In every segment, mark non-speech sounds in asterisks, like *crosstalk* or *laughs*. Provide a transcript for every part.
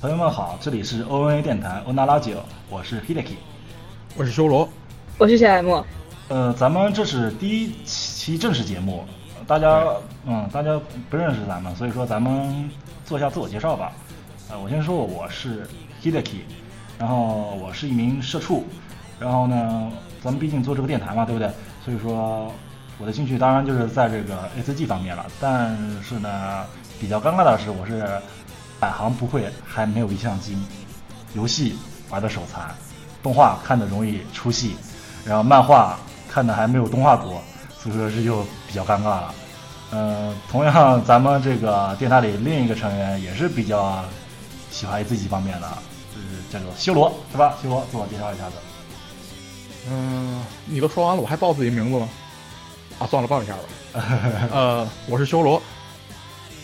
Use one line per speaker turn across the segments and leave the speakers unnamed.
朋友们好，这里是 ONA 电台 ONA 拉九，我是 Hideki，
我是修罗。
我是小 M，
呃，咱们这是第一期正式节目，大家嗯，大家不认识咱们，所以说咱们做一下自我介绍吧。呃，我先说我是 Hideki，然后我是一名社畜，然后呢，咱们毕竟做这个电台嘛，对不对？所以说我的兴趣当然就是在这个 ACG 方面了，但是呢，比较尴尬的是我是百行不会，还没有一项精，游戏玩的手残，动画看的容易出戏，然后漫画看的还没有动画多，所以说这就比较尴尬了。嗯、同样咱们这个电台里另一个成员也是比较喜欢自己方面的，就是叫做修罗，是吧？修罗自我介绍一下子。
嗯、你都说完了，我还报自己名字吗？啊，算了，报一下吧。
*laughs*
呃，我是修罗，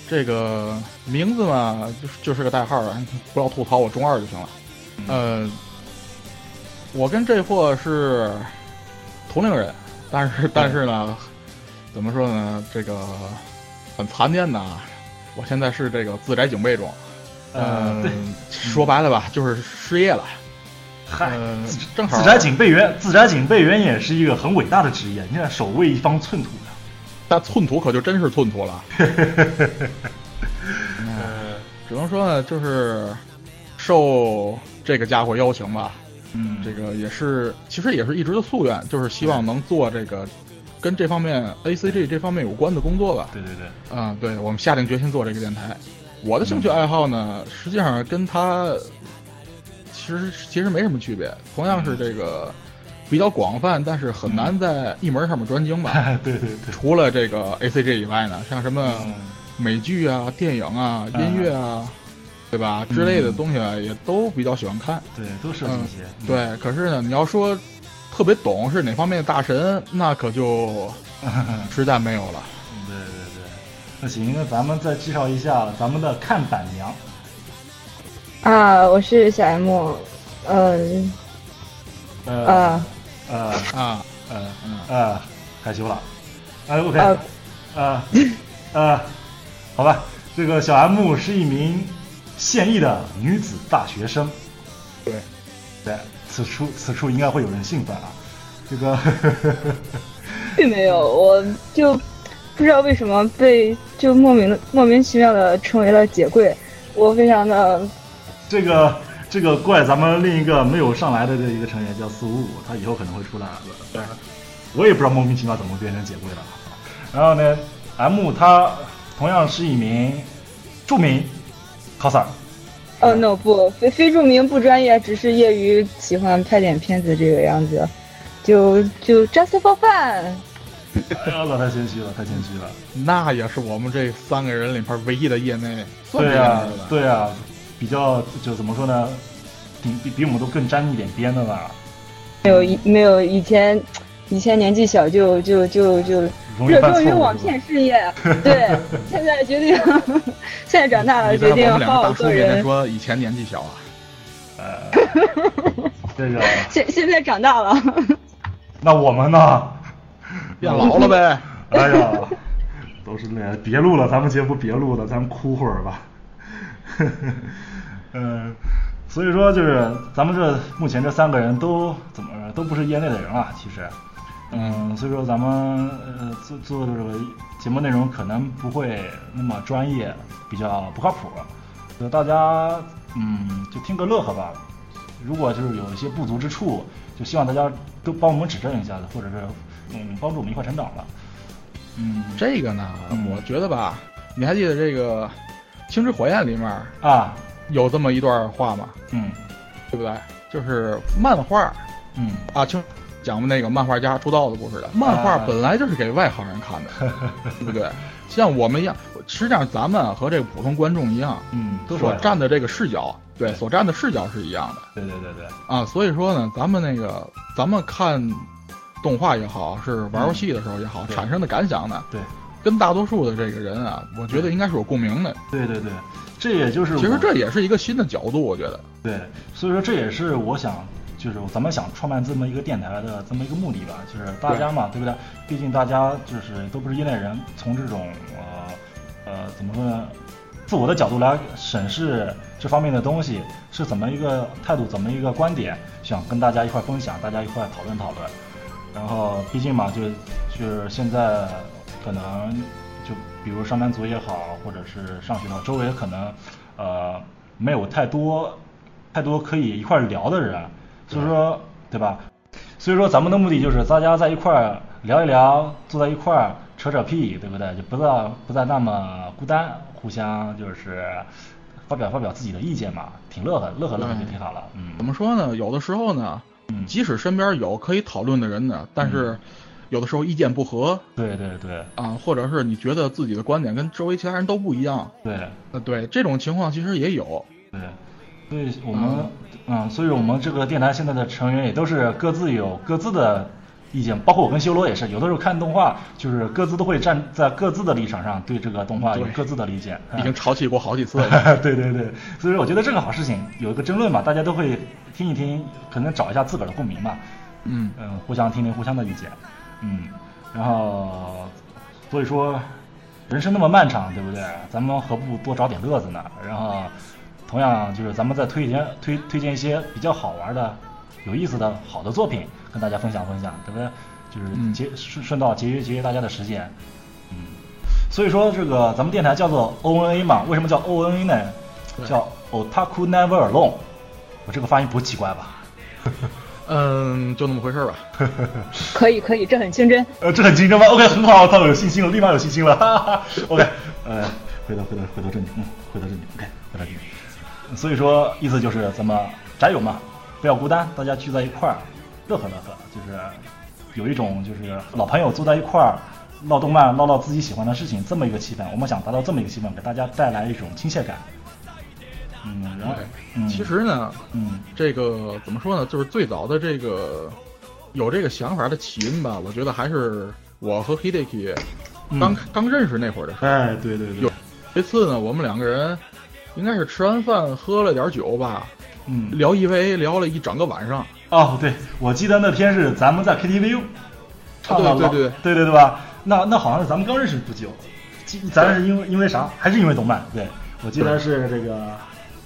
这个名字嘛，就是就是个代号啊，不要吐槽我中二就行了。呃，我跟这货是同龄人，但是但是呢，怎么说呢？这个很残念呐。我现在是这个自宅警备中，
呃，
嗯、
对，
说白了吧，就是失业了。
嗨，
嗯、正好
哎自宅警备员，自宅警备员也是一个很伟大的职业，你看守卫一方寸土呀。
但寸土可就真是寸土了。呃只能说呢，就是受这个家伙邀请吧，
嗯，
这个也是，其实也是一直的夙愿，就是希望能做这个跟这方面 ACG 这方面有关的工作吧。
对对对， *laughs*
啊、对，我们下定决心做这个电台。我的兴趣爱好呢，实际上跟他其实其实没什么区别，同样是这个比较广泛，但是很难在一门上面专精吧。
对对对，
除了这个 ACG 以外呢，像什么
嗯
美剧啊、电影啊、
嗯
音乐啊，对吧之类的东西啊，也都比较喜欢看。
*laughs* 对，都涉及一些。嗯，
对，可是呢，你要说特别懂是哪方面的大神，那
*laughs*
可就实在没有了。
嗯对对对。那行，那咱们再介绍一下咱们的看板娘。
啊，我是小 M，嗯
呃
呃，
呃
啊，
呃
嗯
呃，害羞了。哎，OK，
呃
呃呃，好吧，这个小 M 是一名现役的女子大学生。
对，
对，此处此处应该会有人兴奋啊。这个， *laughs*
并没有，我就不知道为什么被就莫名的莫名其妙的成为了姐贵，我非常的
这个，这个怪咱们另一个没有上来的这一个成员叫四五五，他以后可能会出来的。
对，
我也不知道莫名其妙怎么变成姐妹了。然后呢，M 他同样是一名著名
*laughs*
coser，
哦 no 不非非著名不专业，只是业余喜欢拍点片子这个样子，就就 just for fun。
哎呀，老太谦虚了，太谦虚了。
那也是我们这三个人里边唯一的业内，算
对
是
呀、
业内的吧。
对呀、比较就怎么说呢，比比比我们都更沾一点边的吧，
没有以没有以前以前年纪小就就就就
容易
热
犯
衷于
错误
网。
是吧
骗事业，对，现在决定，现在长大了
你在
决
我
定
们两
啊好
个
好
大叔
做
面前
人，
说以前年纪小啊，
嗯呃，这个，
现现在长大了， *laughs*
那我们呢？
变老
*laughs*
了呗。
*laughs* 哎呀，都是那样，别录了，咱们节目别录了，咱们哭会儿吧。 *laughs* 嗯，所以说就是咱们这目前这三个人都怎么说都不是业内的人啊了，其实，嗯，所以说咱们呃做做的这个节目内容可能不会那么专业，比较不靠谱，所以大家嗯就听个乐呵吧。如果就是有一些不足之处，就希望大家都帮我们指正一下，或者是嗯帮助我们一块成长吧。嗯，
这个呢，
嗯
我觉得吧，你还记得这个《青之火焰》里面
啊，
有这么一段话吗？
嗯
对不对？就是漫画
嗯，
啊，青讲那个漫画家出道的故事的。漫
啊
画本来就是给外行人看的，对不对？像我们一样，实际上咱们和这个普通观众一样，
嗯，
都
是
所
呀
站的这个视角，对，所站的视角是一样的
对对对对，
啊。所以说呢，咱们那个咱们看动画也好，是玩游戏的时候也好，
嗯对
产生的感想呢，
对
跟大多数的这个人啊，我觉得应该是有共鸣的。
对对对，这也就是
其实
我
这也是一个新的角度，我觉得。
对，所以说这也是我想，就是咱们想创办这么一个电台的这么一个目的吧，就是大家嘛，对不对？毕竟大家就是都不是业内人，从这种呃呃怎么说呢，自我的角度来审视这方面的东西，是怎么一个态度，怎么一个观点，想跟大家一块分享，大家一块讨论讨论。然后，毕竟嘛，就就是现在可能就比如上班族也好，或者是上学的，周围可能呃没有太多太多可以一块聊的人，所以说对吧？所以说咱们的目的就是大家在一块儿聊一聊，坐在一块儿扯扯屁，对不对？就不再不再那么孤单，互相就是发表发表自己的意见嘛，挺乐呵乐呵乐呵就挺好了。嗯，
怎么说呢？有的时候呢，
嗯
即使身边有可以讨论的人呢，但是有的时候意见不合
对对对
啊，或者是你觉得自己的观点跟周围其他人都不一样，
对
呃，对，这种情况其实也有。
对，所以我们嗯，所以我们这个电台现在的成员也都是各自有各自的意见，包括我跟修罗也是，有的时候看动画就是各自都会站在各自的立场上对这个动画有
对
各自的理解。
已经
嗯
吵起过好几次
*laughs*
了。
对对对，所以说我觉得这个好事情，有一个争论嘛，大家都会听一听，可能找一下自个儿的共鸣嘛，
嗯，
嗯，互相听听互相的意见，嗯，然后所以说人生那么漫长，对不对？咱们何不多找点乐子呢？然后同样就是咱们再推荐推推荐一些比较好玩的、有意思的好的作品跟大家分享分享，对不对？就是
嗯
节顺顺道节约节约大家的时间，嗯。所以说这个咱们电台叫做 O N A 嘛，为什么叫 O N A 呢？
对
叫 Otaku Never Alone，我这个发音不奇怪吧？
嗯，就那么回事儿吧。
可以可以，这很清真。
呃，这很竞争吗？OK，很好，我有信心了，立马有信心了。哈哈 OK，呃，回到回到回到正题，嗯，回到正题，OK，回到正题。所以说，意思就是咱们宅友嘛，不要孤单，大家聚在一块儿，乐呵乐呵，就是有一种就是老朋友坐在一块儿唠动漫，唠唠自己喜欢的事情，这么一个气氛。我们想达到这么一个气氛，给大家带来一种亲切感。嗯，然后，嗯，
哎其，实呢，
嗯，
这个怎么说呢？就是最早的这个有这个想法的起因吧，我觉得还是我和 Hideki 刚、
嗯
刚认识那会儿的事儿。
哎，对对对
有，这次呢，我们两个人应该是吃完饭喝了点酒吧，
嗯，
聊 EVA 聊了一整个晚上。
哦，对，我记得那天是咱们在 KTV 唱到
啊啊对对
老对对对吧？那那好像是咱们刚认识不久，记咱是因为因为啥？还是因为动漫？对，我记得是这个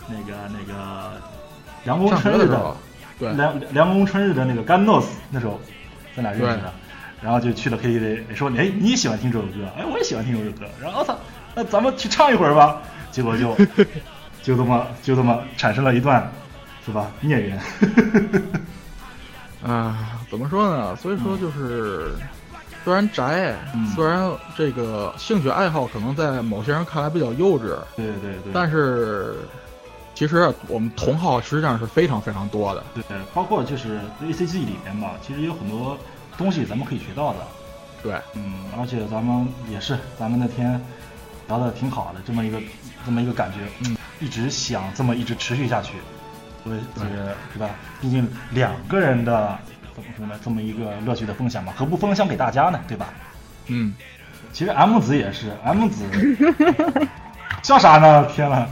那个那个凉宫
上学
春
的
日
时候，对
凉凉宫春日的那个 Ganos 那时候在哪认识
对
的？然后就去了 KTV，说哎你也喜欢听这首歌，哎我也喜欢听这首歌，然后我操，那咱们去唱一会儿吧。结果
*laughs*
就就这么就这么产生了一段是吧孽缘。 *laughs*
啊，怎么说呢？所以说就是，虽然宅，
嗯
虽然这个兴趣爱好可能在某些人看来比较幼稚，
对对对，
但是其实啊我们同好实际上是非常非常多的。
对，包括就是 A C G 里面吧，其实有很多东西咱们可以学到的。
对，
嗯，而且咱们也是，咱们那天聊的挺好的，这么一个这么一个感觉，
嗯，
一直想这么一直持续下去，所以这个对吧？毕竟两个人的怎么说呢，这么一个乐趣的分享嘛，何不分享给大家呢？对吧？
嗯，
其实 M 子也是，M 子 *laughs* 笑啥呢？天呐，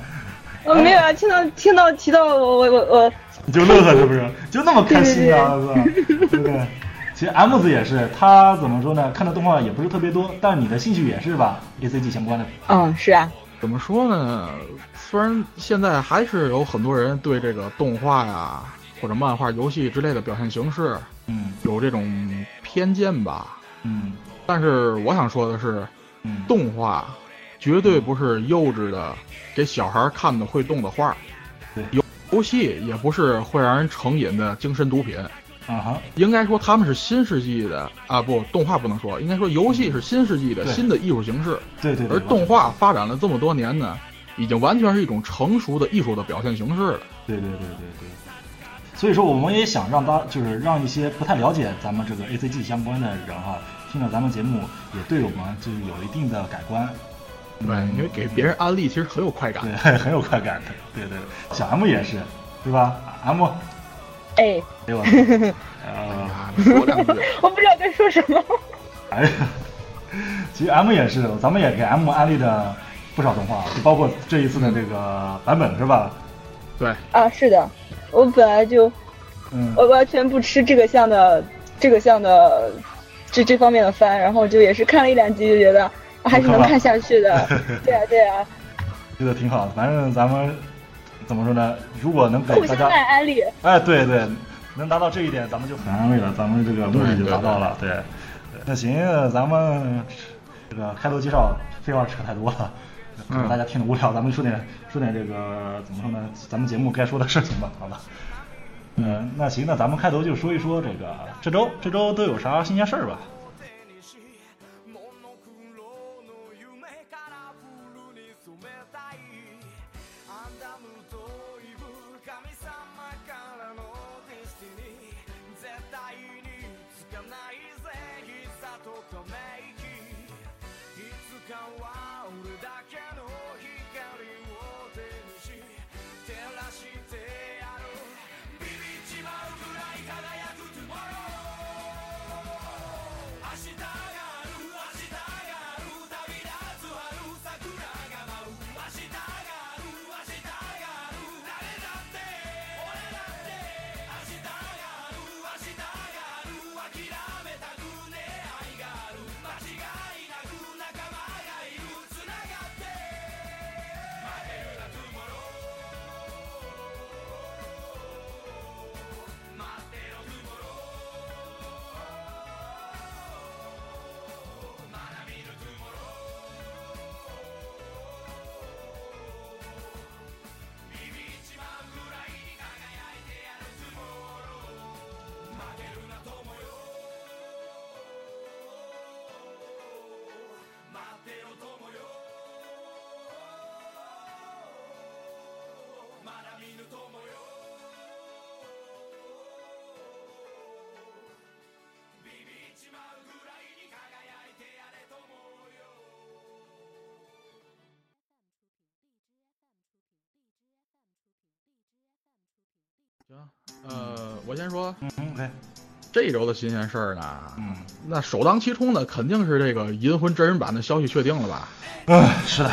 我没有啊，听到听到提到我我我我，
你就乐呵是不 *laughs* 是？就那么开心啊，是吧？对不对？其实 M 子也是，他怎么说呢？看的动画也不是特别多，但你的兴趣也是吧？A C G 相关的，
嗯，是啊，
怎么说呢？虽然现在还是有很多人对这个动画呀或者漫画、游戏之类的表现形式
嗯
有这种偏见吧，
嗯
但是我想说的是，
嗯，
动画绝对不是幼稚的给小孩看的会动的画，
对
游游戏也不是会让人成瘾的精神毒品。
啊哈，
应该说他们是新世纪的啊，不，动画不能说，应该说游戏是新世纪的
对
新的艺术形式，
对对对，
而动画发展了这么多年呢，已经完全是一种成熟的艺术的表现形式了。
对对对对对。所以说，我们也想让大，就是让一些不太了解咱们这个 A C G 相关的人哈，听了咱们节目，也对我们就是有一定的改观，
对，因为给别人安利其实很有快感
对，。 *laughs* 很很有快感的。对对，对小 M 也是，对吧？M，
哎，
对吧？呃，
啊，你说两句，
我不知道该说什么。
哎呀，其实 M 也是，咱们也给 M 安利了不少动画，就包括这一次的这
嗯
个版本是吧？
对，
*laughs* 啊，是的，我本来就
嗯，
我完全不吃这个项的这个项的这这方面的 *laughs* 番，然后就也是看了一两集就觉得啊还是能看下去的。对啊对啊，
觉得挺好的。反正咱们怎么说呢？如果能给
互
大
相
家，
在安利，
哎，对对，能达到这一点，咱们就很安慰了，咱们这个目的就达到了。对，对那行，咱们这个开头介绍废话扯太多了，可能
嗯
大家听得无聊，咱们说点说点这个怎么说呢？咱们节目该说的事情吧，好吧？嗯，那行，那咱们开头就说一说这个这周这周都有啥新鲜事儿吧？
行，呃，我先说
嗯嗯，对，
这一周的新鲜事儿呢，
嗯，
那首当其冲的肯定是这个《银魂》真人版的消息确定了吧？
嗯，是的，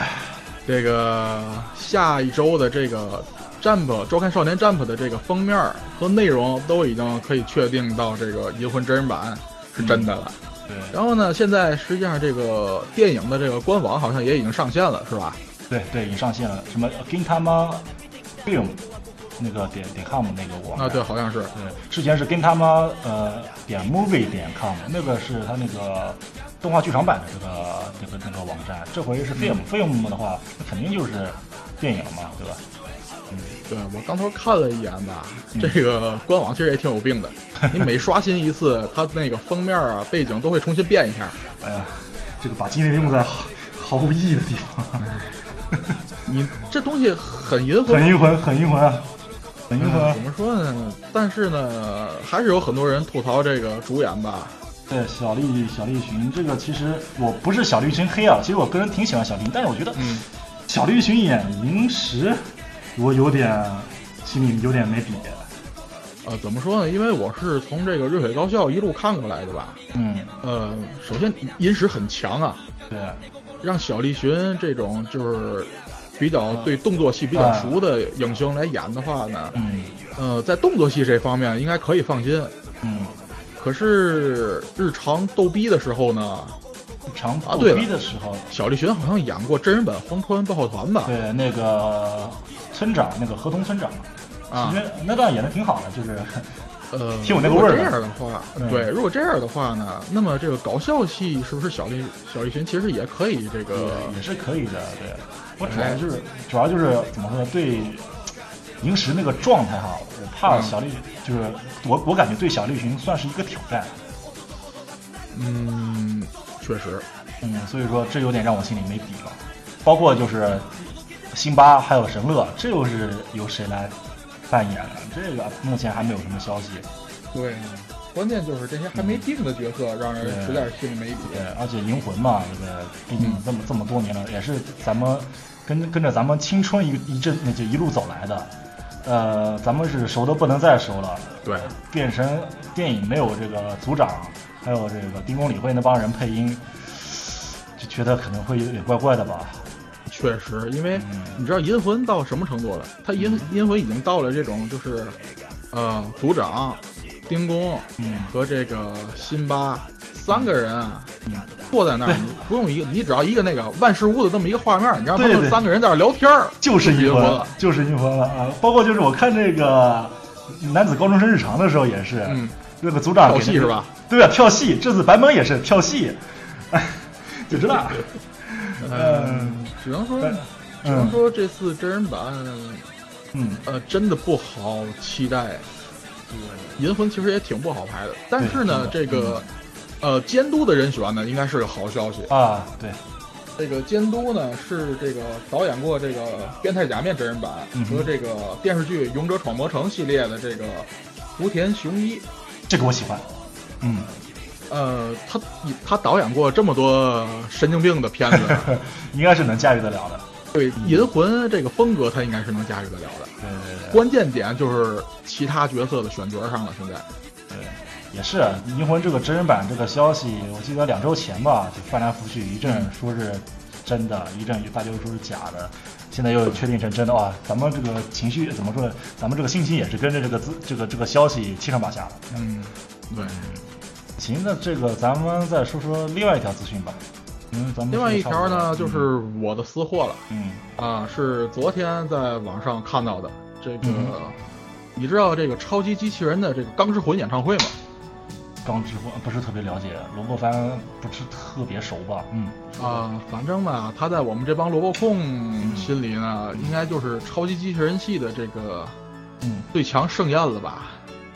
这个下一周的这个 Jump 周刊少年 Jump 的这个封面儿和内容都已经可以确定到这个《银魂》真人版是真的了。
对
然后呢，现在实际上这个电影的这个官网好像也已经上线了，是吧？
对对，已经上线了，什么 Gintama Film 那个点点 com 那个网站
啊，对，好像是。
对，之前是跟他们呃点 movie 点 com，那个是他那个动画剧场版的这个这个那个网站，这回是 film、film 的话，那肯定就是电影嘛，对吧？
对我刚才看了一眼吧，
嗯
这个官网其实也挺有病的，你每刷新一次，它那个封面啊、背景都会重新变一下。
哎呀，这个把精力用在毫毫无意义的地方，
你这东西很银魂
很阴魂，很阴魂啊，很阴魂啊
嗯怎。么说呢？但是呢，还是有很多人吐槽这个主演吧。
对，小栗小栗旬这个其实我不是小栗旬黑啊，其实我个人挺喜欢小栗，但是我觉得
嗯，
小栗旬演银石，我有点心里有点没底。
呃，怎么说呢？因为我是从这个《热血高校》一路看过来的吧。
嗯，
呃，首先银石很强啊，
对，
让小栗旬这种就是比较对动作戏比较
啊
熟的影星来演的话呢，
嗯
呃，在动作戏这方面应该可以放心。
嗯。
可是日常逗逼的时候呢，
长
啊
逗
对了
逼的时候，
小栗旬好像演过真人版《荒川爆笑团》吧？
对那个村长，那个河童村长，
啊
其实那段演的挺好的，就是
呃，
挺有那个味儿的
如果这样的话，
嗯
对，如果这样的话呢，那么这个搞笑戏是不是小栗小栗旬其实也可以这个？
也也是可以的。对，我主要
嗯
就是主要就是怎么说呢？对银石那个状态哈，我怕
嗯
小绿，就是我我感觉对小绿群算是一个挑战。
嗯，确实，
嗯，所以说这有点让我心里没底了。包括就是辛巴还有神乐，这又是由谁来扮演的？这个目前还没有什么消息。
对，关键就是这些还没定的角色，让
对
人实在是心里没底。
对，而且银魂嘛，对不对？毕竟这么这么多年了，也是咱们跟跟着咱们青春一一阵那就一路走来的，呃，咱们是熟的不能再熟了。
对，
变成电影没有这个组长，还有这个丁公理会那帮人配音，就觉得可能会有点怪怪的吧。
确实，因为
嗯
你知道银魂到什么程度了？他银银魂已经到了这种就是，呃，组长、丁工
嗯
和这个辛巴三个人啊
嗯
坐在那儿，你不用一个，你只要一个那个万事屋的这么一个画面，你让他
对
们
对
三个人在那儿聊天儿，
就是
结
阴
婚
婚
了
了。，就是阴婚了啊！包括就是我看这个男子高中生日常的时候也是，
嗯，
那个组长
跳
给那
戏
个
是吧？
对啊，跳戏。这次版本也是跳戏，哎，就知
*laughs*
道，
嗯，只能说，只能
嗯
说这次真人版，
嗯，
呃，真的不好期待。银魂其实也挺不好拍的，但是呢，
对
这
真的嗯
个，呃，监督的人选呢，应该是个好消息。
啊，对，
这个监督呢是这个导演过这个《变态假面》真人版
嗯哼
和这个电视剧《勇者闯魔城》系列的这个福田雄一。
这个我喜欢，嗯，
呃，他他导演过这么多神经病的片子，啊 *laughs*
应该是能驾驭得了的。
对《银魂》这个风格他应该是能驾驭得了的。
对对对
关键点就是其他角色的选角上了，现在
对，也是《银魂》这个真人版这个消息，我记得两周前吧，就翻来覆去，一
嗯
阵说是真的，一阵大家又说是假的。现在又确定成真的哇！咱们这个情绪怎么说呢？咱们这个心情也是跟着这个资这个这个消息七上八下的。
嗯，对。
行，那这个咱们再说说另外一条资讯吧。嗯，咱们
另外一条
说
呢，就
差不多了
是我的私货了。
嗯
啊，是昨天在网上看到的。这个，
嗯
你知道这个超级机器人的这个《钢之魂》演唱会吗？
刚直播不是特别了解，罗伯凡不是特别熟吧？嗯
啊，反正吧，他在我们这帮萝卜
嗯
控心里呢，应该就是超级机器人系的这个
嗯
最强盛宴了吧？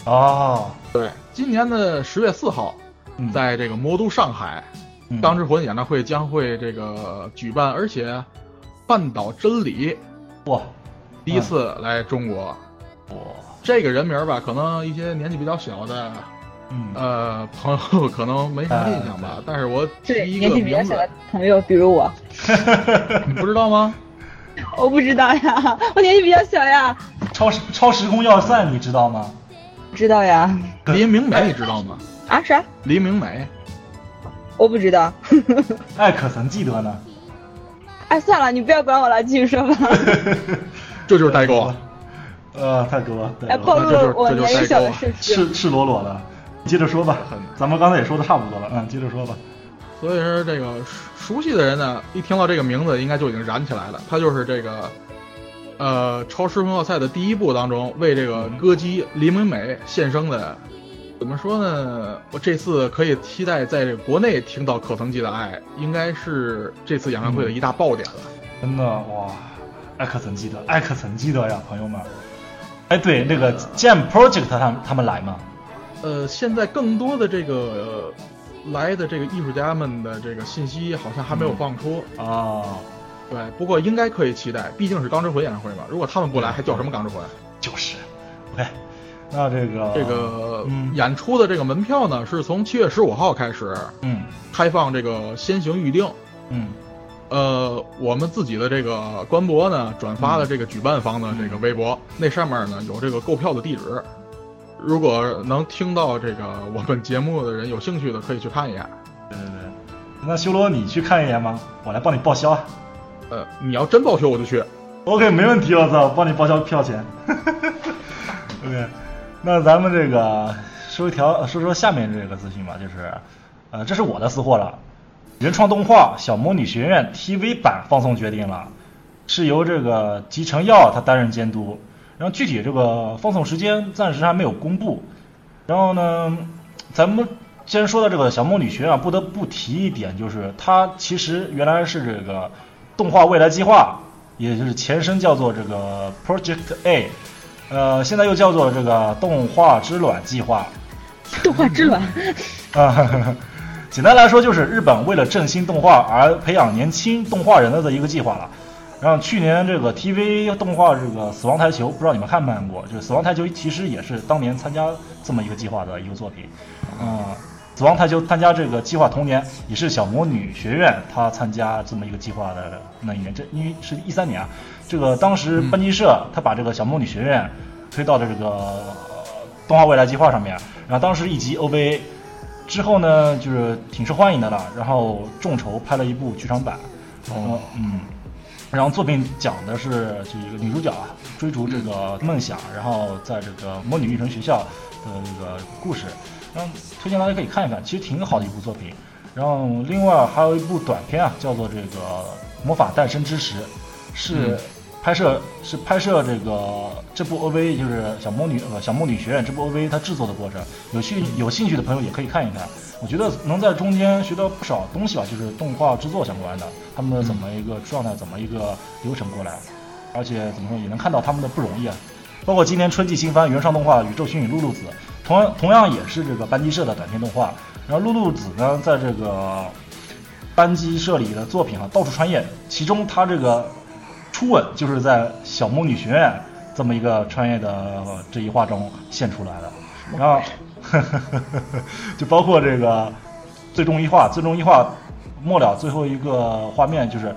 哦
对，今年的十月四号，
嗯
在这个魔都上海，
嗯
钢之魂》演唱会将会这个举办，而且半岛真理
哇嗯
第一次来中国。
哇
这个人名儿吧，可能一些年纪比较小的
嗯呃
呃，朋友可能没啥印象吧，但是我提
对，
一
年
个
纪比较
名
小
字，
的朋友，比如我，
你不知
*laughs*
道吗？
我不知道呀， *laughs* 我年纪比较小呀，
超时超时空要塞你知道吗？
不知道呀，
黎明美，你知道吗？
啊啥？
黎明美，
我不知道。
艾可曾记得呢？
哎，算了，你不要管我了，继续说吧。
*laughs*
这 *laughs* 就是代购。
呃，太多了，太
哎，
多
暴
了
露了我年纪小的事实。
赤赤裸裸的，接着说吧
很。
咱们刚才也说的差不多了，嗯，接着说吧。
所以说这个熟悉的人呢，一听到这个名字，应该就已经燃起来了。他就是这个，呃，《超时空要塞》的第一部当中为这个歌姬黎明美献声的。怎么说呢？我这次可以期待在这个国内听到《可曾记得爱》，应该是这次演唱会的一大爆点了。
真的哇，艾可曾记得，艾可曾记得呀，朋友们。哎，对，那个 Jam Project 他们他们来吗？
呃，现在更多的这个、呃、来的这个艺术家们的这个信息好像还没有放出，哦
啊，
对，不过应该可以期待，毕竟是钢之魂演唱会嘛。如果他们不来，还叫什么钢之魂？啊
就是，OK，那这个
这个
嗯
演出的这个门票呢，是从七月十五号开始
嗯
开放，这个先行预定。
嗯
呃，我们自己的这个官博呢，转发了这个举办方的
嗯
这个微博，那上面呢有这个购票的地址。如果能听到这个我们节目的人有兴趣的，可以去看一眼。
对对对，那修罗你去看一眼吗？我来帮你报销啊。
呃，你要真报修我就去。
OK，没问题，我操，我帮你报销票钱。OK，那咱们这个说一条，说说下面这个资讯吧，就是，呃，这是我的私货了。原创动画《小魔女学院》TV 版放送决定了，是由这个吉成耀他担任监督，然后具体这个放送时间暂时还没有公布。然后呢，咱们既然说到这个小魔女学院，啊不得不提一点，就是它其实原来是这个动画未来计划，也就是前身叫做这个 Project A，呃，现在又叫做这个动画之卵计划。
动画之卵，
啊，呵呵 *laughs* 简单来说就是日本为了振兴动画而培养年轻动画人的一个计划了。然后去年这个 TV 动画这个《死亡台球》，不知道你们看没看过？就是《死亡台球》其实也是当年参加这么一个计划的一个作品。嗯，《死亡台球》参加这个计划同年也是小魔女学院她参加这么一个计划的那一年，这因为是一三年啊。这个当时
嗯
班级社他把这个小魔女学院推到了这个呃动画未来计划上面，然后当时一集 OVA。之后呢，就是挺受欢迎的了，然后众筹拍了一部剧场版，然后嗯，然后作品讲的是这个女主角啊追逐这个梦想，然后在这个魔女育成学校的这个故事。然后推荐大家可以看一看，其实挺好的一部作品。然后另外还有一部短片啊，叫做这个《魔法诞生之时》，是
嗯
拍摄、是拍摄这个这部 OVA 就是小魔女呃小魔女学院这部 OVA 它制作的过程。有兴有兴趣的朋友也可以看一看，我觉得能在中间学到不少东西吧，啊就是动画制作相关的，他们的怎么一个状态，怎么一个流程过来，而且怎么说也能看到他们的不容易啊。包括今年春季新番原创动画《宇宙星雨露露子》，同样同样也是这个班级社的短篇动画。然后露露子呢，在这个班级社里的作品啊到处穿越，其中她这个初吻就是在小魔女学院这么一个穿越的呃这一话中现出来的。然后 *laughs* 就包括这个最终一话，最终一话末了最后一个画面就是，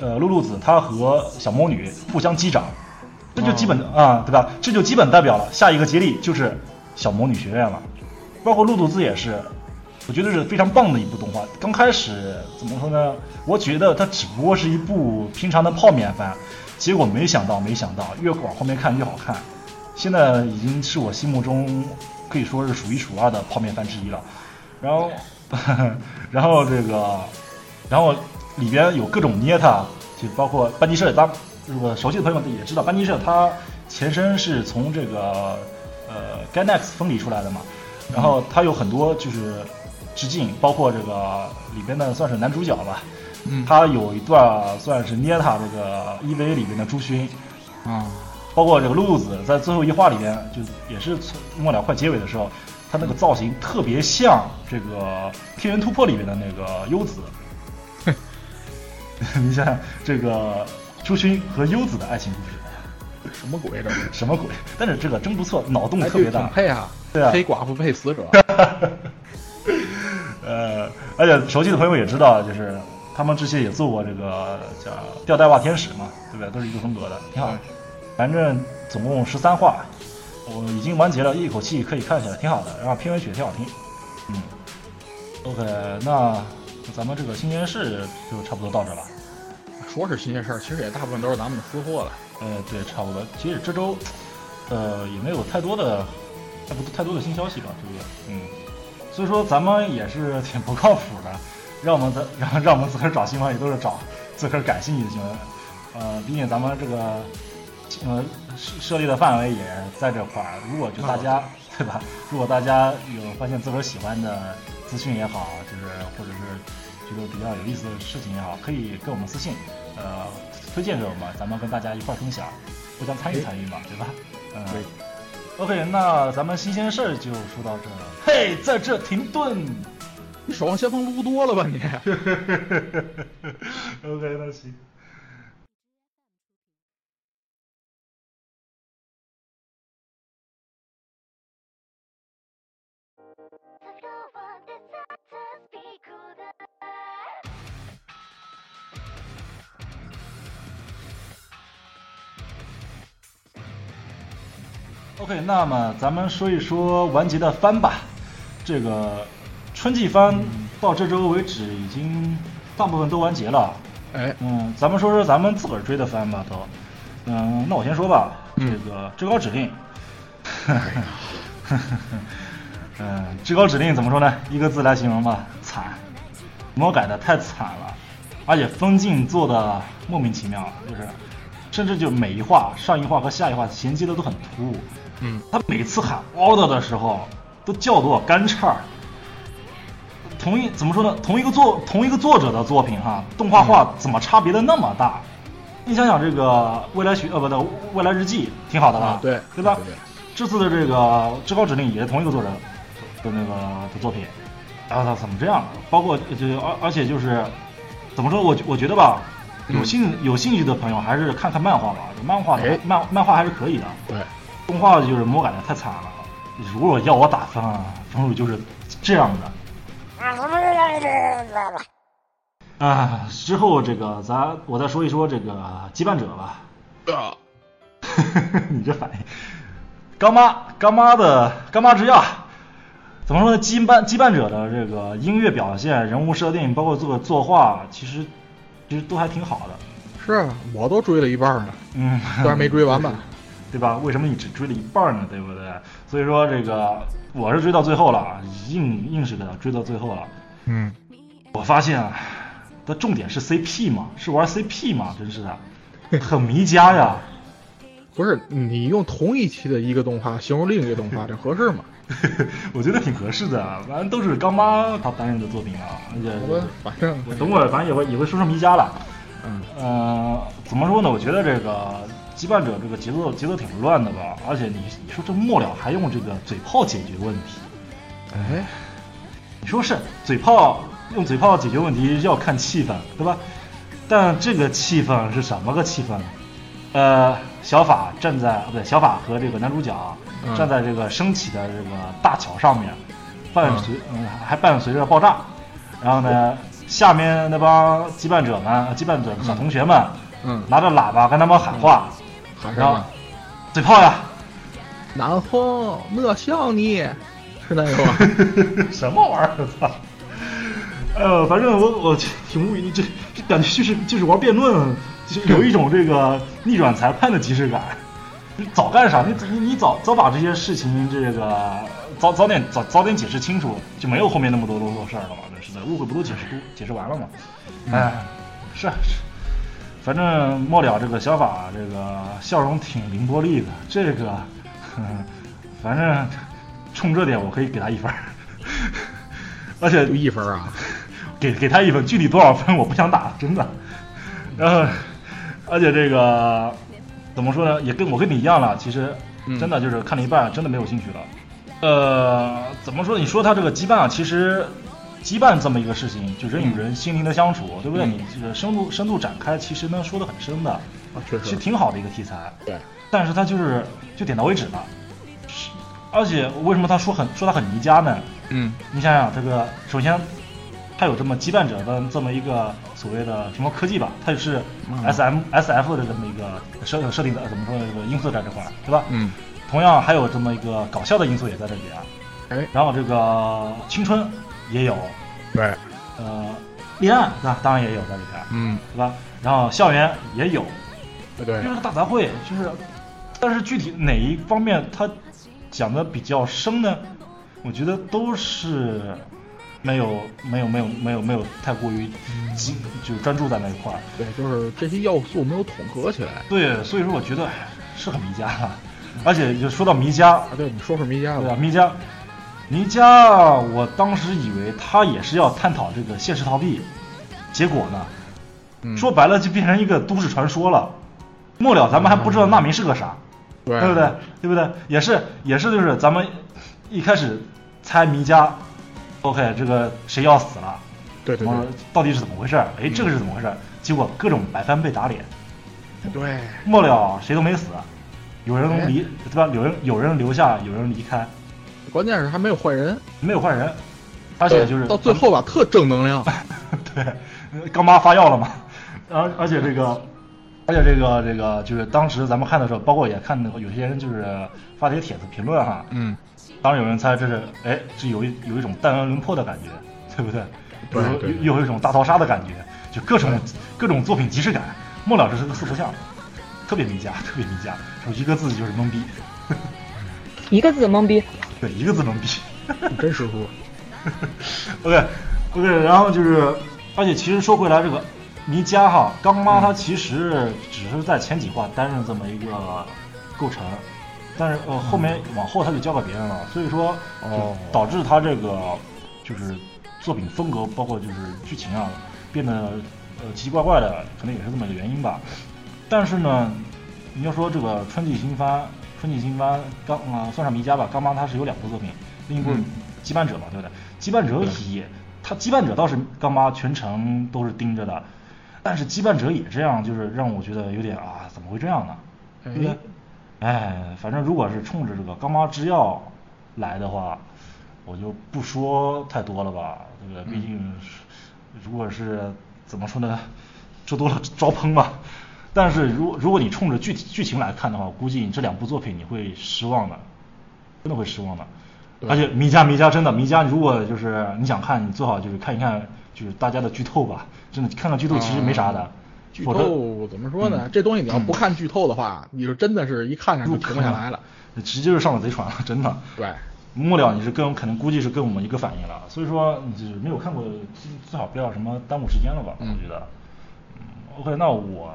呃，露露子她和小魔女互相击掌，这就基本啊、对吧？这就基本代表了下一个接力就是小魔女学院了。包括露露子也是，我觉得是非常棒的一部动画。刚开始怎么说呢？我觉得它只不过是一部平常的泡面番，结果没想到，没想到越往后面看越好看。现在已经是我心目中可以说是数一数二的泡面番之一了。然后， *laughs* 然后这个，然后里边有各种捏它，就包括班级社，当如果熟悉的朋友们也知道，班级社它前身是从这个呃 Gainax 分离出来的嘛，然后它有很多就是致敬，包括这个里边的算是男主角吧，
嗯
他有一段算是捏他这个 EVA 里面的朱勋，
啊，
包括这个露露子在最后一话里边，就也是末了快结尾的时候，他那个造型特别像这个《天元突破》里面的那个优子。你想想这个朱勋和优子的爱情故事，
什么
*laughs*
鬼这是？
什么鬼？但是这个真不错，脑洞
哎，
特别
这个
大
挺。配啊，
对啊
黑寡妇配死者，
呃，而且熟悉的朋友也知道，就是他们之前也做过这个叫《吊带袜天使》嘛，对不对？都是一个风格的，挺好的。反正总共十三话，我已经完结了，一口气可以看下来，挺好的。然后片尾曲也挺好听，嗯。OK，那咱们这个新鲜事就差不多到这吧。
说是新鲜事儿，其实也大部分都是咱们的私货了。
呃，对，差不多。其实这周，呃，也没有太多的，太不太多的新消息吧，对不对？嗯。所以说咱们也是挺不靠谱的，让我们自 *laughs* 让让我们自个儿找新闻也都是找自个儿感兴趣的新闻。呃，毕竟咱们这个呃设设立的范围也在这块儿，如果就大家、对吧？如果大家有发现自个儿喜欢的资讯也好，就是或者是觉得比较有意思的事情也好，可以跟我们私信，呃，推荐给我们，咱们跟大家一块儿分享，互相参与参与嘛，对吧？嗯、
对
OK，那咱们新鲜事儿就说到这儿。嘿，在这停顿。
你守望先锋撸多了吧你？
*laughs* OK，那行。OK，那么咱们说一说完结的番吧。这个春季番到这周为止已经大部分都完结了。
哎，
嗯，咱们说说咱们自个儿追的番吧，都。嗯，那我先说吧。
嗯
这个《至高指令》嗯，《至高指令》怎么说呢？一个字来形容吧，惨。魔改的太惨了，而且分镜做的莫名其妙，就是甚至就每一话、上一话和下一话衔接的都很突兀。
嗯，
他每次喊 order 的时候，都叫得我干叉儿。同一怎么说呢？同一个作同一个作者的作品哈，动画
嗯
化怎么差别的那么大？你想想这个未来学呃不对，未来日记挺好的吧？
啊对
对吧？
对对
这次的这个《至高指令》也是同一个作者的那个的作品，然后他怎么这样？包括就而而且就是怎么说？我我觉得吧，
嗯
有兴、有兴趣的朋友还是看看漫画吧，漫画的、
哎
漫漫画还是可以的。
对，
动画就是魔改的太惨了。如果要我打分啊，分数就是这样的啊。之后这个咱我再说一说这个羁绊者吧。
啊，
*laughs* 你这反应，干妈干妈的干妈之钥，怎么说呢？羁绊羁绊者的这个音乐表现、人物设定，包括这个作画，其实其实都还挺好的。
是啊我都追了一半呢，
嗯， *laughs*
虽然没追完吧。
对吧？为什么你只追了一半呢？对不对？所以说这个我是追到最后了，啊硬硬是给他追到最后了。
嗯，
我发现啊，它重点是 CP 嘛，是玩 CP 嘛，真是的，很迷家呀。
不是你用同一期的一个动画形容另一个动 *laughs* 画，这合适吗？
*laughs* 我觉得挺合适的，反正都是刚妈他担任的作品啊，而且
我反正
我等会儿反正也会也会说说迷家了。
嗯
呃，怎么说呢？我觉得这个羁绊者这个节奏节奏挺乱的吧，而且你你说这末了还用这个嘴炮解决问题，
哎，
你说是嘴炮用嘴炮解决问题要看气氛，对吧？但这个气氛是什么个气氛呢？呃，小法站在啊不对，小法和这个男主角啊、
嗯
站在这个升起的这个大桥上面，伴随嗯还伴随着爆炸，然后呢，下面那帮羁绊者们、羁绊者小同学们、
嗯，
拿着喇叭跟他们喊话，
喊
然
上
后
了。
嘴炮呀，
南风，我想你，是那个 *laughs* 吗？
*laughs* 什么玩意儿？我 *laughs* 操！呃，反正我我挺无语，这这感觉就是就是玩辩论，就是有一种这个逆转裁判的即视感。你早干啥？你你你早早把这些事情这个早早点早早点解释清楚，就没有后面那么多啰嗦事儿了嘛。真是的，误会不都解释都解释完了吗？哎，是啊是啊，反正末了这个小法这个笑容挺凌波丽的，这个， *laughs* 呵呵反正冲这点我可以给他一分儿， *laughs* 而且
就一分啊？
给给他一分，具体多少分我不想打，真的。然后，而且这个怎么说呢，也跟我跟你一样了，其实
嗯
真的就是看了一半，真的没有兴趣了。呃，怎么说？你说他这个羁绊啊，其实羁绊这么一个事情，就人与人心灵的相处，对不对？
嗯
你这个深度深度展开，其实呢说的很深的，
啊，确
是
实，
挺好的一个题材。
对，
但是他就是就点到为止了。是，而且为什么他说很说他很迷家呢？
嗯
你想想，这个首先，它有这么羁绊者的这么一个所谓的什么科技吧，它也是
嗯
S M S F 的这么一个设设定的，呃怎么说呢？这个因素在这块儿，对吧？
嗯，
同样还有这么一个搞笑的因素也在这里啊。
哎
然后这个青春也有，
对，
呃，恋爱那当然也有在里边，
嗯
对吧？然后校园也有，
对
因为，是大杂烩，就是，但是具体哪一方面他讲的比较深呢？我觉得都是没有没有没有没有没有太过于精，就是专注在那一块儿。
对，就是这些要素没有统合起来。
对，所以说我觉得哎是很迷家的，而且就说到迷家，
啊，对，你说说迷家
对吧？
吧。
迷家，迷家，我当时以为他也是要探讨这个现实逃避，结果呢，
嗯
说白了就变成一个都市传说了。末了，咱们还不知道纳明是个啥。
对
对不对？？对不对？也是也是，就是咱们一开始猜迷家，OK，这个谁要死了，
对嗯
怎
对
么
对
到底是怎么回事？哎，这个是怎么回事？结果各种白翻被打脸，
对，
末了谁都没死，有
哎
人离对吧？有人有人留下，有人离开，
关键是还没有坏人，
没有坏人，而且就是
到最后吧，特正能量。
*laughs* 对，呃刚妈发药了嘛，而而且这个，而且这个这个就是当时咱们看的时候，包括也看那个有些人就是发了一些帖子评论哈，
嗯，
当然有人猜这是，哎，这有一有一种弹丸论破的感觉，对不对？
对
有
对对
又有一种大逃杀的感觉，就各种各种作品即视感。莫老师是个四不像，特别迷家，特别迷家，我一个字就是懵逼，
一个字懵逼。
对，一个字懵逼。
*laughs* 真
*laughs*
实乎。
OK OK，然后就是，而且其实说回来，这个迷家哈，刚妈她其实只是在前几话担任这么一个构成，但是呃后面往后她就交给别人了，所以说
哦
就导致她这个就是作品风格，包括就是剧情啊，变得呃奇奇怪怪的，可能也是这么一个原因吧。但是呢，你要说这个春季新番，春季新番刚啊、算上迷家吧，刚妈它是有两部作品，另一部是
嗯
羁绊者嘛，对不对？羁绊者也，他羁绊者倒是刚妈全程都是盯着的，但是羁绊者也这样，就是让我觉得有点啊，怎么会这样呢？对不对
哎？
哎，反正如果是冲着这个刚妈之钥来的话，我就不说太多了吧，对不对？毕竟
嗯
是如果是怎么说呢，说多了招喷吧。但是如如果你冲着剧剧情来看的话，我估计你这两部作品你会失望的，真的会失望的。
对
而且迷家迷家真的迷家，如果就是你想看，你最好就是看一看就是大家的剧透吧，真的看看剧透其实没啥的。
啊剧
否则
透怎么说
嗯
呢？这东西你要不看剧透的话，你就真的是一看上就
入
停
坑
不下来了。，
直接就上了贼船了，真的。
对，
末了你是跟可能估计是跟我们一个反应了，所以说你就是没有看过，最最好不要什么耽误时间了吧，
嗯
我觉得。嗯，OK，那我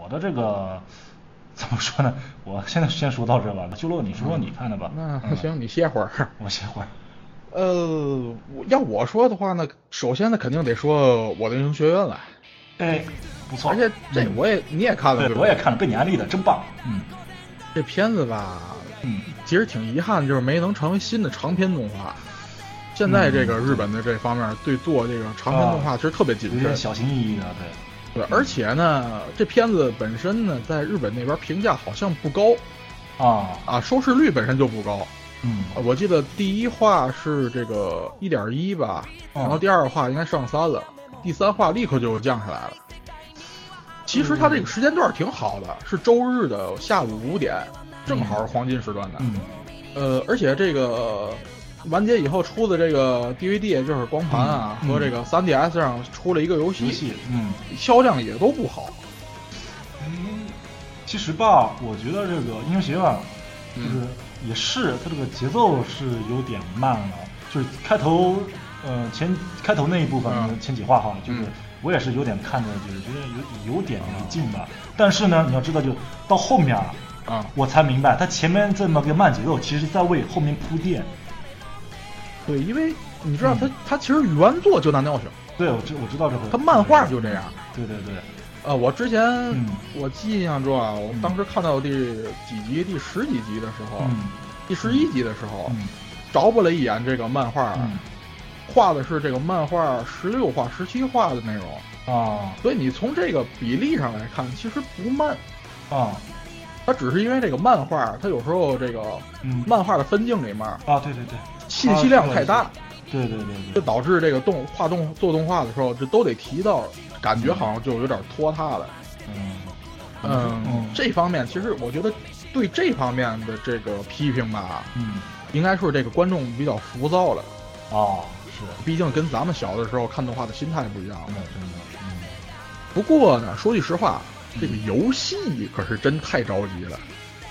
我的这个 *laughs* 怎么说呢？我现在先说到这吧，修罗你说说你看的吧。
那
嗯，
行，你歇会儿。
我歇会儿。
呃，我要我说的话呢，首先呢，肯定得说《我的英雄学院》了，
哎，不错，
而且这
嗯
我也你也看了，
对
吧
我也看了，被你安利的，真棒。嗯
这片子吧，
嗯，
其实挺遗憾，就是没能成为新的长篇动画。现在这个日本的这方面对做这个长篇动画其实特别谨
嗯啊有
慎，
点小心翼翼的，对。
对，而且呢，这片子本身呢，在日本那边评价好像不高
啊，
啊，收视率本身就不高。
嗯
啊我记得第一话是这个一点一吧，
哦
然后第二话应该上三了，第三话立刻就降下来了。其实它这
嗯
个时间段挺好的，是周日的下午五点，正好是黄金时段的。
嗯
呃，而且这个完结以后出的这个 DVD 就是光盘啊，
嗯嗯
和这个 3DS 上出了一个游
游
戏，
戏，嗯。
销量也都不好。
嗯，其实吧，我觉得这个英雄学院就是
嗯
也是它这个节奏是有点慢了，就是开头呃前开头那一部分、
嗯
前几话哈，就是
嗯
我也是有点看着就是觉得有有点没劲吧，但是呢，你要知道就到后面啊，
啊，
我才明白它前面这么个慢节奏，其实在为后面铺垫。
对，因为你知道它，它其实原作就难尿性，
对，我知我知道这回。
它漫画就这样。
对对对，
呃，我之前、
嗯
我印象中啊，我
嗯
当时看到第几集、第十几集的时候，
嗯
第十一集的时候，
嗯
着吧了一眼这个漫画，
嗯
画的是这个漫画十六画、十七画的内容，
啊
所以你从这个比例上来看，其实不慢。
啊
它只是因为这个漫画，它有时候这个
嗯
漫画的分镜里面
啊，对对对，
信息量太
啊
大，
对对对
就
对，
导致这个动画动做动画的时候，这都得提到，感觉好像就有点拖沓了。
嗯。
嗯，这方面其实我觉得对这方面的这个批评吧，
嗯，
应该说这个观众比较浮躁了。
哦，是，
毕竟跟咱们小的时候看动画的心态不一样
真
了
的。真的，嗯，
不过呢，说句实话，这个游戏可是真太着急了。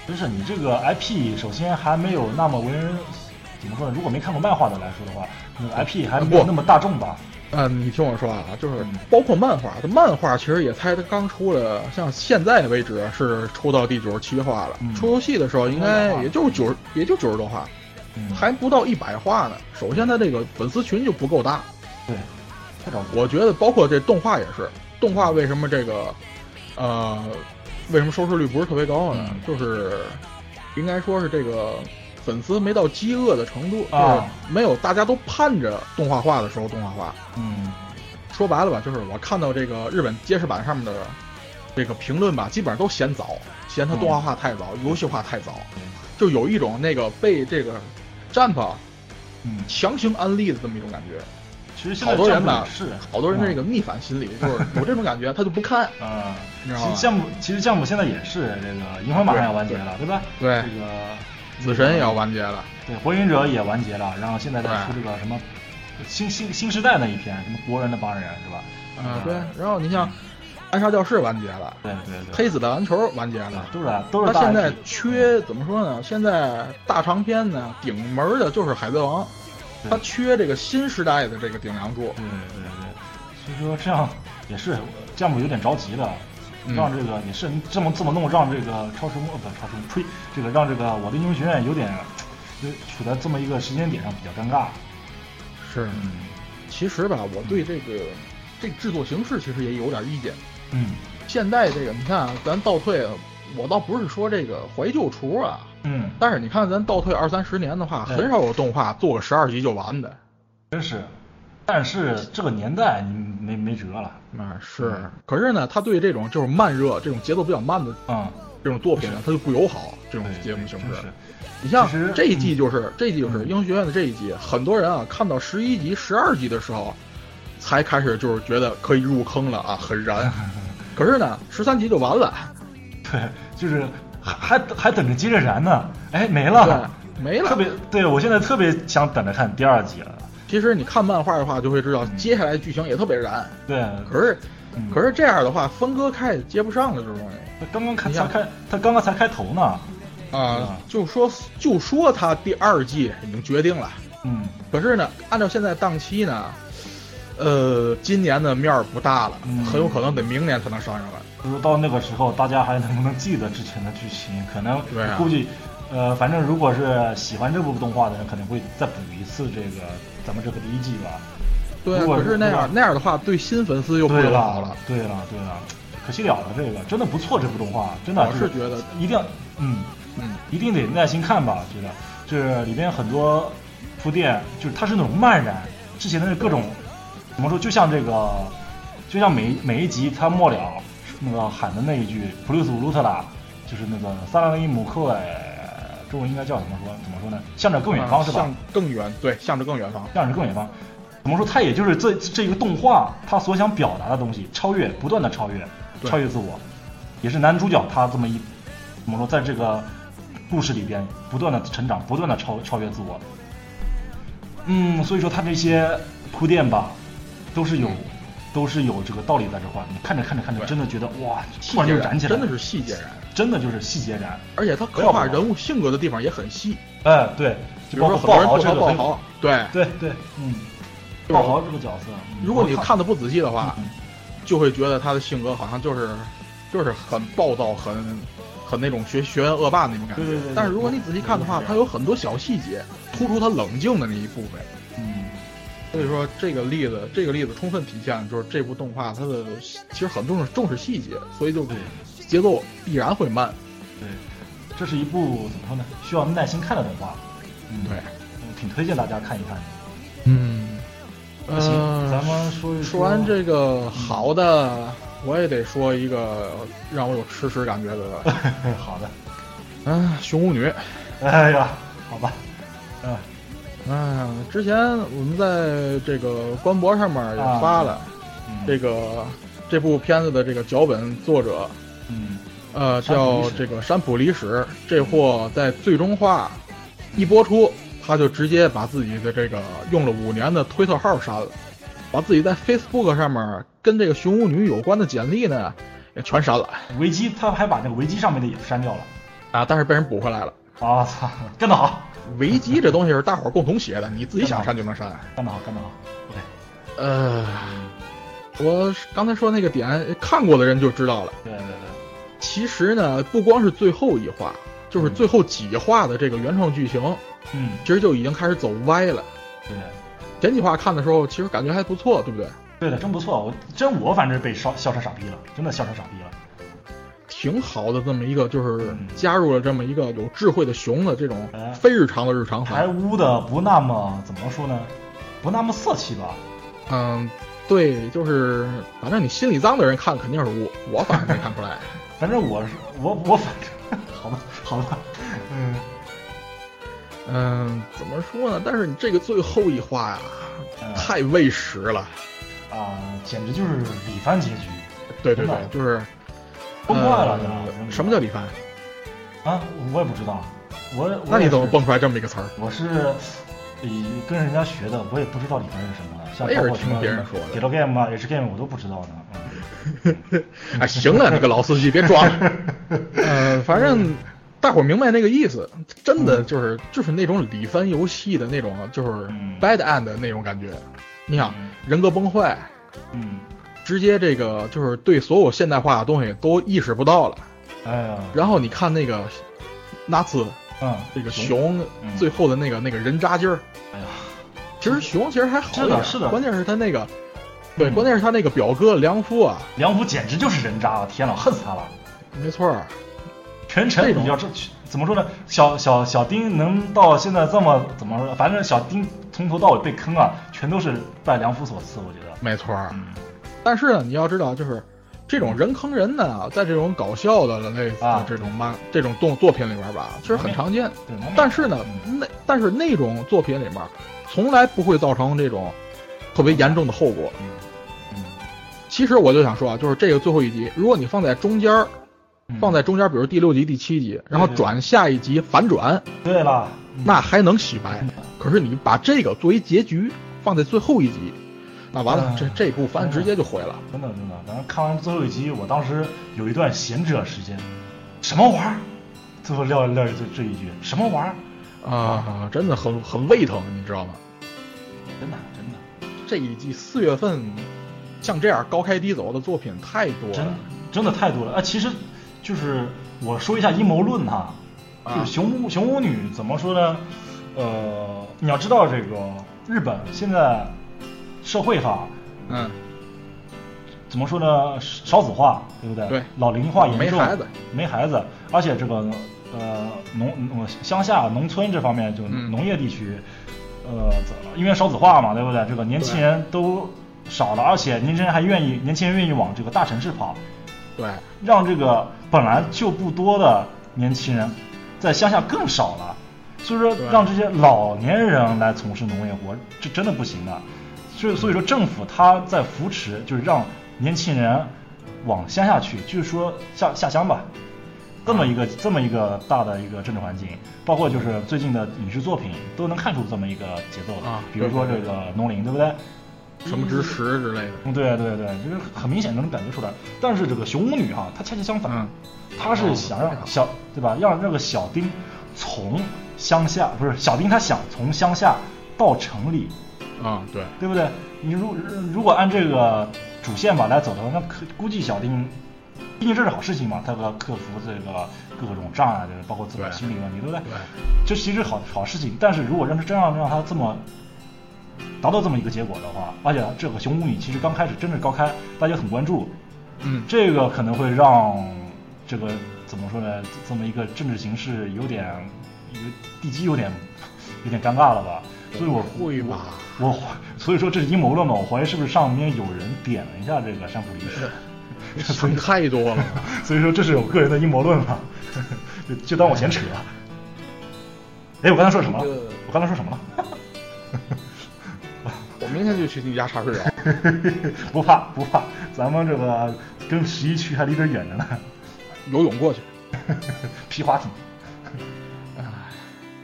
真是你这个 IP 首先还没有那么为人怎么说呢？如果没看过漫画的来说的话，那个 IP 还没有那么大众吧？
嗯，你听我说啊，就是包括漫画，这漫画其实也才刚出了，像现在为止是出到第九十七话了。
嗯
出游戏的时候应该也就是九，也就九十多话，
嗯，
还不到一百话呢。首先，它这个粉丝群就不够大。
对，太着急了。
我觉得包括这动画也是，动画为什么这个，呃，为什么收视率不是特别高呢？
嗯
就是应该说是这个粉丝没到饥饿的程度，
啊
就是没有大家都盼着动画化的时候动画化。
嗯
说白了吧，就是我看到这个日本电视版上面的这个评论吧，基本上都嫌早，嫌它动画化太早，
嗯
游戏化太早，就有一种那个被这个 Jump
嗯，
强行安利的这么一种感觉。
其实现在
好多人吧，
是
好多人
嗯
这个逆反心理，就是有这种感觉，他就不看。
啊，
你知道
其
吗
实项目其实项目现在也是这个银魂马上要完结了，对吧？
对
这个
死神也要完结了，
对，火影者也完结了，然后现在在出这个什么新新新时代那一篇，什么国人的帮人是吧？
啊、对。然后你像《暗杀教室》完结了，
对对
《
对，
黑子的篮球》完结
啊
了，。
都是啊都是大
他
嗯
现在
IP
缺怎么说呢？现在大长篇呢，顶门儿的就是《海贼王》，
对
他缺这个新时代的这个顶梁柱。
对对对，所以说这样也是这样，我有点着急了。
嗯
让这个也是你这么这么弄，让这个超时空呃不是超时空呸，这个让这个我的英雄学院有点就处在这么一个时间点上比较尴尬。
是，
嗯
其实吧，我对这个这制作形式其实也有点意见。
嗯
现在这个你看，啊，咱倒退，我倒不是说这个怀旧厨啊，
嗯，
但是你看，咱倒退二三十年的话，
对
很少有动画做个十二集就完的。
真是，但是这个年代你没没辙了。
啊，
嗯
是。可是呢，他对这种就是慢热、这种节奏比较慢的
嗯，
这种作品呢，他就不友好。这种
对
节目形
真
式
是， *laughs*
你像
其实
这一季就是这一季就是《
嗯
英雄学院》的这一季，很多人啊看到十一集、十二集的时候，才开始就是觉得可以入坑了啊，
*laughs*
很燃。可是呢，十三集就完
啊
了，
对，就是还还还等着接着燃呢，哎没了，
对，没了
特。别对我现在特别想等着看第二集了。
其实你看漫画的话，就会知道接下来剧情也特别燃。
对，
可是
嗯
可是这样的话，峰哥开始接不上了这种东西
他刚刚开
你
才
想
开，他刚刚才开头呢。
啊。
嗯
就说就说他第二季已经决定了，
嗯
可是呢，按照现在档期呢，呃，今年的面儿不大了
嗯，
很有可能得明年才能上映了。
不知道那个时候大家还能不能记得之前的剧情？可能
对啊
估计，呃，反正如果是喜欢这部动画的人，肯定会再补一次这个咱们这个第一季吧。
对啊，
如果
可是那样
如果
那样的话，对新粉丝又不
对
友好
了
了。，
对了，对了，可惜了了，这个真的不错，这部动画真的。
我哦是觉得
一定要，嗯，
嗯，
一定得耐心看吧，觉得就是里边很多铺垫，就是它是那种漫然，之前的各种怎么说，就像这个，就像每每一集它末了那个喊的那一句“普鲁斯乌鲁特拉”，就是那个萨拉维姆克哎，中文应该叫怎么说？怎么说呢？向着更远方、是吧？
啊向更远，对，向着更远方。
向着更远方。怎么说？它也就是这这一个动画，它所想表达的东西，超越，不断的超越，
对
超越自我，也是男主角他这么一怎么说，在这个故事里边不断的成长，不断的超超越自我。嗯，所以说他这些铺垫吧，都是有、
嗯
都是有这个道理在这块儿。你看着看着看着，
对
真的觉得哇，
细
突然
节
就
感
燃起来了，
真的是细节感，
真的就是细节燃。
而且他刻画人物性格的地方也很细，
哎，对，
比
就
如
包
说
括
很多
豪
人吐
这
槽
个
爆
很
豪，对，
对对，嗯，
就是
爆豪这个角色，嗯
如果你
我
看的不仔细的话，
嗯
就会觉得他的性格好像就是就是很暴躁，很很那种学学院恶霸那种感觉。
对对对对
但是如果你仔细看的话，
对对对
他有很多小细节突出他冷静的那一部分。
嗯
所以说这个例子，这个例子充分体现了就是这部动画它的其实很重视重视细节，所以就
对
节奏必然会慢。
对，这是一部怎么说呢？需要耐心看的动画。嗯，
对，
嗯挺推荐大家看一看。
嗯，
那行，咱们说一
说完这个好的，我也得说一个让我有吃屎感觉
*laughs*
的，
*laughs* 好的，
嗯、熊巫女。
哎呀，好吧，嗯，
嗯，之前我们在这个官博上面也发了、
嗯
这个这部片子的这个脚本作者，
嗯
呃，
山浦
叫
里史
这个山浦里史。这货在最终话一播出，他就直接把自己的这个用了五年的推特号删了，把自己在 Facebook 上面跟这个熊巫女有关的简历呢也全删了
维基他还把那个维基上面的也删掉了。
啊，但是被人补回来了。
啊操，干得好，
维基这东西是大伙儿共同写的，你自己想删就能删。
干得好，干得好。对，
呃，我刚才说那个点，看过的人就知道了。
对对对，
其实呢，不光是最后一话，就是最后几话的这个原创剧情，
嗯，
其实就已经开始走歪了。
对。
前几话看的时候，其实感觉还不错，对不对？
对的，真不错，我真我反正被烧笑成傻逼了，真的笑成傻逼了。
挺好的，这么一个就是
嗯
加入了这么一个有智慧的熊的这种
哎
非日常的日常
还
番。
污的不那么怎么说呢，不那么色气吧？
嗯，对，就是反正你心里脏的人看肯定是污，我反正没看出
*laughs*
来。
反正我是我我反正 *laughs* 好吧好吧，嗯
嗯，怎么说呢？但是你这个最后一话呀、
嗯
太喂食了。
啊、简直就是李帆结局，
对对
真
对
的，
就是
崩坏了
呃
真的
什么叫李帆？
啊？我也不知道，我我
那
也
你怎么
是？
蹦出来这么一个词儿？
我是。以跟人家学的，我也不知道李帆是什么，像
我也是
包括什么
听别人说的
g e t Game 啊，H Game 我都不知道呢。嗯
哎，行了，你个老司机，别装
*laughs*
了。呃，反正大伙儿明白那个意思，真的就是就是那种李帆游戏的那种，就是
嗯
bad end 的那种感觉。你想
嗯，
人格崩坏，
嗯，
直接这个就是对所有现代化的东西都意识不到了。
哎呀，
然后你看那个那次
嗯，
这个
熊，
熊
嗯
最后的那个那个人渣劲儿，
哎呀，
其实熊其实还好一
是的
点，
是的
关键是他那个，对，
嗯
关键是他那个表哥梁夫啊，
梁虎简直就是人渣，啊天呐，恨死他了。
没错儿，
全程
这种
比较这怎么说呢？小小小丁能到现在这么怎么说？反正小丁从头到尾被坑啊，全都是拜良夫所赐，我觉得。
没错儿。
嗯
但是呢，你要知道，就是这种人坑人呢，在这种搞笑的类似
啊
的这种漫这种动作品里边吧，其实很常见。
对，那
但是呢，
嗯
那但是那种作品里面，从来不会造成这种特别严重的后果。
嗯
其实我就想说啊，就是这个最后一集，如果你放在中间儿，
嗯
放在中间儿，比如第六集、第七集，然后
对对
转下一集反转，
对了，嗯
那还能洗白。可是你把这个作为结局放在最后一集，那完了，
嗯
这这一部番直接就毁了。
真的真的，反正看完最后一集，我当时有一段闲者时间，什么玩意儿？最后撂撂这这一句，什么玩意儿？
啊，真的很很胃疼，你知道吗？
真的真的
这一季四月份像这样高开低走的作品太多
真
了。
真的太多了啊！其实就是我说一下阴谋论哈，
啊
就是熊巫熊巫女怎么说呢？呃，你要知道这个日本现在社会化
嗯，
怎么说呢？少子化，对不对？
对
老龄化严重，
没孩子，
没孩子，而且这个呃农呃乡下农村这方面，就
嗯
农业地区，呃，怎因为少子化嘛，对不对？这个年轻人都少了，而且年轻人还愿意，年轻人愿意往这个大城市跑，
对，
让这个本来就不多的年轻人在乡下更少了，所以说
对
让这些老年人来从事农业活，这真的不行的。所以所以说政府他在扶持，就是让年轻人往乡下去，就是说下下乡吧，这么一
嗯
个这么一个大的一个政治环境，包括就是最近的影视作品都能看出这么一个节奏的
啊
比如说这
对对
个农林，对不对？
什么之石之类的。
嗯，对对对，就是很明显能感觉出来。但是这个熊巫女哈、她恰恰相反，
嗯
她是想让小对吧，让这个小丁从乡下不是小丁，他想从乡下到城里，
啊，对，
对不对？你如如果按这个主线吧来走的话，那可估计小丁，毕竟这是好事情嘛，他要克服这个各种障碍，就是包括自己的
对
心理问题，对不对？
对，
这其实好好事情，但是如果让他真让让他这么达到这么一个结果的话，而且这个熊巫女其实刚开始真的是高开，大家很关注，
嗯，
这个可能会让这个怎么说呢？这么一个政治形势有点有地基有点有点尴尬了吧？所以我
会吧？
我我所以说这是阴谋论嘛，我怀疑是不是上面有人点了一下这个山浦理史，所以
想太多
*laughs*
了吧。
所以说这是我个人的阴谋论了，就 *laughs* 就当我闲扯。哎，我刚才说什么了
这个？
我刚才说什么了？
我明天就去你家查水表。
*laughs* 不怕不怕，咱们这个跟十一区还离着远着呢，
游泳过去。
皮划艇。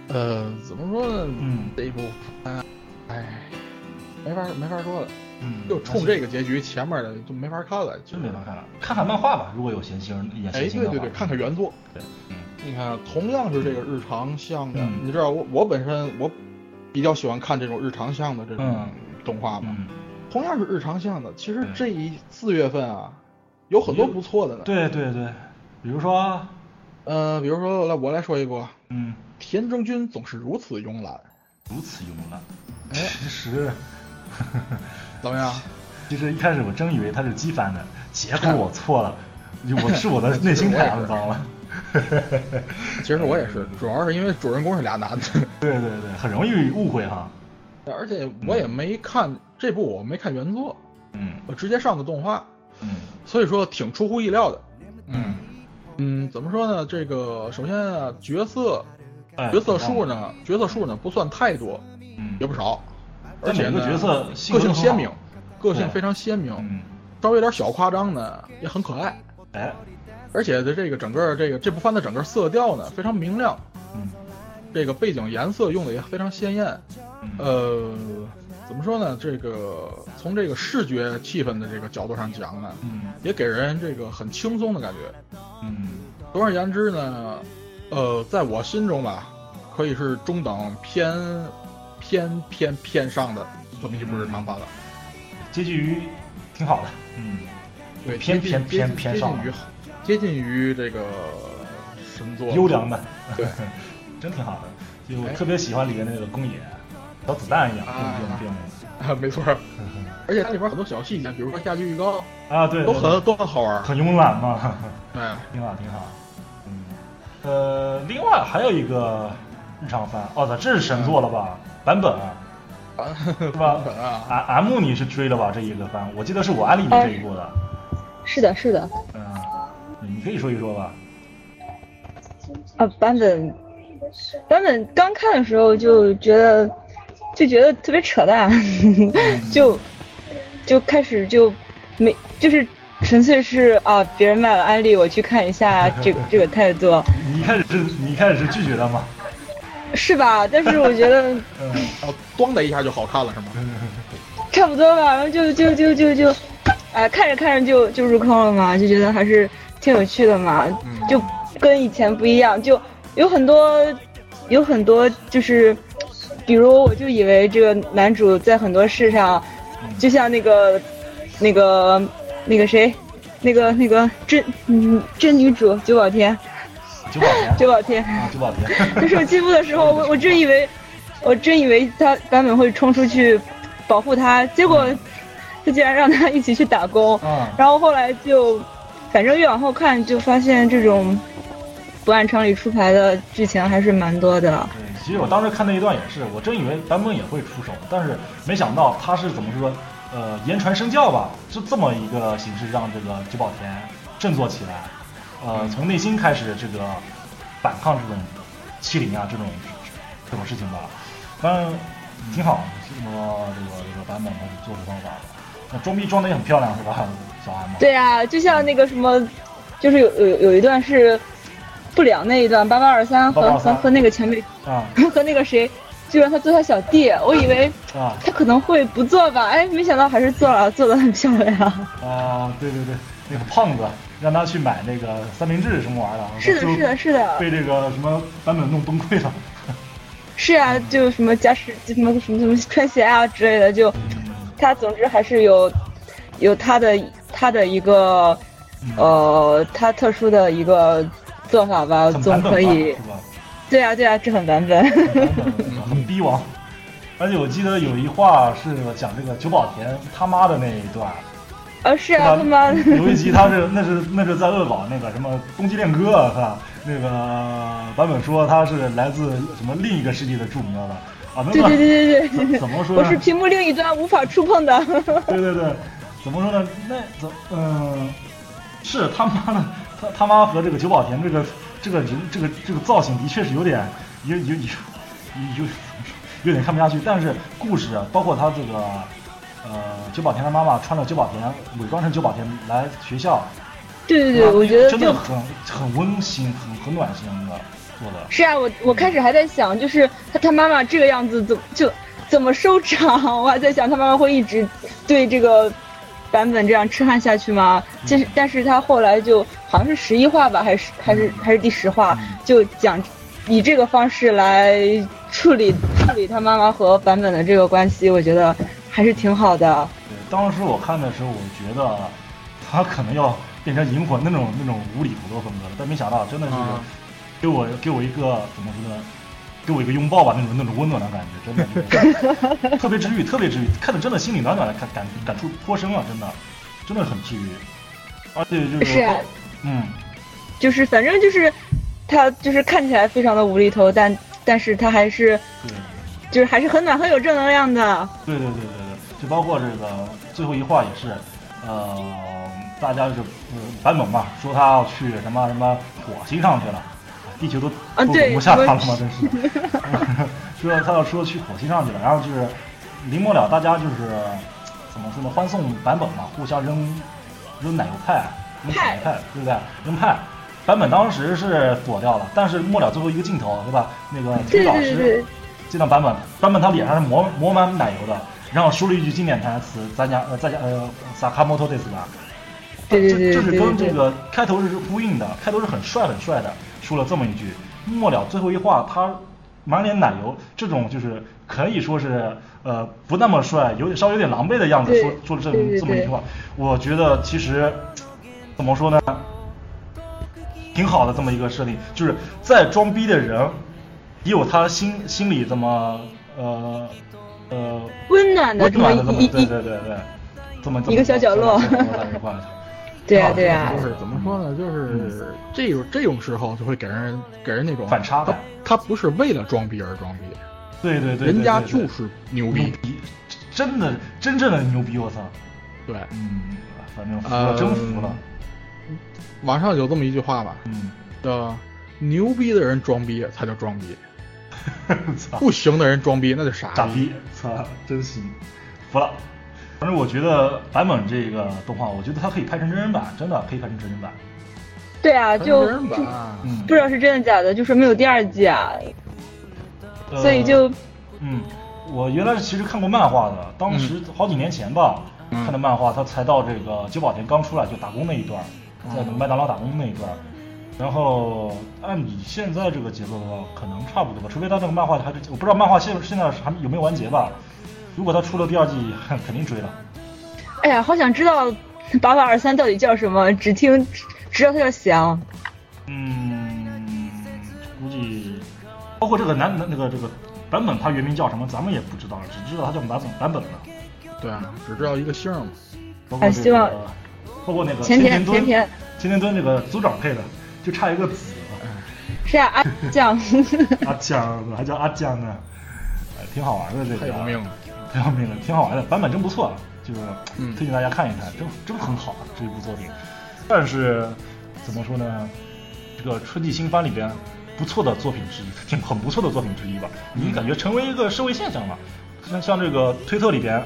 呃，怎么说呢？
嗯
这一部，哎，没法没法说了，
嗯，
就冲这个结局，前面的就没法看了，就
真没法看了，看看漫画吧，如果有闲心儿也
哎，
闲心
对
的话。
对对，看看原作。
对，嗯
你看，同样是这个日常向的，
嗯
你知道我我本身我比较喜欢看这种日常向的这种
嗯
动画嘛。
嗯，
同样是日常向的，其实
对
这一四月份啊，有很多不错的呢。，
对对对，比如说，
呃，比如说来我来说一部，
嗯，
田中君总是如此慵懒，
如此慵懒，
哎
其实。
怎么样？
其实一开始我真以为他是机翻的，结果我错了，我是我的内心太肮脏了。
其实我也是，主要是因为主人公是俩男的。 *laughs*
对对对，很容易误会哈。
而且我也没看、这部，我没看原作，
嗯
我直接上的动画，
嗯
所以说挺出乎意料的。
嗯，
嗯，怎么说呢？这个首先啊，角色
哎
角色数？呢，角色数呢不算太多，
嗯，
也不少，
但
而且
每个
呢
角色性
个
格都
性
很
鲜
好
明，个性
对
非常鲜明，
嗯，
稍微有点小夸张呢，也很可爱。
哎，
而且的这个整个这个这部番的整个色调呢非常明亮，
嗯
这个背景颜色用的也非常鲜艳，
嗯
呃，怎么说呢？这个从这个视觉气氛的这个角度上讲呢，
嗯
也给人这个很轻松的感觉。
嗯
总而言之呢，呃，在我心中吧，可以是中等偏偏偏偏上的这么一部日常番了。
结局挺好的。嗯
对，
偏
接近
偏偏
接近
偏上了
接近于接近于这个神作
*laughs* 优良的，*laughs*
对，哎
真挺好的。就我特别喜欢里面那个公野，小子弹一样，
啊
变变
啊， *laughs* 没错儿。而且它里边很多小细节，比如说下剧预告，
变 *laughs* 啊，对，
都
对
很都很好玩儿。哎
很慵懒嘛。 *laughs*
对，
挺好，挺好。嗯，呃，另外还有一个日常番，哦操，这是神作了吧？版本啊，
啊，
是吧
版本啊，
？M M 你是追了吧？这一个番，我记得是我安利你
哎
这一部的。
是的，是的，
嗯，你可以说一说吧。
啊，版本版本刚看的时候就觉得就觉得特别扯淡， *laughs* 就就开始就没就是纯粹是啊别人卖了安利，我去看一下这个这个态度
你一开始是，你一开始是拒绝的吗？
是吧？但是我觉得
嗯，
然后咣的一下就好看了，是吗？
差不多吧，然后就就就就就，哎、看着看着就就入坑了嘛，就觉得还是挺有趣的嘛，
嗯
就跟以前不一样，就有很多有很多就是，比如我就以为这个男主在很多事上，就像那个那个那个谁，那个那个真嗯真女主九保天，
九保田，
九保天。
啊，九保田，
他受欺负的时 *laughs* 候，我我真以为，我真以为他版本会冲出去保护他，结果他竟然让他一起去打工。
啊，
然后后来就，反正越往后看，就发现这种不按常理出牌的剧情还是蛮多的。
对，其实我当时看那一段也是，我真以为版本也会出手，但是没想到他是怎么说，呃，言传身教吧，是这么一个形式让这个久保田振作起来，呃，从内心开始这个反抗这种欺凌啊这种这种事情吧，当然挺好，我这个这个版本的做事方法，那装逼装的也很漂亮是吧，小韩嘛，
对啊，就像那个什么，就是有有有一段是不良那一段，八八二三和和
8823
和那个前辈 *laughs*
啊
和那个谁，就让他做他小弟，我以为。
啊
他可能会不做吧？哎，没想到还是做了，做的很漂亮。
啊，对对对，那个胖子让他去买那个三明治什么玩意儿的，
是的，
就是
的，是的，
被这个什么版本弄崩溃了。
是啊，就什么加时，就什么什么什么穿鞋啊之类的，就他总之还是有有他的他的一个
嗯
呃他特殊的一个做法吧，
很
总
版本
可
化
以
是。吧？
对啊，对啊，这很版本。 *laughs*
很版本化很逼王。而且我记得有一话是讲这个久保田他妈的那一段，
啊，是
是
啊，他妈
吧？
的
有一集他是那是那是在恶搞那个什么冬季恋歌，是吧？那个版本说他是来自什么另一个世界的著名的啊，那
对对
个
对对对
怎怎么说
我
呢？
是屏幕另一端无法触碰的。 *laughs*
*laughs* 对对对，怎么说呢？那怎嗯、是他妈的，他他妈和这个久保田这个这个人这个这个造型的确是有点有有有有有有点看不下去，但是故事啊包括他这个呃久保田的妈妈穿着久保田伪装成久保田来学校，
对对对，我觉得
真
就
的很很温馨，很很暖心的做的。
是啊，我我开始还在想，就是他他妈妈这个样子怎么就怎么收场？我 *laughs* 还在想他妈妈会一直对这个版本这样痴汉下去吗？就是，但是他后来就好像是十一话吧，还是还是还是第十话，就讲以这个方式来处理处理他妈妈和版本的这个关系，我觉得还是挺好的。
对，当时我看的时候，我觉得他可能要变成银魂那种那种无厘头的风格了，但没想到真的是
啊
给我、给我一个怎么说呢，给我一个拥抱吧，那种那种温暖的感觉，真的就是特别治愈，特别治愈，看的真的心里暖暖的，感感感触颇深啊，真的，真的很治愈，而且就是
是啊
嗯，
就是反正就是他就是看起来非常的无厘头，但但是他还是
对。
就是还是很暖很有正能量的。
对对对对对，就包括这个最后一话也是，呃，大家就是、呃、版本嘛，说他要去什么什么火星上去了，地球都
啊
都
对
容不下
我
他了嘛，真是
*laughs*
的。说他要说去火星上去了，然后就是临末了，大家就是怎么说呢，欢送版本嘛，互相扔扔奶油派，啊扔奶油派，对不对？扔派。版本当时是躲掉了，但是末了最后一个镜头，对吧？那个体育
对
老
对
师啊
对对。
这张版本，版本他脸上是抹抹满奶油的，然后说了一句经典台词：“咱家呃，咱家呃，萨卡莫托です吧？”
对对
这这
对对
是跟
对
这个开头是呼应的，开头是很帅很帅的，说了这么一句，末了最后一话他满脸奶油，这种就是可以说是呃不那么帅，有点稍微有点狼狈的样子，
对
说说了这
对对
这么一句
对
话，我觉得其实怎么说呢，挺好的这么一个设定，就是再装逼的人，也有他心心里这么呃呃
温暖的
温
这么
暖的这
一
么
一
对
一，
对对对，这么这么
一个小角落
这么这么这么这么
对啊呀对呀
就，是怎么说呢？就是这种这种时候就会给人给人那种
嗯反差
他
感
他不是为了装逼而装逼，
对对对，对
人家
对
就
对
是牛
牛
逼。
逼，真的真正的牛逼，我操！
对，
嗯，反正服了，真服了。
网上有这么一句话吧，
嗯， *laughs*
叫“牛逼的人装逼才叫装逼，
操，
不行的人装逼那就傻
啊傻。逼，操，真行，服了。反正我觉得版本这个动画，我觉得它可以拍成真人版，真的可以拍成真人版。
对啊，就
真人版，
嗯，
不知道是真的假的，就说没有第二季啊，
呃
所以就
嗯，我原来其实看过漫画的，当时好几年前吧、
嗯
看的漫画，他才到这个久保田刚出来就打工那一段儿，在麦当劳打工那一段儿。然后按你现在这个节奏的话，可能差不多吧，除非他这个漫画还是我不知道漫画现现在还有没有完结吧。如果他出了第二季， *laughs* 肯定追了。
哎呀，好想知道八八二三到底叫什么，只听只知道它叫翔。
嗯，估计包括这个男那个这个版本，它原名叫什么，咱们也不知道，只知道它叫版本版本了。
对啊，只知道一个姓儿嘛。
包括
哎
这
希望
个，包括那个
前
田
田
敦，
前田
前田敦这个组长配的，就差一个子
是啊呀，阿酱。
了。阿江，还叫阿江呢，呃挺好玩的这个，
*laughs* 太有命了，
太有命了，挺好玩的，版本真不错，啊就是
嗯
推荐大家看一看，真真很好啊这一部作品。但是怎么说呢，这个春季新番里边不错的作品之一，挺很不错的作品之一吧，你感觉成为一个社会现象了。像像这个推特里边，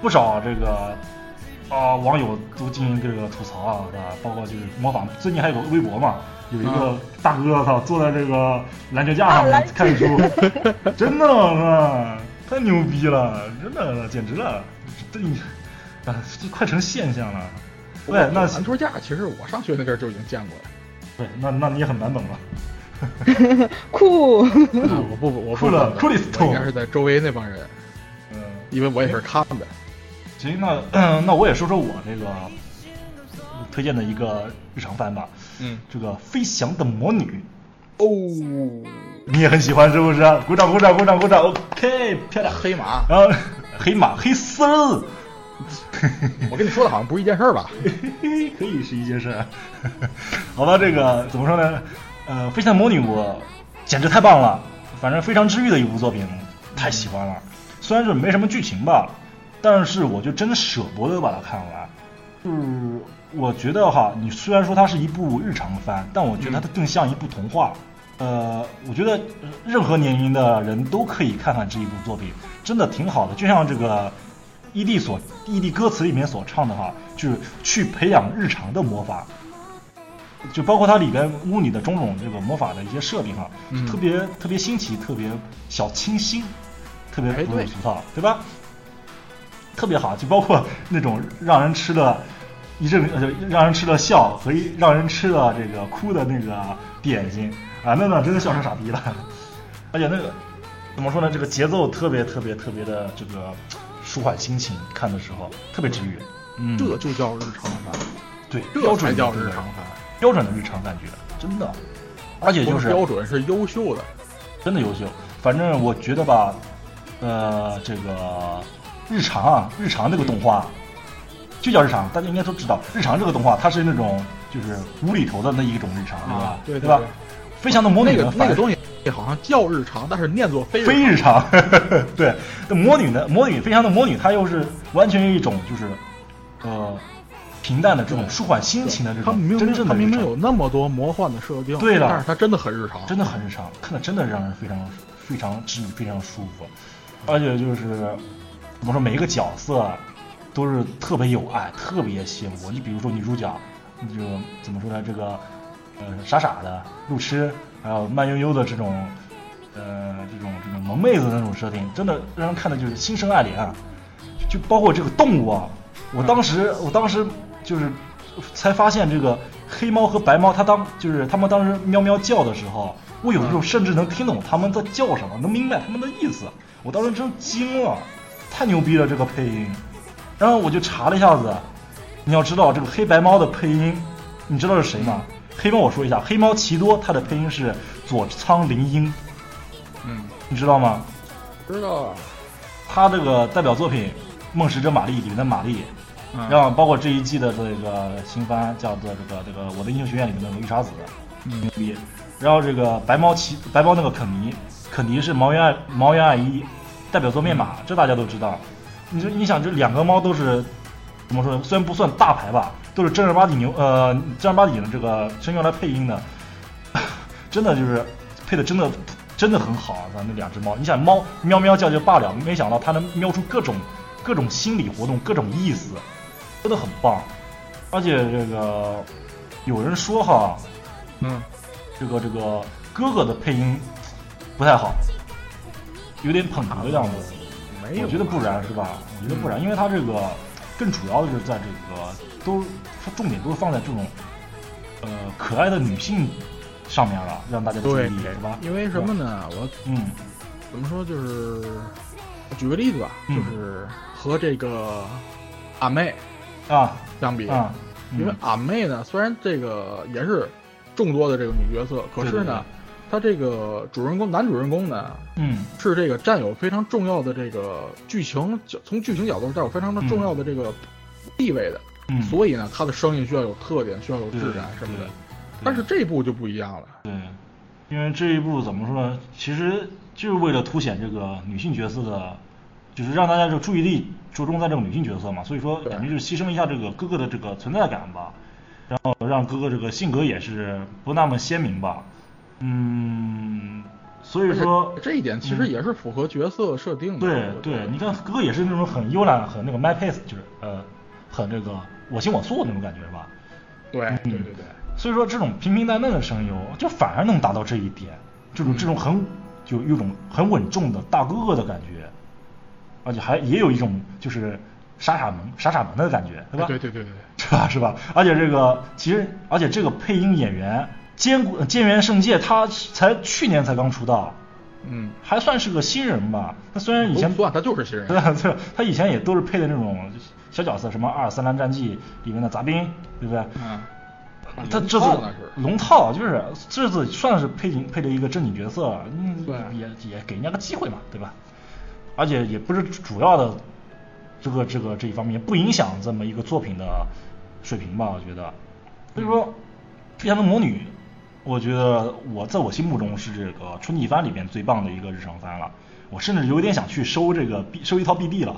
不少这个啊、网友都进行这个吐槽啊，对吧？包括就是模仿，最近还有个微博嘛，有一个大哥操坐在这个篮球架上
啊
面
篮球 *laughs*
看书， *laughs* 真的啊，太牛逼了，真的简直了，对你啊，这快成现象了。对，那
篮球架其实我上学那阵儿就已经见过了。
对，那那你也很版啊本了。
*laughs* 酷， *laughs*
啊我不，我不
酷嗯了
懂
酷里斯
我应该是在周围那帮人，
嗯，
因为我也是看的。
行，那、那我也说说我这个推荐的一个日常番吧，
嗯，
这个《飞翔的魔女》。
哦，
你也很喜欢是不是？啊鼓掌鼓掌鼓掌鼓掌，OK，漂亮。
黑马，
然后黑马黑丝儿，
我跟你说的好像不是一件事儿吧？
嘿嘿， *laughs* 可以是一件事儿。 *laughs* 好吧，这个怎么说呢？呃，飞翔魔女我简直太棒了，反正非常治愈的一部作品，太喜欢了。虽然是没什么剧情吧，但是我就真的舍不得把它看完。嗯，我觉得哈，你虽然说它是一部日常番，但我觉得它更像一部童话。呃，我觉得任何年龄的人都可以看看这一部作品，真的挺好的。就像这个伊利所伊利歌词里面所唱的哈，就是去培养日常的魔法，就包括它里边巫女的种种这个魔法的一些设定哈，
嗯
特别特别新奇，特别小清新，特别
哎
不
对
俗套，对吧？特别好，就包括那种让人吃了一阵呃，让人吃了笑和一让人吃了这个哭的那个点心啊，那那真的笑成傻逼了。而且那个怎么说呢，这个节奏特别特别特别的这个舒缓心情，看的时候特别治愈。嗯
这就叫日常番，
对标
这
准
才
的
叫
这个
日常番。
标准的日常感觉，真的。而且就
不
是
标准是优秀的，
真的优秀。反正我觉得吧，呃，这个日常啊，日常这个动画就叫日常，大家应该都知道，日常这个动画它是那种就是无厘头的那一种日常，对吧？
啊对对
吧
对？
飞翔的魔女
那
呢
个
反
那个东西好像叫日常，但是念作非
非日常， *laughs* 对，那魔女呢？魔女非常的魔女，她又是完全一种就是，呃，平淡的这种舒缓心情的这
他
种
明
真
明
正
他
的
明
日
明
常。
有那么多魔幻的设定，
对了
但是他真的很日常，
真的很日常，看的真的让人非常非常治愈，非常舒服，而且就是怎么说，每一个角色啊都是特别有爱，特别吸引我。你比如说女主角，你就怎么说呢？这个呃傻傻的路痴，还有慢悠悠的这种呃这种这种萌妹子那种设定，真的让人看的就是心生爱怜啊。就包括这个动物啊，我当时我当时就是才发现这个黑猫和白猫，它当就是它们当时喵喵叫的时候，我有时候甚至能听懂它们在叫什么，能明白它们的意思。我当时真惊了，太牛逼了这个配音。然后我就查了一下子，你要知道这个黑白猫的配音，你知道是谁吗？黑猫我说一下，黑猫奇多它的配音是佐仓绫音，
嗯，
你知道吗？
知道啊，
他这个代表作品《梦使者玛丽》里面的玛丽，
嗯
然后包括这一季的这个新番叫做这个这个《我的英雄学院》里面的绿茶子，
嗯
逼。然后这个白猫奇白猫那个肯尼，肯尼是毛原爱毛原爱一，代表作面
嗯
马，这大家都知道。你说你想这两个猫都是怎么说呢？虽然不算大牌吧，都是正儿八经牛呃正儿八经的这个声优来配音的， *laughs* 真的就是配的真的真的很好。啊咱那两只猫，你想猫喵喵叫就罢了，没想到它能喵出各种各种心理活动，各种意思，真的很棒。而且这个有人说哈，
嗯，
这个这个哥哥的配音不太好，有点捧哏的样子。
啊
没有吧，
我觉得不然是吧？我觉得
嗯
不然，因为它这个更主要的是在这个都它重点都是放在这种呃可爱的女性上面了，让大家注
对
意是吧？
因为什么呢？我
嗯
怎么说就是，我举个例子吧，就
嗯
是和这个俺妹
啊
相比，
啊，
因为
嗯
俺妹呢，虽然这个也是众多的这个女角色，可是呢，她这个主人公男主人公呢
嗯
是这个占有非常重要的这个剧情角，从剧情角度上占有非常的重要的这个地位的，
嗯，
所以呢，他的声音需要有特点，需要有
对
质感什么的
对。
啊
嗯
但是这部就不一样了，
对，因为这一部怎么说呢？其实就是为了凸显这个女性角色的，就是让大家这个注意力着重在这个女性角色嘛，所以说
对
感觉就是牺牲一下这个哥哥的这个存在感吧，然后让哥哥这个性格也是不那么鲜明吧，嗯，所以说
这一点其实
嗯
也是符合角色设定的。
对
我觉得
对，你看哥哥也是那种很慵懒、很那个 my pace，就是呃，很这个我行我素那种感觉吧。嗯
对对对对。
所以说，这种平平淡淡的声优，就反而能达到这一点，这
嗯
种这种很有有一种很稳重的大哥哥的感觉，而且还也有一种就是傻傻萌傻傻萌的感觉，对吧？
哎对对对对对
*laughs* 是吧？是吧？而且这个其实，而且这个配音演员菅谷菅原圣介，他才去年才刚出道，
嗯，
还算是个新人吧。他虽然以前
都不算，他就是新人。
对啊， *laughs* 对啊，他以前也都是配的那种小角色，什么《阿尔森兰战记》里面的杂兵，对不对？
嗯
他
龙
这次
套那是
龙套就是这次算是配景配的一个正经角色了，嗯
对
也也给人家个机会嘛，对吧？而且也不是主要的这个这个这一方面，不影响这么一个作品的水平吧，我觉得。所以说，《飞翔的魔女》，我觉得我在我心目中是这个春季番里面最棒的一个日常番了。我甚至有点想去收这个 B 收一套 BD 了，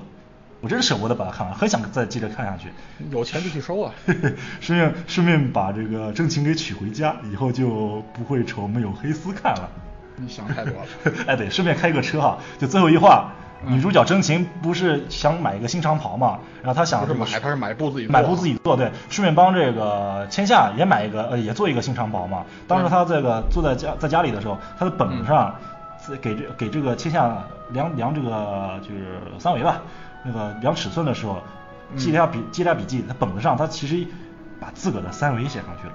我真舍不得把它看完，很想再接着看下去。
有钱就去收
*laughs*
啊。
顺便顺便把这个真情给娶回家，以后就不会愁没有黑丝看了。
你想太多了。
*laughs* 哎，对，顺便开个车哈。就最后一话，
嗯
女主角真情不是想买一个新长袍嘛，然后她想
不是买她是买布自己做
买布自己做，对，顺便帮这个千夏也买一个，呃，也做一个新长袍嘛。当时
嗯
她这个坐在家在家里的时候，她的本子上自给这给这个千夏量量这个就是三围吧，那个量尺寸的时候，
嗯
记了一下笔记了一下笔记，她本子上她其实把自个儿的三围写上去了，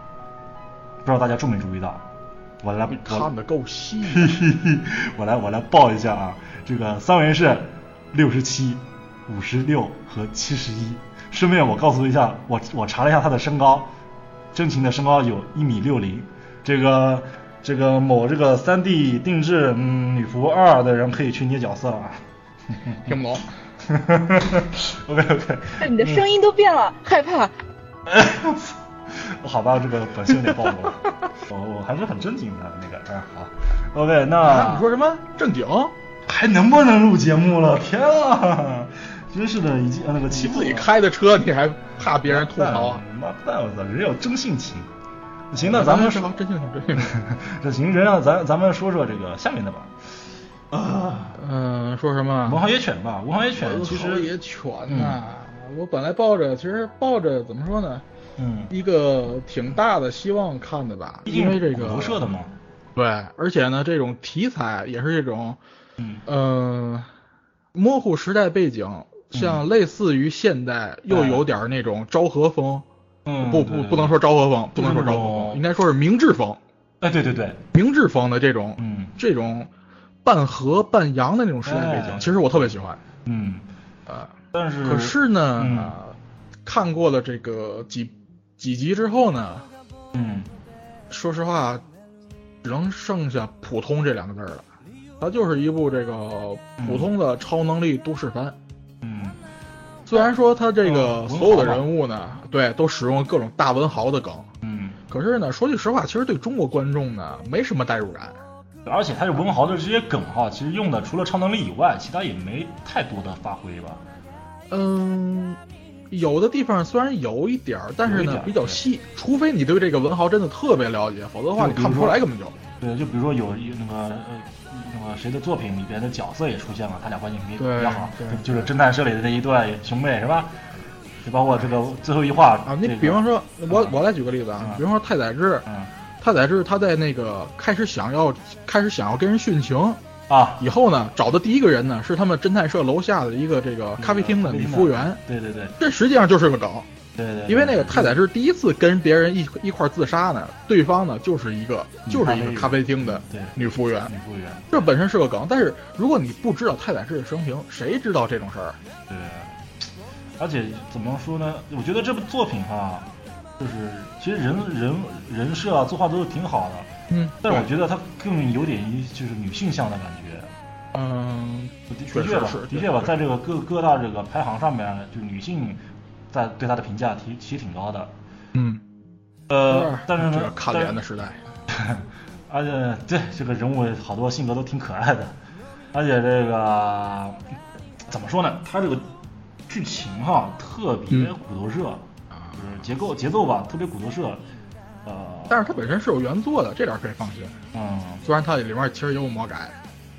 不知道大家注没注意到？我来
你
我
看的够细啊。
我 *laughs* 来我来报一下啊，这个三围是六十七、五十六和七十一。顺便我告诉一下，我我查了一下他的身高，真情的身高有一米六零。这个这个某这个三 D 定制嗯女仆二的人可以去捏角色 *laughs* 啊。
听不懂。
OK OK，
哎你的
嗯
声音都变了，害怕。
*laughs* 好吧，这个本性有点暴露了，我我还是很正经的那个，嗯好，OK
啊
那
你说什么正经？
哦还能不能录节目了？天啊，真是的，已经呃那个
你
欺负
自己
我
开的车，你还怕别人吐槽啊？
妈蛋！我操，人要真性情。行，那咱们
是吧？真性情，真性情。
*laughs* 这行，人让咱咱们说说这个下面的吧。啊，
嗯，说什么？
文豪野犬吧，文豪野犬其
文豪
实
野犬呐，我本来抱着，其实抱着怎么说呢，
嗯，
一个挺大的希望看的吧，
毕竟
因为这个
投射的嘛，
对，而且呢，这种题材也是这种，
嗯
呃，模糊时代背景，
嗯
像类似于现代，又有点那种昭和风，
哎嗯，
不
对嗯
不不能说，昭和风，不能说
就是那
昭
种
和风，应该说是明治风，
对哎，对对对，
明治风的这种，
嗯
这种半和半洋的那种时代背景，
哎
其实我特别喜欢，
嗯，
啊、
但是
可是呢，
嗯
看过了这个几几集之后呢，
嗯，
说实话，只能剩下“普通”这两个字儿了。它就是一部这个普通的超能力都市番。
嗯
虽然说它这个
嗯
所有的
文豪嘛
人物呢，对，都使用各种大文豪的梗，
嗯，
可是呢，说句实话，其实对中国观众呢，没什么代入感。
而且他这文豪的这些梗哈，其实用的除了超能力以外，其他也没太多的发挥吧。
嗯，有的地方虽然有一点儿，但
有
是
一
呢
点儿
比较细，除非你对这个文豪真的特别了解，否则的话
就
你
比如
看不出
说
来，根本就。
对，就比如说有有那个呃那个谁的作品里边的角色也出现了，他俩关系比
对
比较好
对，
就就是侦探社里的那一对兄妹是吧？就包括这个最后一话
啊，
这
你
个
比方说，我
啊
我来举个例子啊，
嗯
比方说太宰治，
嗯
太宰治他在那个开始想要开始想要跟人殉情，
啊，
以后呢，找的第一个人呢是他们侦探社楼下的一个这个咖啡厅的女服务员，
对对对
这实际上就是个梗，
对啊对，
因为那个太宰治第一次跟别人一一块儿自杀呢，对方呢就是一个
嗯
就是一个咖啡厅的
对
女服务员，
女服务员，
这本身是个梗，但是如果你不知道太宰治的生平，谁知道这种事儿？
对，而且怎么说呢？我觉得这部作品哈、就是其实人人人设啊，作画都是挺好的，
嗯，
但是我觉得它更有点一就是女性向的感觉。
嗯，
的
确
确
实
吧
是，
的确吧，
对
在这个各各大这个排行上面呢，就女性在对她的评价提其实挺高的。
嗯，
呃，但是
这个
呢，
看脸的时代，
但，而且对这个人物好多性格都挺可爱的，而且这个怎么说呢？它这个剧情哈特别
嗯
骨头社，
啊
就是结构节奏吧特别骨头社，呃，
但是它本身是有原作的，这点儿可以放心。
嗯，
虽然它里面其实也有魔改，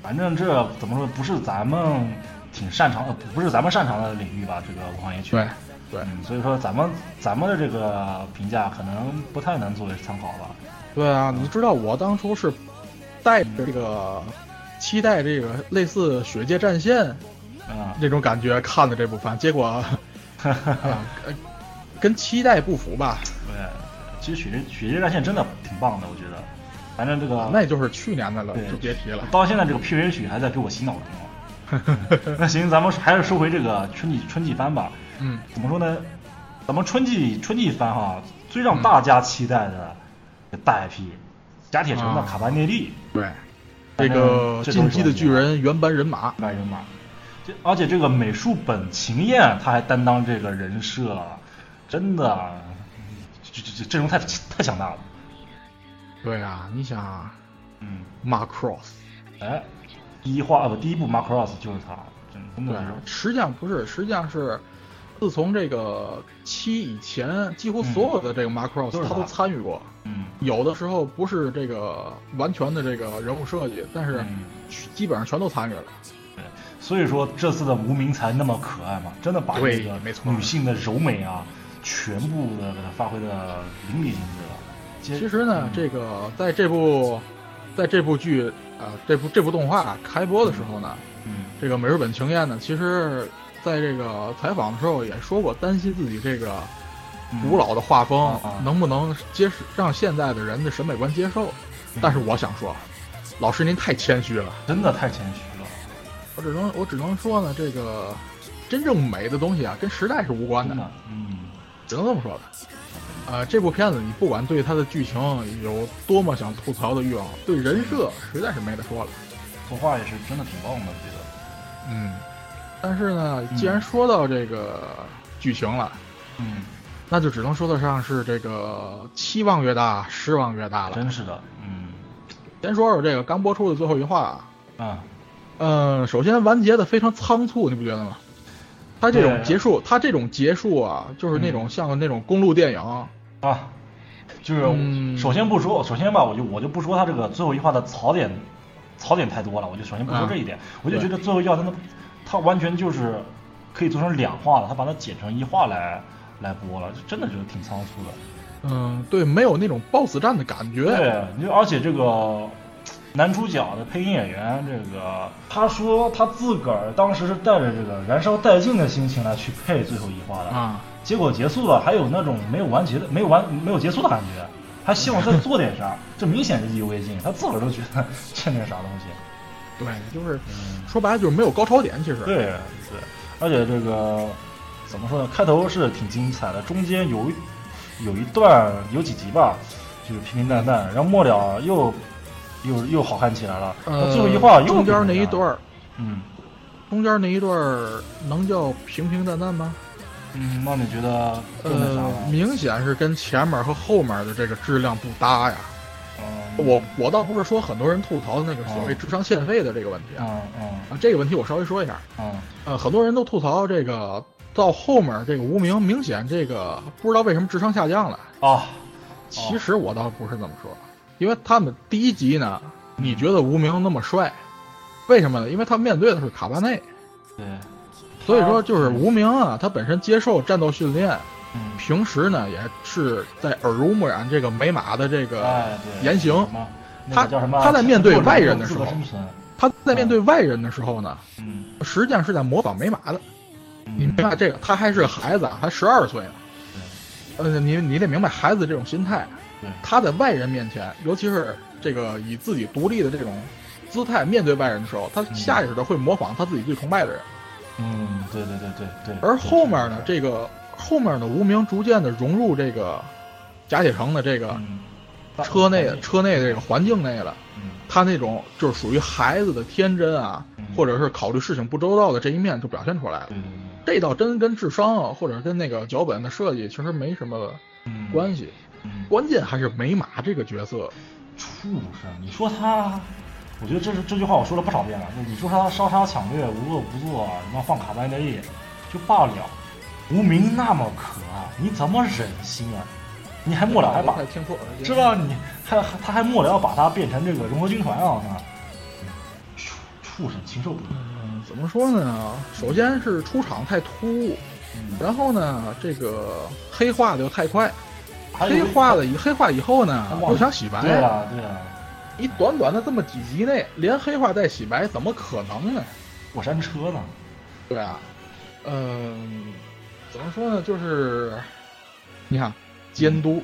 反正这怎么说不是咱们挺擅长，呃，不是咱们擅长的领域吧？这个文化园区。
对对
嗯，所以说咱们咱们的这个评价可能不太能作为参考吧。
对啊，你知道我当初是带着这个期待这个类似《血界战线》
嗯，
这种感觉看的这部番，结果、啊呃跟期待不符吧？
对，其实雪雪界战线真的挺棒的，我觉得。反正这个
那就是去年的了，
对，
就别提了。
到现在这个片尾曲还在给我洗脑中啊。
*laughs*
那行，咱们还是说回这个春季春季番吧。
嗯，
怎么说呢？咱们春季春季番哈，最让大家期待的
嗯
大 IP，、甲铁城的卡巴内利。
对，
反
这
正
个《
这都
进
是
击的巨人》原班人马，
白人马，这而且这个美术本秦彦他还担当这个人设，真的，啊这这这阵容太太强大了。
对啊，你想啊
嗯，
马 cross，
哎，第一话呃不第一部 Macross 就是他，真真
对啊
的是，
实际上不是，实际上是。自从这个七以前，几乎
嗯
所有的这个马 cross
都是
他都
他
参与过，
嗯
有的时候不是这个完全的这个人物设计，但是啊
嗯，
基本上全都参与了。
对，所以说这次的无名才那么可爱嘛，真的把
对
这个
没错
女性的柔美啊，全部的给她发挥的淋漓尽致了。
其实呢
嗯，
这个在这部在这部剧啊、这部这部动画开播的时候呢，
嗯
这个美日本晴彦呢，其实在这个采访的时候也说过，担心自己这个
嗯
古老的画风
啊啊
能不能接受让现在的人的审美观接受。
嗯
但是我想说，老师您太谦虚了，
真的太谦虚了。
我只能我只能说呢，这个真正美的东西啊，跟时代是无关的
真。的，嗯，
只能这么说吧。呃，这部片子你不管对它的剧情有多么想吐槽的欲望，对人设实在是没得说了。
作画也是真的挺棒的，我觉得。
嗯，但是呢，既然说到这个剧情了，
嗯，
那就只能说得上是这个期望越大，失望越大了。
真是的，嗯，
先说说这个刚播出的最后一话啊，
啊，
嗯、首先完结的非常仓促，你不觉得吗？它这种
对啊嗯
结束，它这种结束啊，就是那种像那种公路电影，
啊，就是、
嗯
首先不说，首先吧，我就我就不说他这个最后一话的槽点，槽点太多了，我就首先不说
嗯
这一点，我就觉得最后一话他们，他完全就是可以做成两话了，他把它剪成一话来来播了，就真的觉得挺仓促的。
嗯，对，没有那种 BOSS 战的感觉。
对，你就而且这个男主角的配音演员，这个他说他自个儿当时是带着这个燃烧殆尽的心情来去配最后一话的
啊，
结果结束了，还有那种没有完结的、没有完、没有结束的感觉，还希望再做点
*laughs*
啥，这明显是意犹未尽，他自个儿都觉得 *laughs* 欠点啥东西。
对，就是
嗯，
说白了就是没有高潮点，其实。
对对，而且这个怎么说呢？开头是挺精彩的，中间有一有一段有几集吧，就是平平淡淡，然后末了又又又好看起来了。
呃，
那最后一话又
中间
平
那
平
一
淡
段，儿，
嗯
中间那一段儿能叫平平淡淡吗？
嗯，那你觉得更那啥
呃，
了？
明显是跟前面和后面的这个质量不搭呀。
嗯，
我我倒不是说很多人吐槽的那个所谓
嗯
智商欠费的这个问题啊，
嗯嗯
啊，这个问题我稍微说一下。
嗯
呃，很多人都吐槽这个到后面这个无名，明显这个不知道为什么智商下降了。
啊，
其实我倒不是这么说，因为他们第一集呢，你觉得无名那么帅，为什么呢？因为他面对的是卡巴内，
对，
所以说就是无名啊，他本身接受战斗训练，
嗯，
平时呢也是在耳濡目染这个美马的这个
哎对，
言行
什，么那个叫什么？
他在面对
弱者
外人的时候
自我生存
他在面对外人的时候呢，
嗯
实际上是在模仿美马的。你明白这个？他还是个孩子啊，还十二岁呢。
嗯
呃，你你得明白孩子这种心态
对，
他在外人面前，尤其是这个以自己独立的这种姿态面对外人的时候，他下意识的会模仿他自己最崇拜的人。
嗯，对对对对对。
而后面呢，
对
这个后面的无名逐渐的融入这个贾铁城的这个
嗯，
车内
嗯
车内的这个环境内了。
嗯
他那种就是属于孩子的天真啊
嗯，
或者是考虑事情不周到的这一面就表现出来了
对。对对，
这倒真跟智商啊，或者跟那个脚本的设计其实没什么
嗯
关系，
嗯
关键还是美马这个角色。
畜生，你说他，我觉得这是这句话我说了不少遍了。就你说他烧杀抢掠、无恶不作，什么放卡外勒，就罢了。无名那么可爱，你怎么忍心啊？你还末了还把
我，听错了，
知道你还还他还末了要把他变成这个融合军团啊？我操畜畜生，禽兽不如。
嗯，怎么说呢？首先是出场太突兀，
嗯
然后呢，这个黑化的又太快，
还有
黑化了以黑化以后呢
还，忘
又
了
想洗白。
对啊对啊，
你短短的这么几集内，连黑化带洗白，怎么可能呢？
过山车呢？
对啊，嗯，怎么说呢？就是你看，监督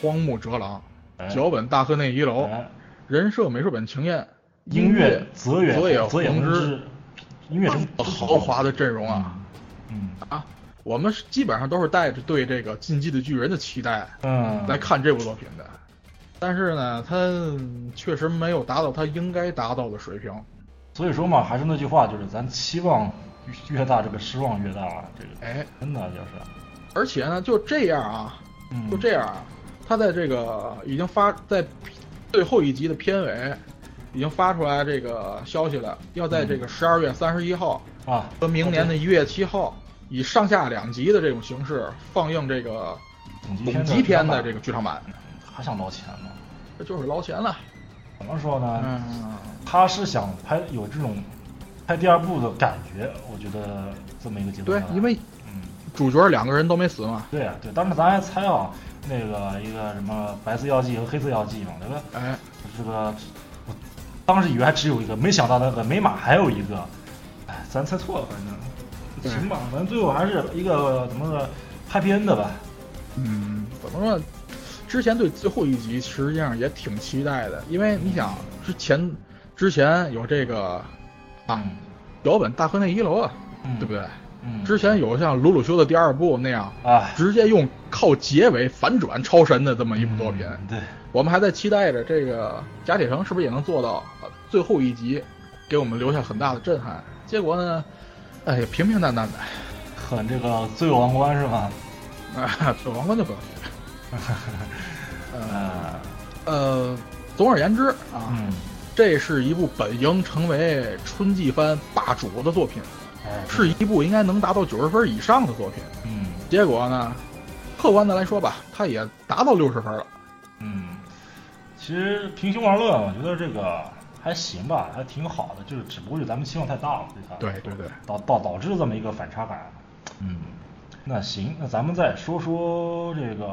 荒木哲郎，
哎
脚本大河内一楼，
哎
人设美术本晴彦，
音乐泽
野泽
野泽野
弘
弘之，音乐真
这么豪华的阵容啊！
嗯
啊！我们是基本上都是带着对这个《进击的巨人》的期待
嗯，
来看这部作品的，但是呢，他确实没有达到他应该达到的水平。
所以说嘛，还是那句话，就是咱期望越越大，这个失望越大啊，这个
哎，
真的就是，
而且呢，就这样啊，
嗯，
就这样啊，他在这个已经发在最后一集的片尾，已经发出来这个消息了，要在
嗯
这个十二月三十一号
啊，
和明年的一月七号，以上下两集的这种形式放映这个
总
总
集
集
篇
篇
的
的这个剧场版，
还想捞钱呢？
这就是捞钱了。
怎么说呢？
嗯，
他是想拍有这种拍第二部的感觉，我觉得这么一个阶段
对
啊。，
因为
嗯，
主角两个人都没死嘛。
对啊，对，当时咱还猜啊，那个一个什么白色药剂和黑色药剂嘛，对吧？
哎，
这个我当时以为还只有一个，没想到那个美马还有一个，哎，咱猜错了，反正
对
行吧，反正最后还是一个怎么说 happy end 的吧。
嗯，怎么说呢？之前对最后一集实际上也挺期待的，因为你想之前之前有这个啊
嗯
脚本大河内一楼啊，
嗯
对不对？
嗯，
之前有像鲁鲁修的第二部那样，
哎
直接用靠结尾反转超神的这么一部作品，
嗯对，
我们还在期待着这个贾铁城是不是也能做到呃最后一集，给我们留下很大的震撼。结果呢，哎，平平淡淡的，
很这个罪恶王冠是吧？
啊，这王冠就不要提了。
呃，
呃，总而言之啊，
嗯，
这是一部本应成为春季番霸主的作品，
哎，
是一部应该能达到九十分以上的作品。
嗯
结果呢，客观的来说吧，它也达到六十分了。
嗯，其实平心而论，我觉得这个还行吧，还挺好的，就是只不过是咱们期望太大了，对它。
对对对，
导导导致这么一个反差感。嗯，那行，那咱们再说说这个，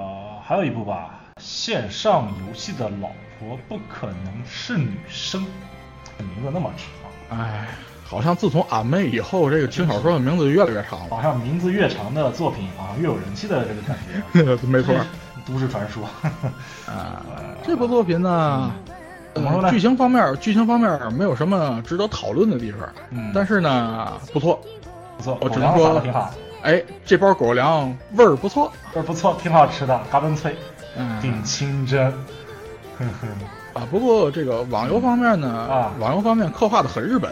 还有一部吧，线上游戏的老婆不可能是女生，这名字那么长，
哎，好像自从俺妹以后，这个轻小说的名字就越来越长
好像名字越长的作品啊越有人气的这个感觉。
了。 *laughs* *laughs* 没错，
都市传说。
啊，这部作品呢，
嗯怎么说呢
呃剧情方面，剧情方面没有什么值得讨论的地方，
嗯
但是呢，不错。
不错，
我只
狗粮
能
撒
说
得挺好，，
哎，这包狗粮味儿不错，
这不错，挺好吃的，嘎嘣脆，
嗯
顶清真。呵呵，
啊，不过这个网游方面呢，
啊
网游方面刻画的很日本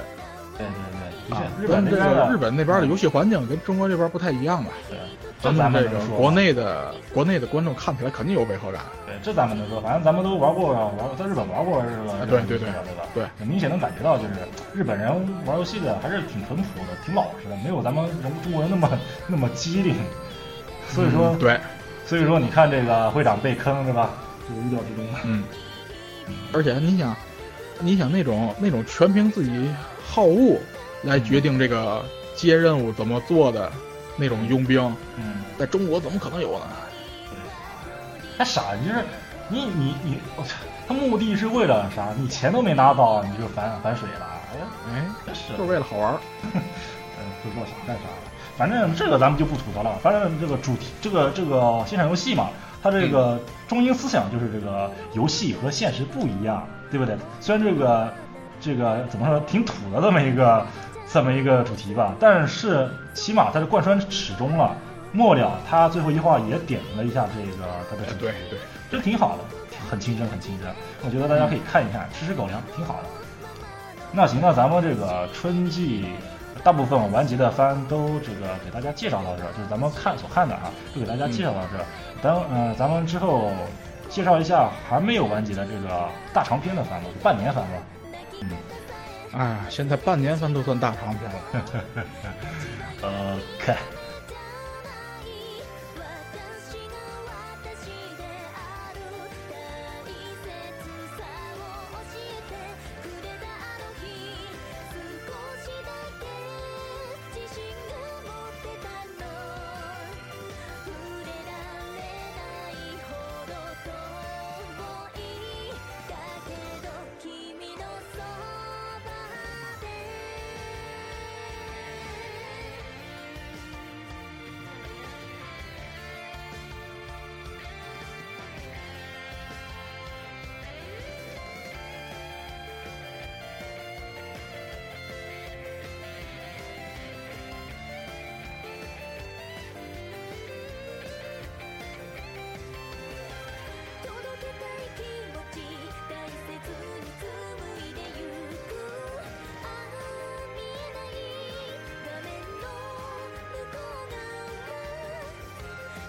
对对对，
啊
的确，日
咱
本
们
那
这
边
个
的
日本那边的游戏环境跟中国这边不太一样吧？
对，
咱
这咱
们
们
这
能
个
说
国
吗
内的国内的观众看起来肯定有违和感，
对，这咱们能说，反正咱们都玩过，玩在日本玩过这个，
啊对对
对
对
吧？对吧？
对，
很明显能感觉到，就是日本人玩游戏的还是挺淳朴的，挺老实的，没有咱们人中国人那么那么机灵。所以说，
嗯，对，
所以说你看这个会长被坑，对吧？这个预料之中的。
嗯，而且你想，你想那种那种全凭自己好恶来决定这个接任务怎么做的那种佣兵，
嗯，
在中国怎么可能有呢？
他傻，你哦就是你你你，我操，他目的是为了啥？你钱都没拿到，你就反反水了啊。呀？
哎，
真是
就是为了好玩儿。
嗯，不知道想干啥了。反正这个咱们就不吐槽了。反正这个主题，这个这个现场游戏嘛，它这
嗯
个中心思想就是这个游戏和现实不一样，对不对？虽然这个这个怎么说挺土的这么一个这么一个主题吧，但是起码它是贯穿始终了。末了，它最后一话也点了一下这个它的
哎
主题，
对对，
这挺好的，很清真，很清真。我觉得大家可以看一看，吃吃狗粮，挺好的。那行，那咱们这个春季大部分完结的番都这个给大家介绍到这儿，就是咱们看所看的啊，都给大家介绍到这儿。咱呃，咱们之后介绍一下还没有完结的这个大长篇的番吧，半年番吧。嗯，
哎，现在半年番都算大长篇了。
呃，看，
届けたい気持ち大切に紡いでゆくああ見えない画面の向こう側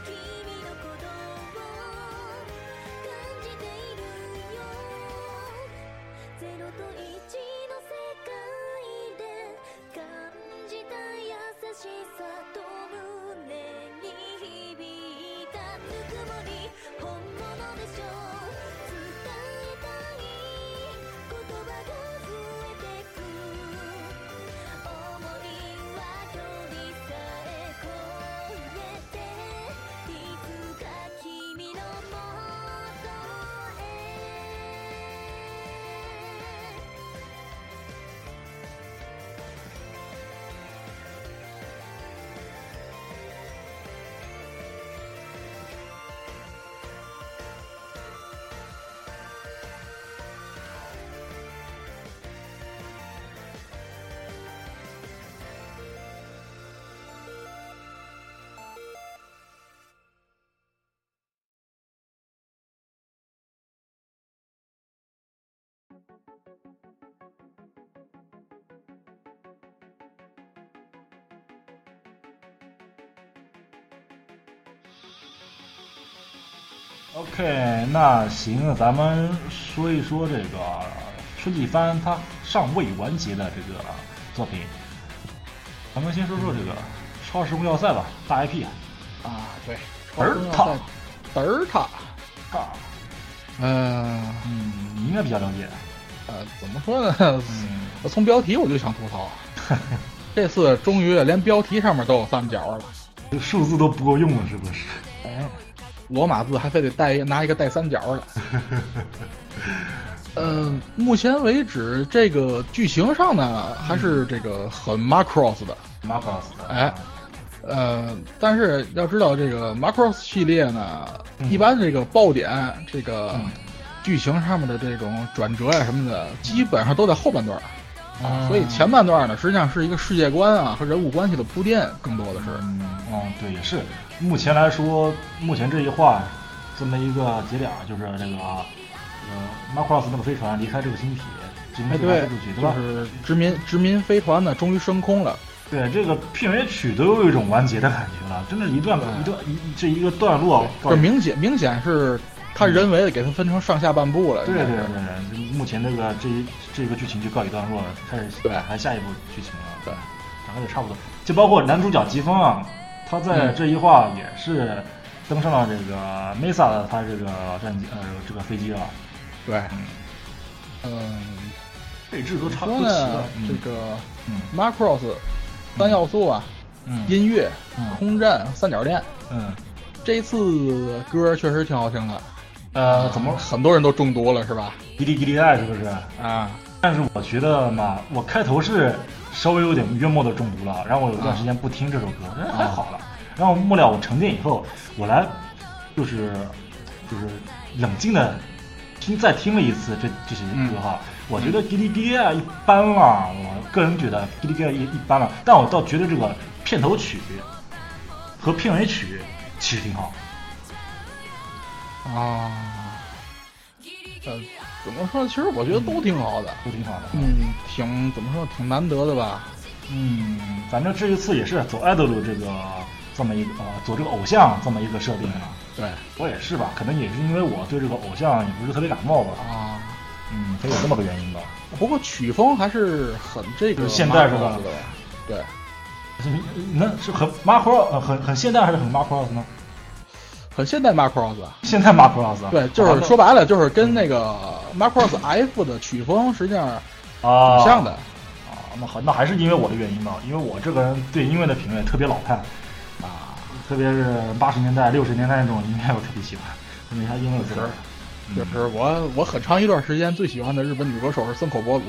君の鼓動を感じているよゼロと1の世界で感じた優しさと胸に響いたぬくもり本物でしょう伝えたい言葉が増えてく思いは距離さえ越えていつか君の元へ
OK，那行，咱们说一说这个春季番它尚未完结的这个作品。咱们先说说这个《超时空要塞》吧，大 IP 啊，
啊，对，
嘚儿塔，
嘚儿塔，
大，
嗯
嗯，你应该比较了解。
呃，怎么说呢？ *laughs*
嗯，
我从标题我就想吐 *laughs* 槽，这次终于连标题上面都有三角了。
这个数字都不够用了，是不是？
哎，罗马字还非得带一拿一个带三角的。嗯，目前为止，这个剧情上呢，还是这个很 Macross 的。
马克斯，
哎，呃，但是要知道，这个 Macross 系列呢，
嗯
一般这个爆点，这个
嗯
剧情上面的这种转折呀、什么的，基本上都在后半段儿。
嗯
所以前半段呢，实际上是一个世界观啊和人物关系的铺垫，更多的是。
嗯，嗯，对，也是。目前来说，目前这一话这么一个节点儿，就是这个啊呃马克斯那个飞船离开这个星体，直接
哎，
飞船
对
飞出去，，对
就
吧？
是殖民殖民飞船呢，终于升空了。
对，这个片尾曲都有一种完结的感觉了，真的，一段一段一这一个段落，
这明显明显是他人为的给它分成上下半部了。
对
应
对
该
对
是
对，对目前这个这一这个剧情就告一段落了，开始
对
还下一部剧情了，
对，
大概也差不多。就包括男主角疾风啊，他在
嗯
这一话也是登上了这个 Mesa 的他这个战机呃这个飞机了，
对，
嗯，
嗯，
配置都
怎
差
么
不
说
多齐
呢
了，，嗯
这个
嗯
Macross 三要素啊，
嗯
音乐、
嗯
空战、三角恋，
嗯
这一次歌确实挺好听的。
呃怎么
很多人都中毒了是吧？
迪丽迪丽爱是不是？
啊，
但是我觉得嘛，我开头是稍微有点约莫的中毒了，然后我有一段时间不听这首歌，哎还好了。然后末了我沉淀以后，我来就是就是冷静的听再听了一次这这些歌哈，我觉得哔哩哔哩啊一般啦，我个人觉得哔哩哔啊哩一一般了，但我倒觉得这个片头曲和片尾曲其实挺好。
啊，呃，怎么说呢？其实我觉得都挺好的，
都挺好的。
嗯，挺怎么说，挺难得的吧？
嗯，反正这一次也是走爱豆路这个这么一个呃走这个偶像这么一个设定啊。
对
我也是吧，可能也是因为我对这个偶像也不是特别感冒吧，
啊，
嗯，可以有这么个原因吧。
不过曲风还是很这
就
个
是现代是吧
Marvel 的对，
那是很 Macross 呃很很现代还是很 Macross 呢？
很现代 Macross 啊。
现代 Macross 啊
对，就是说白了，就是跟那个 Macross F 的曲风实际上
啊
挺像的。
啊，那好，那还是因为我的原因吧，因为我这个人对音乐的品味特别老派啊，特别是八十年代、六十年代那种音乐我特别喜欢，因为它音乐词儿，嗯
就是我我很长一段时间最喜欢的日本女歌手是森口博子，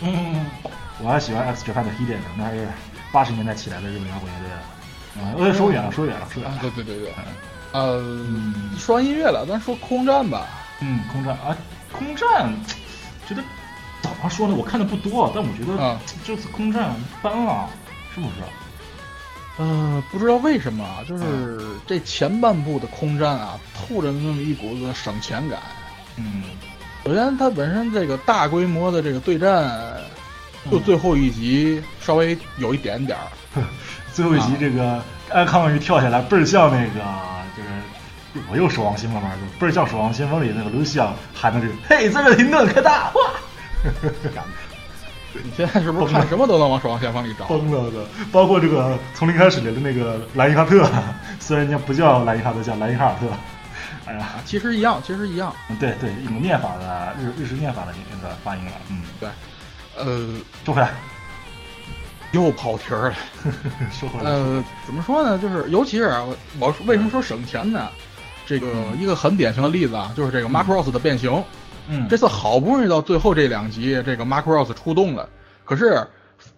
嗯， *laughs* 我还喜欢 X Japan 的 Hidden，那还是八十年代起来的日本摇滚乐队了。嗯，呃，说远了，说远了，说远
啊
了。，
对对对对，
嗯
呃，说完音乐了，咱说空战吧。
嗯，空战啊，空战，觉得怎么说呢？我看的不多，但我觉得
啊
这次空战一般了，是不是？
呃，不知道为什么啊，就是这前半部的空战啊，透着那么一股子省钱感。
嗯，
首先，它本身这个大规模的这个对战，就
嗯
最后一集稍微有一点点儿，
最后一集
啊
这个安康鱼跳下来，倍儿像那个就是。我又守望先锋玩的，倍儿像守望先锋里那个卢西亚喊的这个“嘿，这个停顿开大”，哇， *laughs*
你现在是不是看什么都能往《守望先锋》里找？
崩了的，包括这个从零开始的那个莱因哈特，啊虽然人家不叫莱因哈特，叫莱因哈尔特。哎呀，
啊，其实一样，其实一样。
嗯对对，一种念法的啊日日式念法的那个发音了，嗯，
对，呃，
说回来，
又跑题儿了。
说回来，
呃，怎么说呢？就是尤其是啊我我为什么说省钱呢？这个一个很典型的例子啊，就是这个 Macross 的变形。
嗯，
这次好不容易到最后这两集，这个 Macross 出动了，可是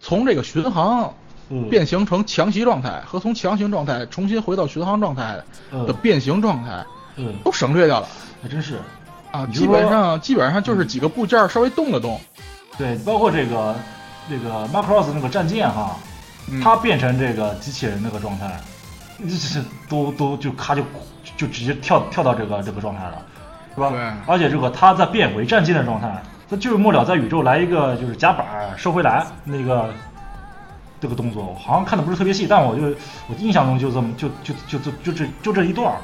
从这个巡航
嗯
变形成强袭状态，和从强行状态重新回到巡航状态的
嗯
变形状态
嗯，
都省略掉了
还真是，
啊！
你
基
就说
本上基本上就是几个部件儿稍微动了动，
对，包括这个这个 Macross 那个战舰哈，
嗯
它变成这个机器人那个状态，就是都都就咔就就直接跳跳到这个这个状态了，是吧？
对
而且这个它再变回战舰的状态，它就是末了在宇宙来一个就是夹板儿收回来那个这个动作，我好像看的不是特别细，但我就我印象中就这么就就就就就这就这一段儿，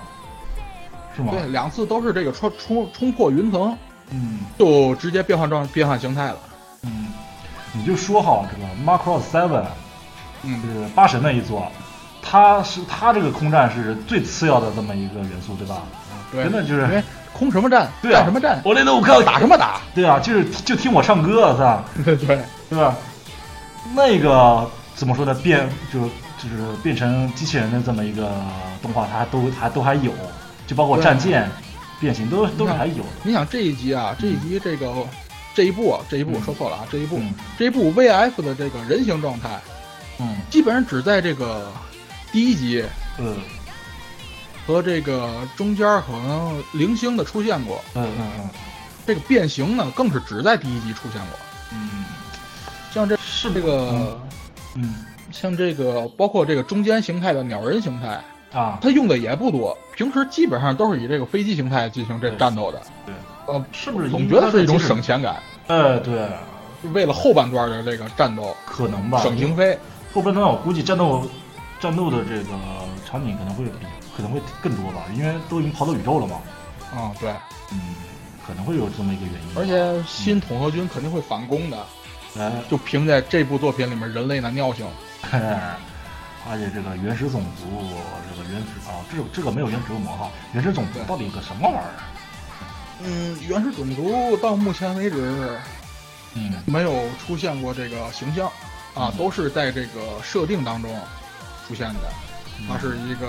是吗？
对，两次都是这个冲冲冲破云层
嗯
就直接变换状变换形态了。
嗯，你就说好这个 Macross Seven。就
嗯，
是八神那一座，它是它这个空战是最次要的这么一个元素，对吧？
对，
真的就是
因为空什么战，
对啊，
战什么战，
我连那我看
打什
*laughs*
么打，
对啊，就是就听我唱歌，是吧？
对，
对吧？那个怎么说呢？变就是就是变成机器人的这么一个动画，它都还都还有，就包括
对
战舰变形都都是
你看
还有的。
你想这一集啊，这一集这个这一部啊这一部
嗯
说错了啊，这一部
嗯
这一部 VF 的这个人形状态，
嗯
基本上只在这个第一集
嗯
和这个中间可能零星的出现过，
嗯嗯嗯
这个变形呢更是只在第一集出现过。
嗯，
像这
是
这个
嗯
像这个包括这个中间形态的鸟人形态，
啊
它用的也不多，平时基本上都是以这个飞机形态进行这
对
战斗的。
对，
呃，
是不是
总
因
觉
为
得
它
是一种
即使
省钱感，
呃对，
就为了后半段的这个战斗
可能吧，
省经费。
后半段我估计战斗战斗的这个场景可能会比可能会更多吧，因为都已经跑到宇宙了嘛，
嗯，对，
嗯，可能会有这么一个原因吧。
而且新统合军肯定会反攻的，
哎，
就凭借这部作品里面人类的尿性。
哎而且这个原始种族，这个原始啊，这个这个没有原始恶魔哈，原始种族
对
到底个什么玩意儿？
嗯，原始种族到目前为止
嗯
没有出现过这个形象，啊
嗯，
都是在这个设定当中出现的。它是一个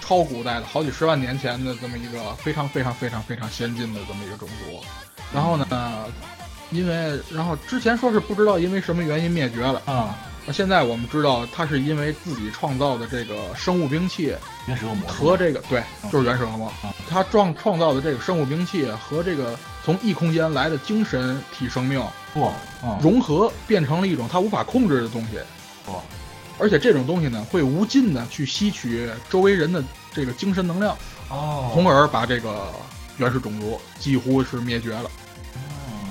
超古代的，好几十万年前的这么一个非常非常非常非常先进的这么一个种族。然后呢，因为然后之前说是不知道因为什么原因灭绝了，
啊，
那现在我们知道他是因为自己创造的这个生物兵器
原始恶魔
和这个对，就是原始恶魔
嗯，
他创创造的这个生物兵器和这个从异空间来的精神体生命
不啊
融合，变成了一种他无法控制的东西，
不
而且这种东西呢会无尽的去吸取周围人的这个精神能量，
哦，
从而把这个原始种族几乎是灭绝了。
嗯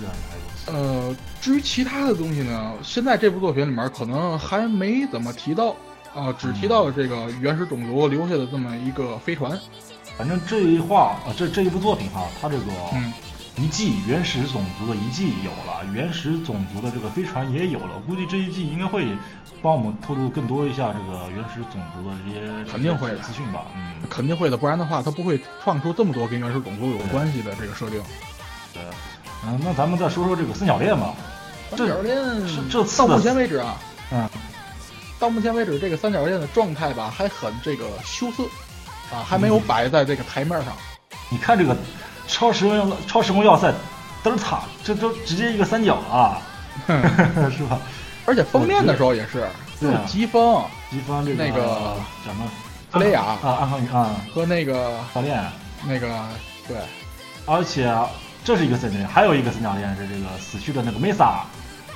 原来如此
呃，至于其他的东西呢，现在这部作品里面可能还没怎么提到，啊、只提
嗯
到了这个原始种族留下的这么一个飞船。
哦反正这一话啊，这这一部作品哈，它这个
嗯，
遗迹原始种族的遗迹有了，原始种族的这个飞船也有了，我估计这一季应该会帮我们透露更多一下这个原始种族的这些
肯定会的
资讯吧，嗯，
肯定会的，不然的话，它不会创出这么多跟原始种族有关系的这个设定。
对，嗯，那咱们再说说这个三角恋吧，这
三角恋
是这次
到
的
目前为止啊，
嗯，
到目前为止这个三角恋的状态吧，还很这个羞涩，啊，还没
嗯
有摆在这个台面上。
你看这个超时空超时空要塞，德尔塔这都直接一个三角啊，
嗯
*laughs* 是吧？
而且封面的时候也是，
对啊
是疾风
敌方这个
那个
什么
弗雷亚
啊，暗黑鱼啊，
和那个
教练，啊
那个对，
而且这是一个三角恋，还有一个三角恋是这个死去的那个梅萨，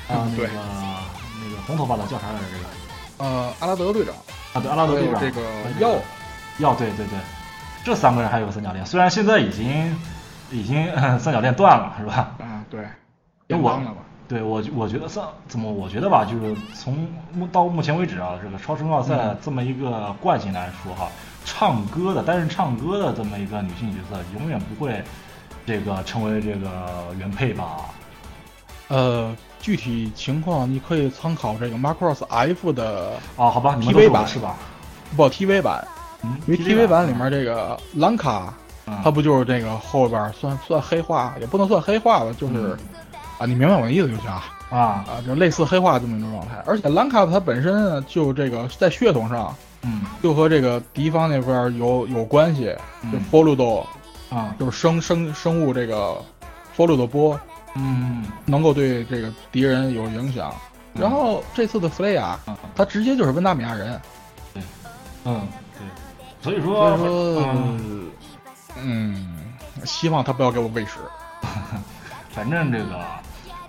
还有那个
对
那个红头发的叫啥来着？这个
呃，阿拉德队长，
啊，对，阿拉德队长，
还有这个
还有
药
药，对对对，这三个人还有个三角恋，虽然现在已经已经呃三角恋断了，是吧？ *laughs*
啊，对，
那
也
我
忘了吧。
对我觉，我觉得算怎么？我觉得吧，就是从目到目前为止啊，这个超时空奥赛
嗯
这么一个惯性来说哈，唱歌的，但是唱歌的这么一个女性角色，永远不会这个成为这个原配吧？
呃，具体情况你可以参考这个 Macross F 的
啊，好吧，你们
TV
都懂
版
是吧？
不 TV 版，
嗯，
因为 TV 版啊里面这个兰卡，
嗯
他不就是这个后边儿算算黑化，也不能算黑化吧，就是
嗯
啊，你明白我的意思就行啊。
啊，
啊，就类似黑化这么一种状态。而且兰卡它本身呢，就这个在血统上
嗯
就和这个敌方那边儿有有关系，就
嗯
Foludo
啊，
就是生生生物这个 Foludo 波
嗯
能够对这个敌人有影响。
嗯
然后这次的弗雷亚，
嗯
他直接就是温纳米亚人，
嗯，对，所以说，
所以说
嗯，，
嗯，希望他不要给我喂食。
反正这个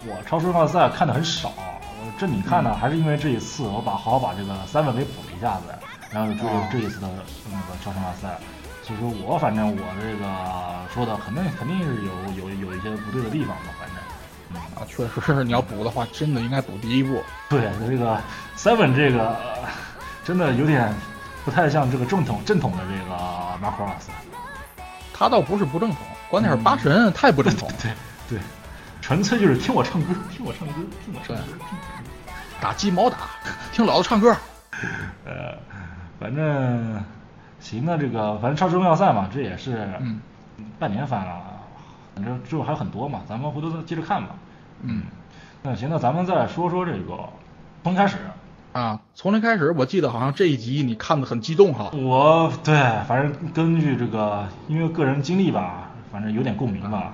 我超时空奥赛看的很少，我这你看呢，
嗯
还是因为这一次我把好好把这个三本给补了一下子，然后就
哦
这一次的那个超时空奥赛，所以说我反正我这个说的肯定肯定是有有有一些不对的地方吧，反正。嗯，
啊，确实是你要补的话，真的应该补第一部。
对，这个 Seven 这个、呃真的有点不太像这个正统正统的这个 Macross，
他倒不是不正统，关键是八神太不正统，
对对，纯粹就是听我唱歌，听我唱歌，听我唱歌。听我唱歌
打鸡毛打， *laughs* 听老子唱歌。
呃，反正行，啊那这个反正超时空要塞嘛，这也是
嗯
半年番了，反正之后还有很多嘛，咱们回头再接着看吧。
嗯。
那行，那咱们再说说这个从开始，
啊，从零开始，我记得好像这一集你看的很激动哈。
我对，反正根据这个因为个人经历吧，反正有点共鸣吧。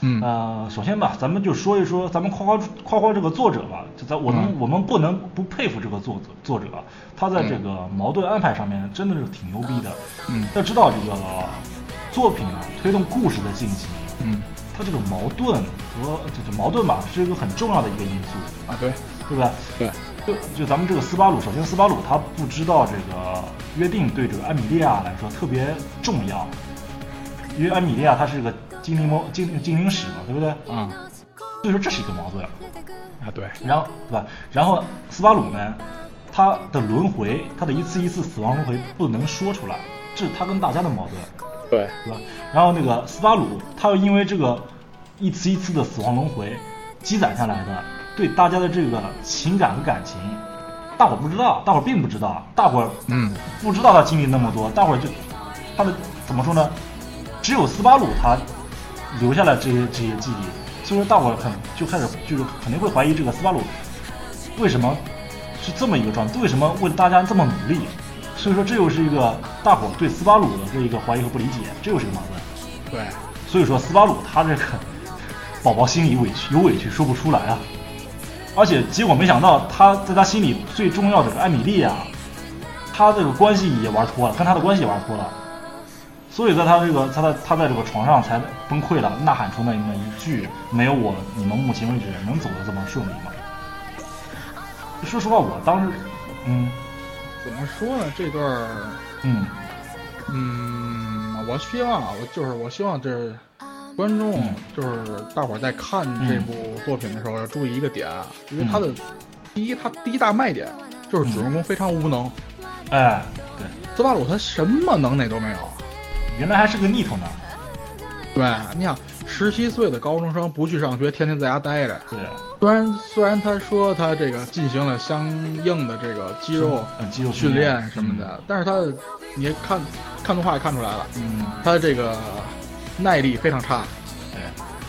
嗯
呃，首先吧，咱们就说一说，咱们夸夸夸夸这个作者吧。就咱我们、
嗯
我们不能不佩服这个作者作者，他在这个矛盾安排上面真的是挺牛逼的。
嗯
要知道这个作品啊，推动故事的进行，
嗯，
它这个矛盾和这这矛盾吧，是一个很重要的一个因素，
啊对
对吧？
对，
就就咱们这个斯巴鲁，首先斯巴鲁他不知道这个约定对这个艾米莉亚来说特别重要，因为艾米莉亚她是个精灵魔精精灵使嘛，对不对？
啊
所以说这是一个矛盾。
啊对，
然后对吧？然后斯巴鲁呢，他的轮回，他的一次一次死亡轮回不能说出来，这是他跟大家的矛盾，
对
对吧？然后那个斯巴鲁，他又因为这个一次一次的死亡轮回积攒下来的对大家的这个情感和感情，大伙儿不知道，大伙儿并不知道，大伙儿
嗯
不知道他经历那么多，大伙儿就他的怎么说呢？只有斯巴鲁他留下了这些这些记忆，所以说大伙儿很就开始就是肯定会怀疑这个斯巴鲁为什么是这么一个状态，为什么为大家这么努力？所以说这又是一个大伙儿对斯巴鲁的这一个怀疑和不理解，这又是一个矛盾。
对，
所以说斯巴鲁他这个宝宝心里委屈，有委屈说不出来啊。而且结果没想到，他在他心里最重要的这个艾米莉啊，他这个关系也玩脱了，跟他的关系也玩脱了，所以在他这个他在他在这个床上才崩溃了，呐喊出那么一句：“没有我，你们目前为止能走得这么顺利吗？”说实话，我当时，嗯
怎么说呢？这段儿，
嗯
嗯，我希望啊，我就是我希望这观众
嗯
就是大伙儿在看这部作品的时候要注意一个点啊，因为它的第一，它第一大卖点就是主人公非常无能，
哎，对，
泽巴鲁他什么能耐都没有。
原来还是个逆头呢，
对，你想十七岁的高中生不去上学，天天在家待着，
对，
虽然虽然他说他这个进行了相应的这个肌肉
嗯肌肉
训练什么的，但是他你看看动画也看出来了，
嗯，
他这个耐力非常差。
对，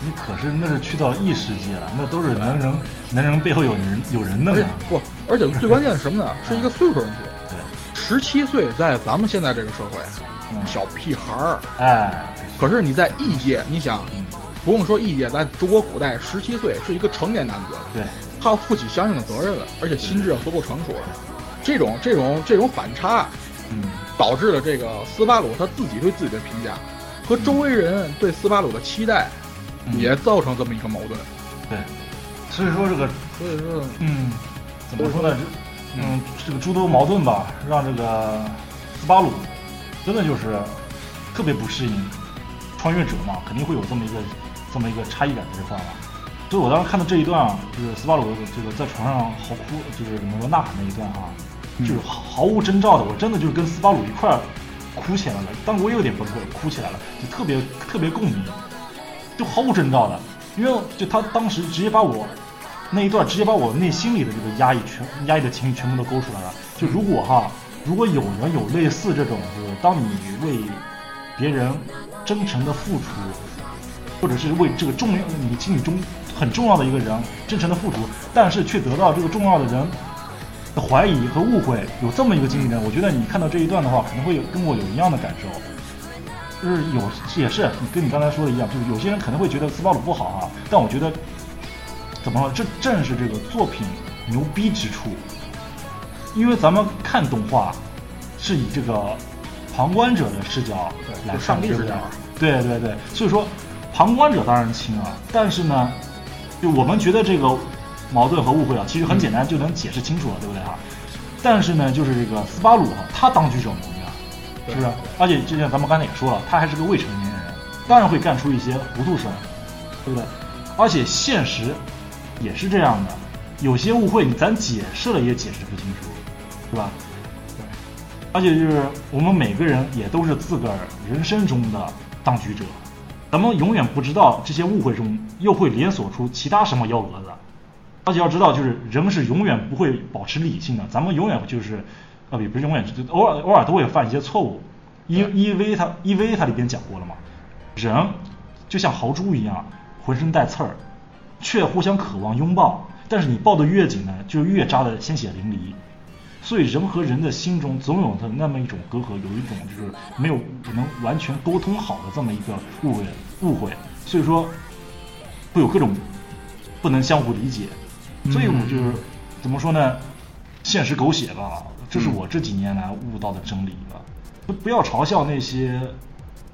你可是那是去到异世界了，那都是能人能人背后有人有人的
而且
呢，
不，而且最关键是什么呢？是一个岁数问题。
对，
十七岁在咱们现在这个社会，啊
嗯，
小屁孩儿。
哎，
哎可是你在异界，你想
嗯，
不用说异界，咱中国古代十七岁是一个成年男子了，
对，
他要负起相应的责任了，而且心智要足够成熟了。这种这种这种反差，
嗯，
导致了这个斯巴鲁他自己对自己的评价和周围人对斯巴鲁的期待，
嗯
也造成这么一个矛盾。
对，所以说这个
所以说，
嗯，怎么说呢？这嗯，这个诸多矛盾吧，让这个斯巴鲁真的就是特别不适应穿越者嘛，肯定会有这么一个这么一个差异感在这块儿嘛。所以我当时看到这一段啊，就是斯巴鲁这个在床上嚎哭，就是怎么说呐喊那一段啊，就是毫无征兆的，我真的就是跟斯巴鲁一块儿哭起来了。当时我也有点崩溃，哭起来了，就特别特别共鸣，就毫无征兆的，因为就他当时直接把我那一段直接把我内心里的这个压抑全压抑的情绪全部都勾出来了。就如果哈，如果有人有类似这种，就是当你为别人真诚的付出，或者是为这个重要你心里中很重要的一个人真诚的付出，但是却得到这个重要的人的怀疑和误会，有这么一个经历呢，我觉得你看到这一段的话，可能会有跟我有一样的感受。就是有也是你跟你刚才说的一样，就是有些人可能会觉得斯巴鲁不好啊，但我觉得怎么了？这正是这个作品牛逼之处，因为咱们看动画是以这个旁观者的视角来看
上帝
对不
视
对
角啊
对对对，所以说旁观者当然轻啊，但是呢，就我们觉得这个矛盾和误会啊，其实
嗯
很简单就能解释清楚了，对不对啊？但是呢，就是这个斯巴鲁啊，他当局者迷啊，是不是？而且之前咱们刚才也说了，他还是个未成年人，当然会干出一些糊涂事儿，对不对？而且现实也是这样的，有些误会你咱解释了也解释不清楚，是吧？而且就是我们每个人也都是自个儿人生中的当局者，咱们永远不知道这些误会中又会连锁出其他什么幺蛾子。而且要知道，就是人是永远不会保持理性的，咱们永远就是，呃，也不是永远，就偶尔偶尔都会犯一些错误。E E V 它 E V 它里边讲过了嘛，人就像豪猪一样，浑身带刺儿，却互相渴望拥抱。但是你抱得越紧呢，就越扎得鲜血淋漓。所以人和人的心中总有的那么一种隔阂，有一种就是没有不能完全沟通好的这么一个误会误会，所以说会有各种不能相互理解，所以我就是怎么说呢，现实狗血吧，这是我这几年来悟到的真理吧。不不要嘲笑那些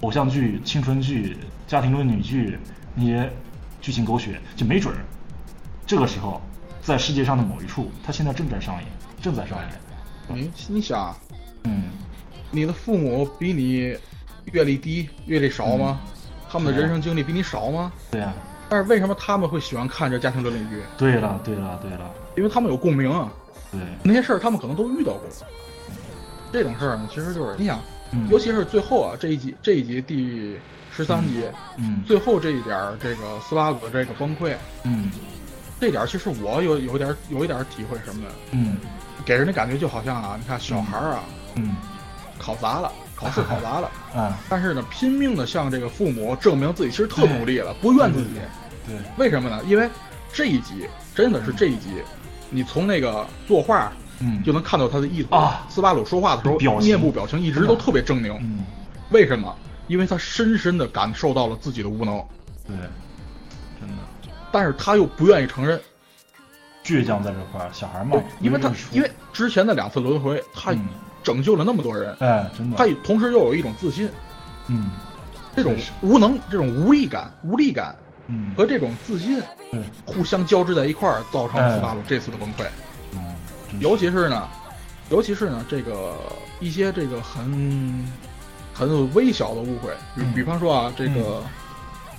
偶像剧、青春剧、家庭伦理剧那些剧情狗血，就没准儿这个时候在世界上的某一处，它现在正在上演，正在上演。
你你想，
嗯，
你的父母比你阅历低、阅历少吗？
嗯
他们的人生经历比你少吗？
对呀、
但是为什么他们会喜欢看这家庭伦理剧？
对了，对了，对了，
因为他们有共鸣啊，
对，
那些事儿他们可能都遇到过。这种事儿呢，其实就是你想，
嗯，
尤其是最后啊这一集，这一集第十三集、
嗯，
最后这一点儿，这个斯巴鲁的这个崩溃，
嗯
这点儿其实我有有点儿有一点儿体会什么呢？
嗯
给人的感觉就好像啊，你看小孩儿啊，
嗯
考砸了，考试考砸了。
啊，
但是呢，拼命的向这个父母证明自己其实特努力
嗯
了，不怨自己。
对，
为什么呢？因为这一集真的是这一集，你从那个作画
嗯，
就能看到他的意图
啊
斯巴鲁说话的时候，
表情
面部表情一直都特别狰狞。
嗯，
为什么？因为他深深的感受到了自己的无能。
对，真的，
但是他又不愿意承认，
倔强在这块儿，小孩嘛，
因为他
不认输
因为之前的两次轮回，他
嗯
拯救了那么多人，
哎，真的，
他同时又有一种自信，
嗯
这种
确实
无能、这种无力感、无力感
嗯，
和这种自信
对，
互相交织在一块儿，造成
哎
了斯巴鲁这次的崩溃。
嗯，真是
尤其是呢，尤其是呢，这个一些这个很很微小的误会，比
嗯
比方说啊，这个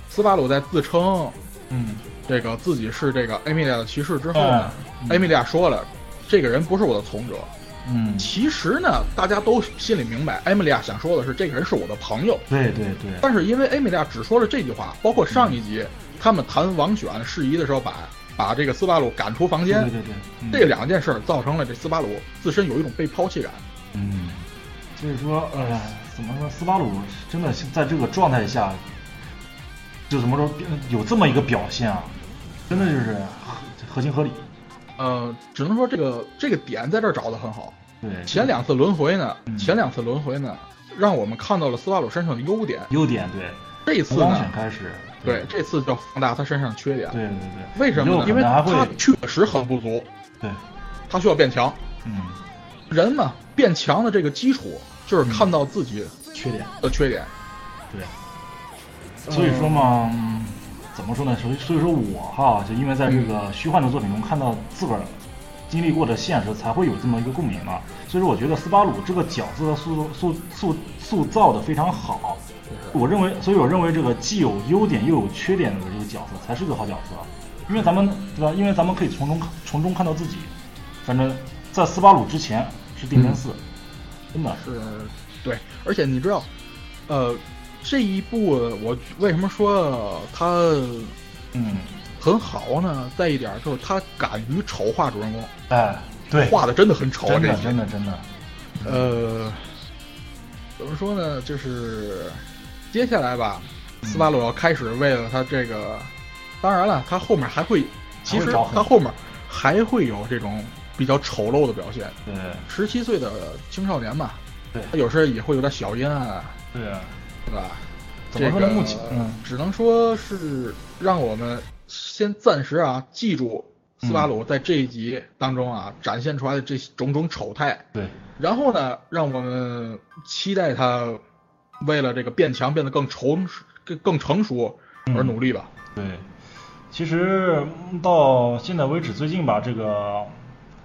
斯巴鲁在自称
嗯，
这个自己是这个艾米莉亚的骑士之后呢，
嗯
艾米莉亚说了，这个人不是我的从者。
嗯，
其实呢，大家都心里明白，艾米莉亚想说的是这个人是我的朋友，
对对对，
但是因为艾米莉亚只说了这句话，包括上一
嗯
集、他们谈王选事宜的时候把，把这个斯巴鲁赶出房间，
对对对，嗯
这两件事儿造成了这斯巴鲁自身有一种被抛弃感。
嗯，所以说，呃，怎么说，斯巴鲁真的是在这个状态下，就怎么说，呃有这么一个表现啊，真的就是合合情合理。
呃，只能说这个这个点在这儿找的很好。
对，
前两次轮回呢，
嗯
前两次轮回呢，让我们看到了斯巴鲁身上的优点。
优点，对，
这一次
从王选
呢，
开始，
对，这次就放大他身上的缺点。
对对对，
为什么
有
呢？
可
因为
能还会
他确实很不足，
对，
他需要变强。
嗯，
人嘛，变强的这个基础就是看到自己
缺点，
的缺点。
对，所以说嘛，嗯怎么说呢？所以所以说我哈，就因为在这个虚幻的作品中看到自个儿经历过的现实，才会有这么一个共鸣嘛。所以说，我觉得斯巴鲁这个角色的塑塑塑塑造的非常好。我认为，所以我认为这个既有优点又有缺点的这个角色才是个好角色，因为咱们对吧？因为咱们可以从中从中看到自己。反正，在斯巴鲁之前是定真寺，真的
是，对，而且你知道，呃，这一部我为什么说它
嗯，
很好呢？在一点儿就是它敢于丑化主人公，
哎，对，
画的真的很丑啊，
真
这
的
一集
真的真的，
呃，怎么说呢？就是接下来吧，
嗯
斯巴鲁要开始为了他这个，当然了，他后面还会，其
还
实
会招恨
他后面还会有这种比较丑陋的表现。
对
十七岁的青少年嘛，
对
他有时候也会有点小阴暗啊，
对啊。
对吧？
怎么说呢
这个
目前嗯
只能说是让我们先暂时啊记住斯巴
嗯
鲁在这一集当中啊、展现出来的这种种丑态，
对，
然后呢，让我们期待他为了这个变强变得更成熟更更成熟
嗯
而努力吧。
对，其实嗯到现在为止，最近吧，这个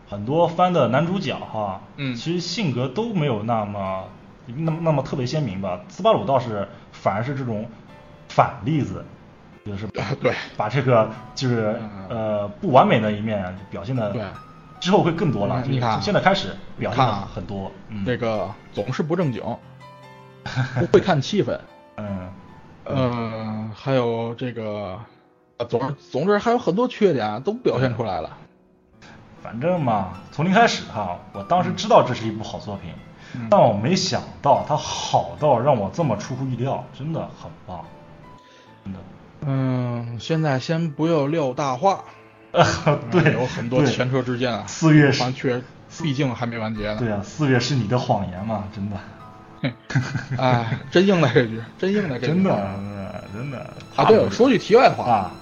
很多番的男主角哈，
嗯
其实性格都没有那么那么那么特别鲜明吧。斯巴鲁倒是反而是这种反例子，就是把
*laughs* 对
把这个就是
嗯
呃不完美的一面表现的
对
之后会更多了。
嗯
就是
你看啊
从现在开始表现
看
的
啊
很多，嗯，
这个总是不正经，不会看气氛，
嗯，
呃，还有这个，呃总总之还有很多缺点啊都表现出来了。
反正嘛，从零开始哈，我当时知道这是一部好作品，
嗯
但我没想到它好到让我这么出乎意料，真的很棒， *laughs* 真的。
嗯，现在先不要撂大话，
对，
嗯有很多
对
前车之鉴啊，
四月是
完却毕竟还没完结呢。
对啊，四月是你的谎言嘛，真的，
哎，真应了这句，真应了这句。
真的，真。的，真的。
啊，对，我说句题外话，
啊，嗯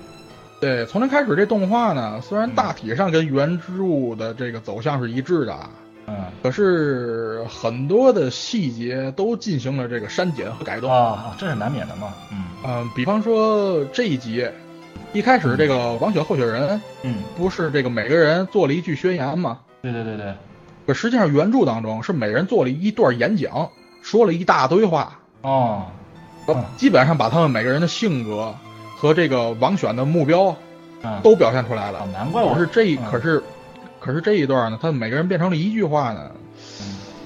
对，从零开始这动画呢，虽然大体上跟原著的这个走向是一致的，啊，
嗯，
可是很多的细节都进行了这个删减和改动。
啊，这是难免的嘛，嗯
嗯、比方说这一集，一开始这个王选候选人
嗯，
不是这个每个人做了一句宣言吗？
对对对对，
可实际上原著当中是每人做了一段演讲，说了一大堆话，
哦，嗯
基本上把他们每个人的性格和这个王选的目标
嗯，
都表现出来了
啊，。难怪
可
我
是这一
嗯
可是，可是这一段呢，他每个人变成了一句话呢，
嗯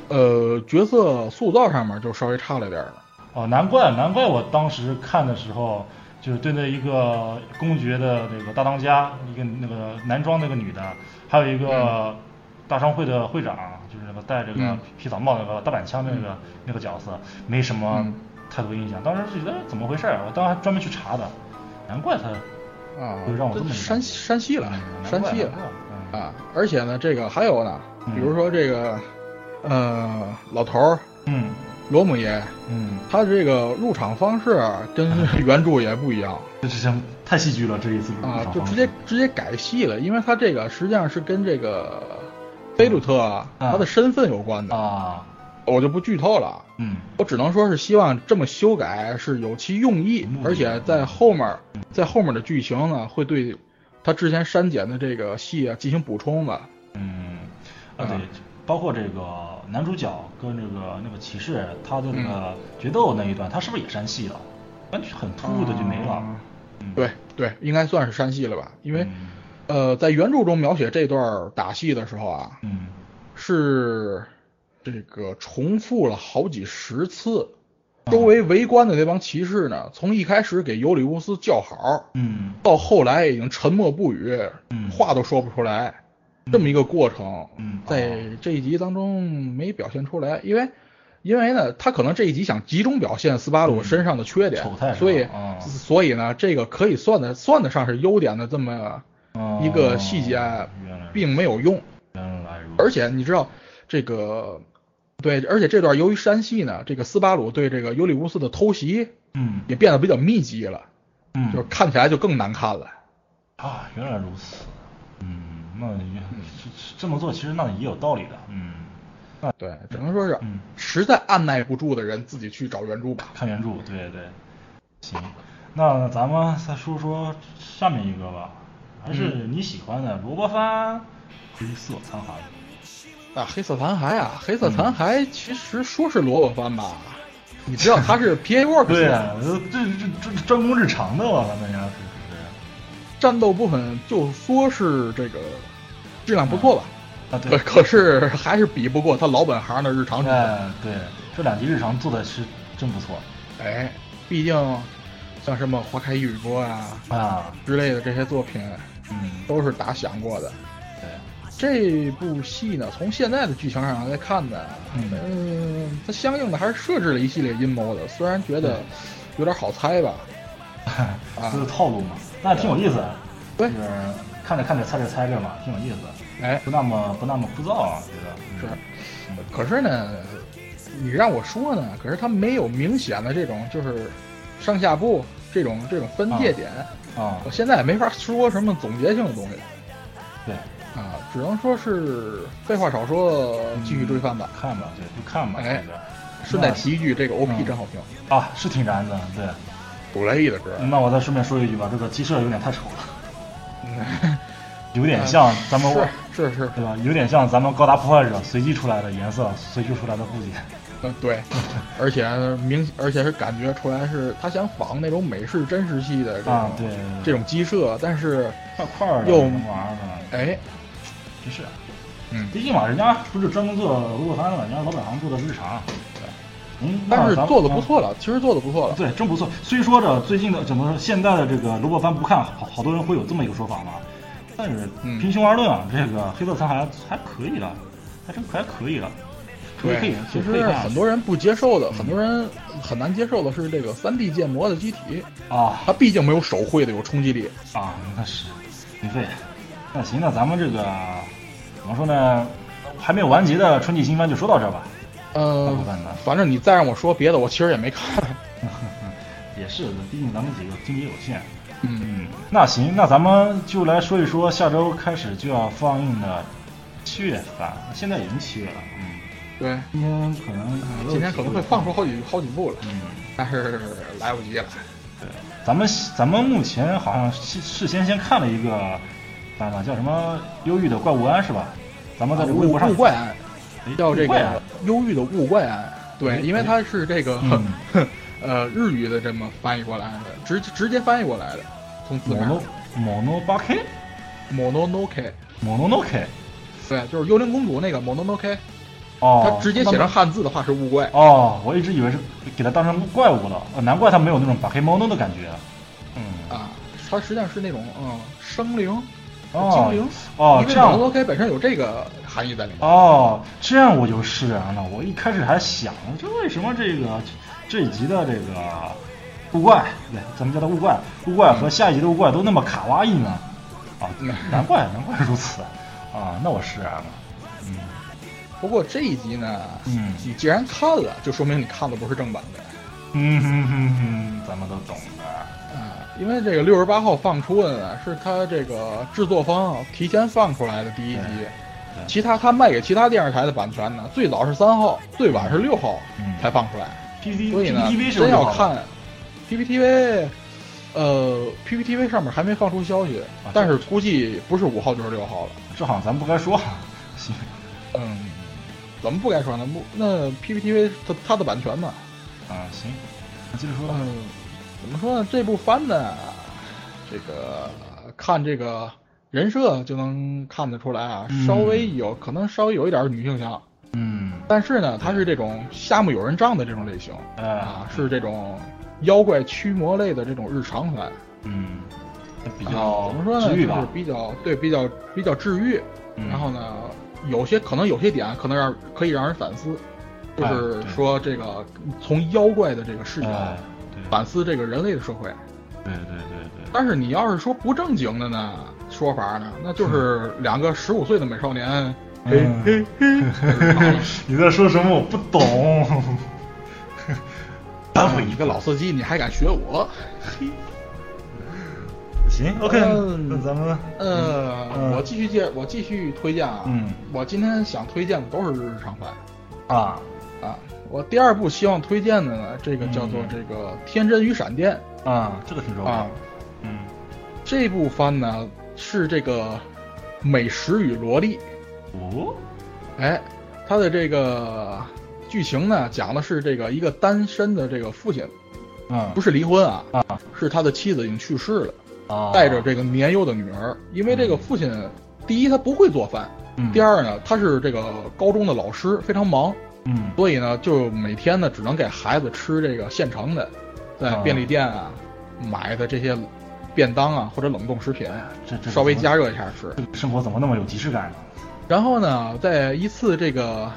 呃，角色塑造上面就稍微差了点儿了。
哦，难怪难怪我当时看的时候，就是对那一个公爵的那个大当家，一个那个男装那个女的，还有一个大商会的会长，就是那个戴这个
嗯
皮草帽那个大板枪那个、那个角色，没什么
嗯
太多印象。当时是觉得哎怎么回事儿，我当时还专门去查的，难怪他
啊
就让我这么一
山西山西了，
嗯
山西
难怪
了
难怪
啊！而且呢，这个还有呢，
嗯
比如说这个，呃，老头儿
嗯
罗姆爷，
嗯，
他这个入场方式跟 *laughs* 原著也不一样
这是什么太戏剧了，这一次
啊，就直接直接改戏了，因为他这个实际上是跟这个菲鲁特啊
啊
他的身份有关的，
啊，
我就不剧透了。
嗯
我只能说是希望这么修改是有其用意
目，的嗯
而且在后面儿，在后面的剧情呢，会对他之前删减的这个戏啊进行补充的。
嗯啊
啊
对，包括这个男主角跟这个那个骑士他的那个决斗那一段，他是不是也删戏了？完全很突兀的就没了。
啊
嗯
对对，应该算是删戏了吧？因为
嗯，
呃，在原著中描写这段打戏的时候啊，
嗯
是这个重复了好几十次。周围围观的那帮骑士呢，从一开始给尤里乌斯叫好，
嗯
到后来已经沉默不语，
嗯
话都说不出来，这么一个过程，
嗯
在这一集当中没表现出来，因为因为呢，他可能这一集想集中表现斯巴鲁身上的缺点，
嗯丑态是吧
所以、
嗯
所以呢，这个可以算得算得上是优点的这么
哦
一个细节，啊
原来是
并没有用，
原来如此，
而且你知道这个。对，而且这段由于山戏呢，这个斯巴鲁对这个尤里乌斯的偷袭
嗯
也变得比较密集了，
嗯
就是看起来就更难看了。
啊，原来如此。嗯，那也这这么做其实那也有道理的。嗯，
对，只能说是
嗯
实在按耐不住的人自己去找原著吧。
看原著，对对。行，那咱们再说说下面一个吧，还
嗯
是你喜欢的罗伯帆《黑色残骸》。
啊，黑色残骸
嗯
啊，黑色残骸其实说是萝卜番吧，你知道
*laughs*
它是 PA Works
对
的
啊，这这这这专攻日常的吧，咱们家是
战斗部分，就说是这个质量不错吧，
是
可
啊，
可是还是比不过它老本行的日常
对，
主义。
哎对，这两集日常做的是真不错
哎，毕竟像什么《花开一雨波》啊
啊，
之类的这些作品，
嗯，
都是打响过的。
对，
这部戏呢，从现在的剧情上来看呢，
嗯
嗯，它相应的还是设置了一系列阴谋的，虽然觉得有点好猜吧，
这是套路嘛，但是挺有意思，啊就
啊对
是看着看着猜着猜着嘛，挺有意思的，
哎，
不那么不那么枯燥啊，觉得嗯
是，可是呢，你让我说呢，可是它没有明显的这种就是上下部这种这种分界点，
啊
我，现在也没法说什么总结性的东西
对，
啊，只能说是废话少说，继续追番吧。
看吧，对，就看吧，
哎
这个
顺带提一句，这个 OP
嗯
真好听，
啊，是挺燃的，对。
古雷伊的歌，
那我再顺便说一句吧，这个鸡舍有点太丑了，
*laughs* 嗯
有点像咱们
是是是，
*laughs* 对吧？有点像咱们高达破坏者随机出来的颜色，随机出来的布景。
嗯，
*laughs*
对，而且明，而且是感觉出来是他想仿那种美式真实系的这种、
啊对对对
这种鸡舍，但是，
块块儿的
又
能玩的，
哎，
真是。
嗯，
毕竟嘛，人家不是专门做如果翻的嘛，人家老本行做的日常。对，嗯，
但
那
是
咱们
做的不错了，其实做的不错了，
对，真不错。虽说着最近的怎么说，现在的这个萝卜番不看好，好多人会有这么一个说法嘛。但是
嗯
平胸而论啊，这个黑色残骸还可以了，还真还可以了，可以可以，
其
可以
实
看
很多人不接
嗯
受的，很多人很难接受的是这个三 D 建模的机体，
啊
它毕竟没有手绘的有冲击力，
啊，那是免费。那行，那咱们这个怎么说呢？还没有完结的春季新番就说到这儿吧。
嗯、
大部分呢
反正你再让我说别的，我其实也没看， *laughs*
也是，毕竟咱们几个精力有限。
嗯，
嗯，那行，那咱们就来说一说下周开始就要放映的七月番。现在已经七月了，嗯，
对，
今天可能
今天可能会放出。好几好几部了，
嗯，
但是来不及了，
对，咱们咱们目前好像事事先先看了一个版本，叫什么《忧郁的怪物安》是吧？咱们在这个微博上
啊物怪案。
哎
叫这
怪啊
个忧郁的物怪案。
哎
对，因为它是这个、
嗯
*laughs* 呃日语的这么翻译过来的，直直接翻译过来的，从字面
mono mono b a k
mononoke，
mononoke
对，就是幽灵公主那个 mononoke，、
哦，
它直接写成汉字的话是物怪。
哦，我一直以为是给它当成怪物了，呃难怪它没有那种 b a k mono 的感觉。啊嗯，
啊，它实际上是那种嗯生灵、
哦
啊精灵
哦
因为
这样
mononoke 本身有这个含义在里面。
哦，这样我就释然了。我一开始还想，这为什么这个这一集的这个物怪，对，咱们叫它物怪，物怪和下一集的物怪都那么卡哇伊呢？啊
嗯，
难怪，难怪如此啊！那我释然了。嗯，
不过这一集呢，
嗯
你既然看了，就说明你看的不是正版的
嗯哼哼哼，咱们都懂的。
啊、因为这个六十八号放出的呢，是他这个制作方提前放出来的第一集
对，对
其他他卖给其他电视台的版权呢，最早是三号，最晚是六号
嗯
才放出来。
P P
所以
P
呢
嗯 T V，是
真
不是
要
好
看 PPTV，呃，PPTV 上面还没放出消息，
啊
但是估计不是五号就是六号了。
这好像咱不该说。行
嗯，怎么不该说呢？不，那 PPTV 它它的版权嘛。
啊，行，那接着说吧。
嗯，怎么说呢？这部番呢，这个看这个人设就能看得出来啊，
嗯
稍微有可能稍微有一点女性向，
嗯，
但是呢，它是这种瞎目有人帐的这种类型
呃
啊，，是这种妖怪驱魔类的这种日常番。
嗯，比
啊
较
怎么说呢？
治愈
就是
吧。
比较对，比较比较治愈。
嗯
然后呢，有些可能有些点可能让可以让人反思，就
哎
是
对
说这个从妖怪的这个视角
哎，对
反思这个人类的社会。
对对对对，
但是你要是说不正经的呢说法呢，那就是两个十五岁的美少年，嘿
嗯
嘿嘿，
你在说什么？我不
*laughs*
懂。
打
耽误
你个老司机，你还敢学我？
行，OK，
嗯
那咱们
呃，
嗯
我继续介，我继续推荐啊。
嗯
我今天想推荐的都是日常番。
啊，
啊，我第二部希望推荐的呢，这个叫做
嗯
这个《天真与闪电
啊，这个听说》
啊
过，，嗯，
这部番呢是这个美食与萝莉，
哦，
哎，它的这个剧情呢讲的是这个一个单身的这个父亲，
嗯，
不
是
是离婚啊，
啊
是他的妻子已经去世了，
啊，
带着这个年幼的女儿，因为这个父亲第一他不会做饭，
嗯
第，二呢他是这个高中的老师，非常忙，
嗯，
所以呢，就每天呢只能给孩子吃这个现成的，在
啊
便利店啊买的这些便当啊或者冷冻食品，
这这
稍微
怎么嗯
加热一下吃
这。个生活怎么那么有即视感呢？
然后呢，在一次这个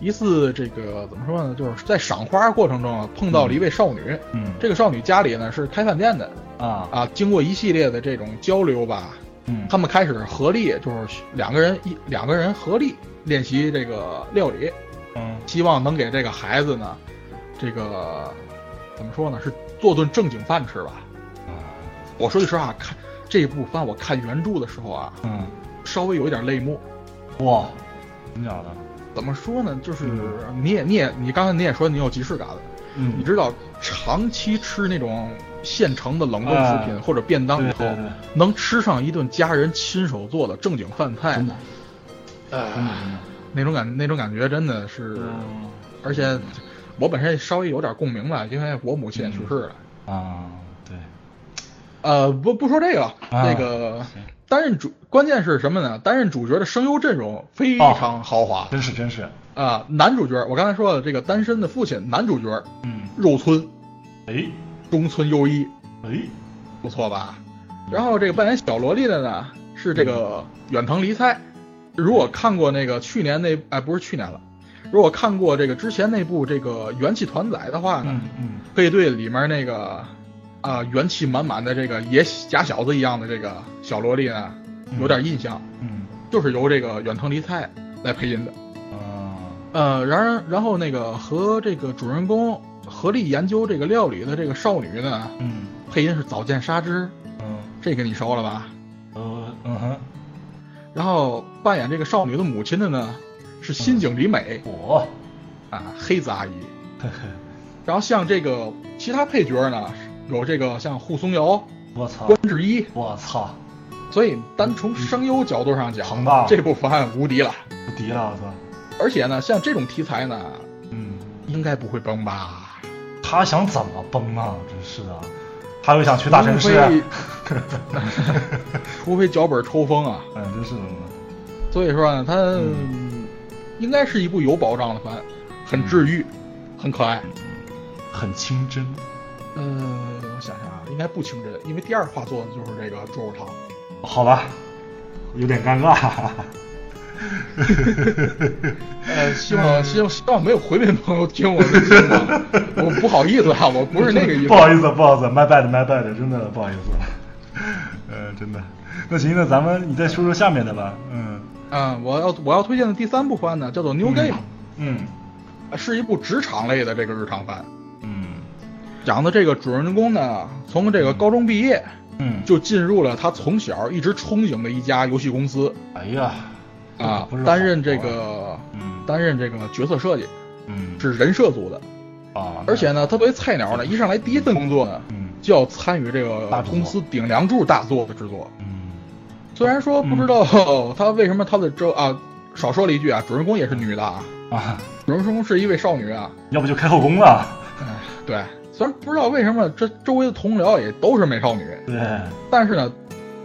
一次这个怎么说呢，就是在赏花过程中啊，碰到了一位少女。
嗯，
这个少女家里呢是开饭店的
啊，
啊，经过一系列的这种交流吧，
嗯，
他们开始合力，就是两个人一两个人合力练习这个料理。
嗯
希望能给这个孩子呢，这个怎么说呢，是做顿正经饭吃吧。我说句实话，看这部番我看原著的时候啊，
嗯，
稍微有一点泪目。
哇，真假的？
怎么说呢？就是
嗯
你也你也你刚才你也说你有即视感了，
嗯，
你知道长期吃那种现成的冷冻食
哎
品或者便当以后
对对对，
能吃上一顿家人亲手做的正经饭菜
真，的，哎真的真的，
那种感那种感觉真的是，
嗯
而且我本身也稍微有点共鸣吧，因为我母亲也去世了。
啊，对，
呃，不不说这个了，
啊
那个
行
担任主关键是什么呢？担任主角的声优阵容非常豪华啊、啊
真是真是，
男主角我刚才说的这个单身的父亲，男主角
嗯，
肉村
哎
中村优一，
哎，
不错吧？然后这个扮演小萝莉的呢是这个远藤梨菜。如果看过那个去年那哎不是去年了，如果看过这个之前那部这个元气团仔的话呢，
嗯嗯，
可以对里面那个啊、元气满满的这个野假小子一样的这个小萝莉呢，有点印象，
嗯
就是由这个远藤梨菜来配音的。
啊，
呃，然而然后那个和这个主人公合力研究这个料理的这个少女呢，
嗯
配音是早见纱织，
嗯
这个你熟了吧？
呃嗯哼，
然后扮演这个少女的母亲的呢是新井里美
我，
啊，黑子阿姨。然后像这个其他配角呢，有这个像护松遥、
我操，
关智一。
我操，
所以单从声优角度上讲，
庞大
这部方案无敌了。
不敌了，我操，
而且呢，像这种题材呢，
嗯，
应该不会崩吧？
他想怎么崩啊？真是的，他又想去大城市，
除非脚本抽风啊。
嗯，真是的，
所以说呢，它应该是一部有保障的番，很治愈，很可爱。
很清真，
嗯，我想想啊，应该不清真，因为第二话做的就是这个桌肉汤。
好吧，有点尴尬。 *laughs*
呃，希望希望希望没有回民朋友听我的节目，我不好意思啊，我不是那个意思。
不好意思，不好意思，my bad，my bad，真的 *laughs* 不好意思。呃，真的。那行，那咱们你再说说下面的吧。嗯，
嗯，我要我要推荐的第三部番呢，叫做《New Game 呃
嗯》，
是一部职场类的这个日常番，
嗯
讲的这个主人公呢，从这个高中毕业
嗯，
就进入了他从小一直憧憬的一家游戏公司
哎呀，
啊
不是，
担任
好
这个
嗯
担任这个角色设计，
嗯
是人设组的。
啊，
而且呢，他作为菜鸟呢，一上来第一份工作呢，
嗯
就要参与这
大
个
制作
公司顶梁柱大作的制作。
嗯
虽然说不知道 *laughs* 他为什么他的这啊，少说了一句啊，主人公也是女的啊，
啊，
主人公是一位少女啊，
要不就开后宫了，
哎，对，虽然不知道为什么这周围的同僚也都是美少女，
对，
但是呢，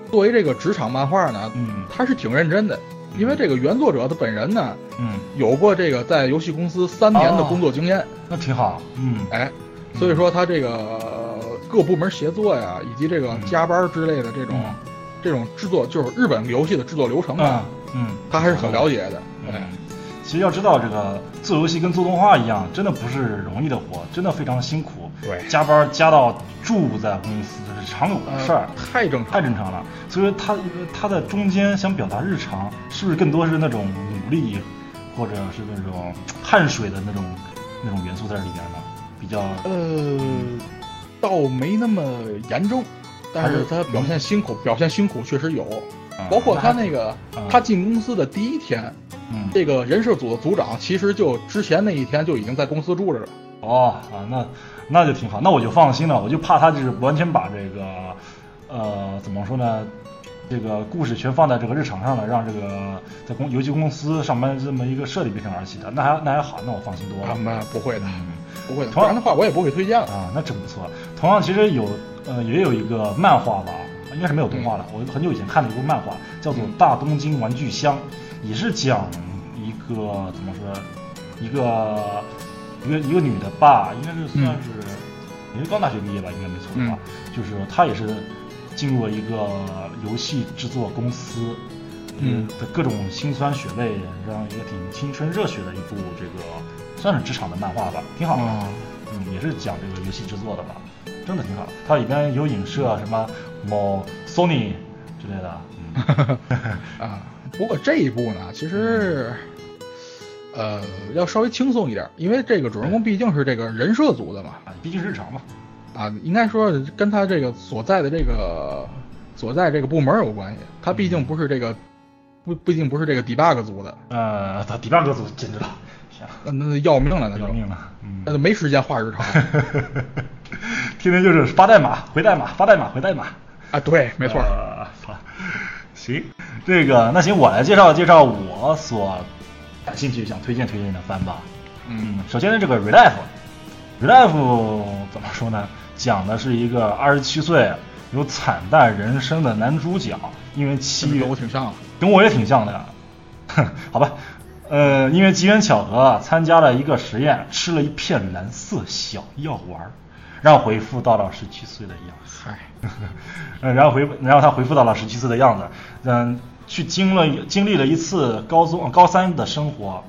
作为这个职场漫画呢，
嗯
他是挺认真的，因为这个原作者他本人呢
嗯，
有过这个在游戏公司三年的工作经验，
那挺好，嗯
哎，所以说他这个呃各部门协作呀，以及这个加班之类的这种、
嗯
这种制作，就是日本游戏的制作流程啊
啊，嗯，
他还是很了解的。哎
嗯，其实要知道，这个做游戏跟做动画一样，真的不是容易的活，真的非常辛苦。
对
加班加到住在公司，这是常有的事儿
呃，太正常
太。正常了。所以说他他在中间想表达日常，是不是更多是那种努力，或者是那种汗水的那种那种元素在里边呢？比较
呃，倒没那么严重，但是他表现辛苦，表现辛苦确实有。包括他那，啊个
嗯，
他进公司的第一天，
嗯，
这个人事组的组长其实就之前那一天就已经在公司住着了。
哦啊，那那就挺好，那我就放心了。我就怕他就是完全把这个，呃，怎么说呢，这个故事全放在这个日常上了，让这个在公游戏公司上班这么一个设定变成儿戏的，那还那还好，那我放心多了。
啊，没不会的，
嗯
不会的，不
同样
然的话我也不会推荐了。
啊，那真不错。同样，其实有呃也有一个漫画吧，应该是没有动画了。我很久以前看了一部漫画，叫做
嗯
《大东京玩具箱》，也是讲一个怎么说，一个一个一个女的吧，应该是算
嗯
是、也是刚大学毕业吧，应该没错的话，就是说她也是进入了一个游戏制作公司。
嗯
的各种辛酸血泪，让也挺青春热血的一部这个算是职场的漫画吧，挺好的。
啊，
嗯，也是讲这个游戏制作的吧，真的挺好的。它里边有影射啊什么某 Sony 之类的，嗯，
啊，不过这一部呢，其实，呃，要稍微轻松一点，因为这个主人公毕竟是这个人设组的嘛，
啊毕竟是日常嘛。
啊，应该说跟他这个所在的这个所在这个部门有关系，他毕竟不是这个。不，毕竟不是这个 debug 组的，
呃，他 debug 组简直了，天啊
那那要命了，
要
那就
啊命了，
那
嗯，
就没时间画日常
*laughs* 天天就是发代码、回代码、发代码、回代码，
啊。对，没错，
呃好行，这个那行，我来介绍介绍我所感兴趣、想推荐推荐的番吧。
嗯
嗯，首先呢，这个 Relife，Relife 怎么说呢？讲的是一个二十七岁有惨淡人生的男主角，因为
这
七
个
月
跟我挺像的。
跟我也挺像的，哼， *laughs* 好吧，呃，因为机缘巧合啊，参加了一个实验，吃了一片蓝色小药丸儿，让回复到了十七岁的样子。
嗨，
*laughs* 呃，然后回，然后他回复到了十七岁的样子，嗯，去经了经历了一次高中高三的生活，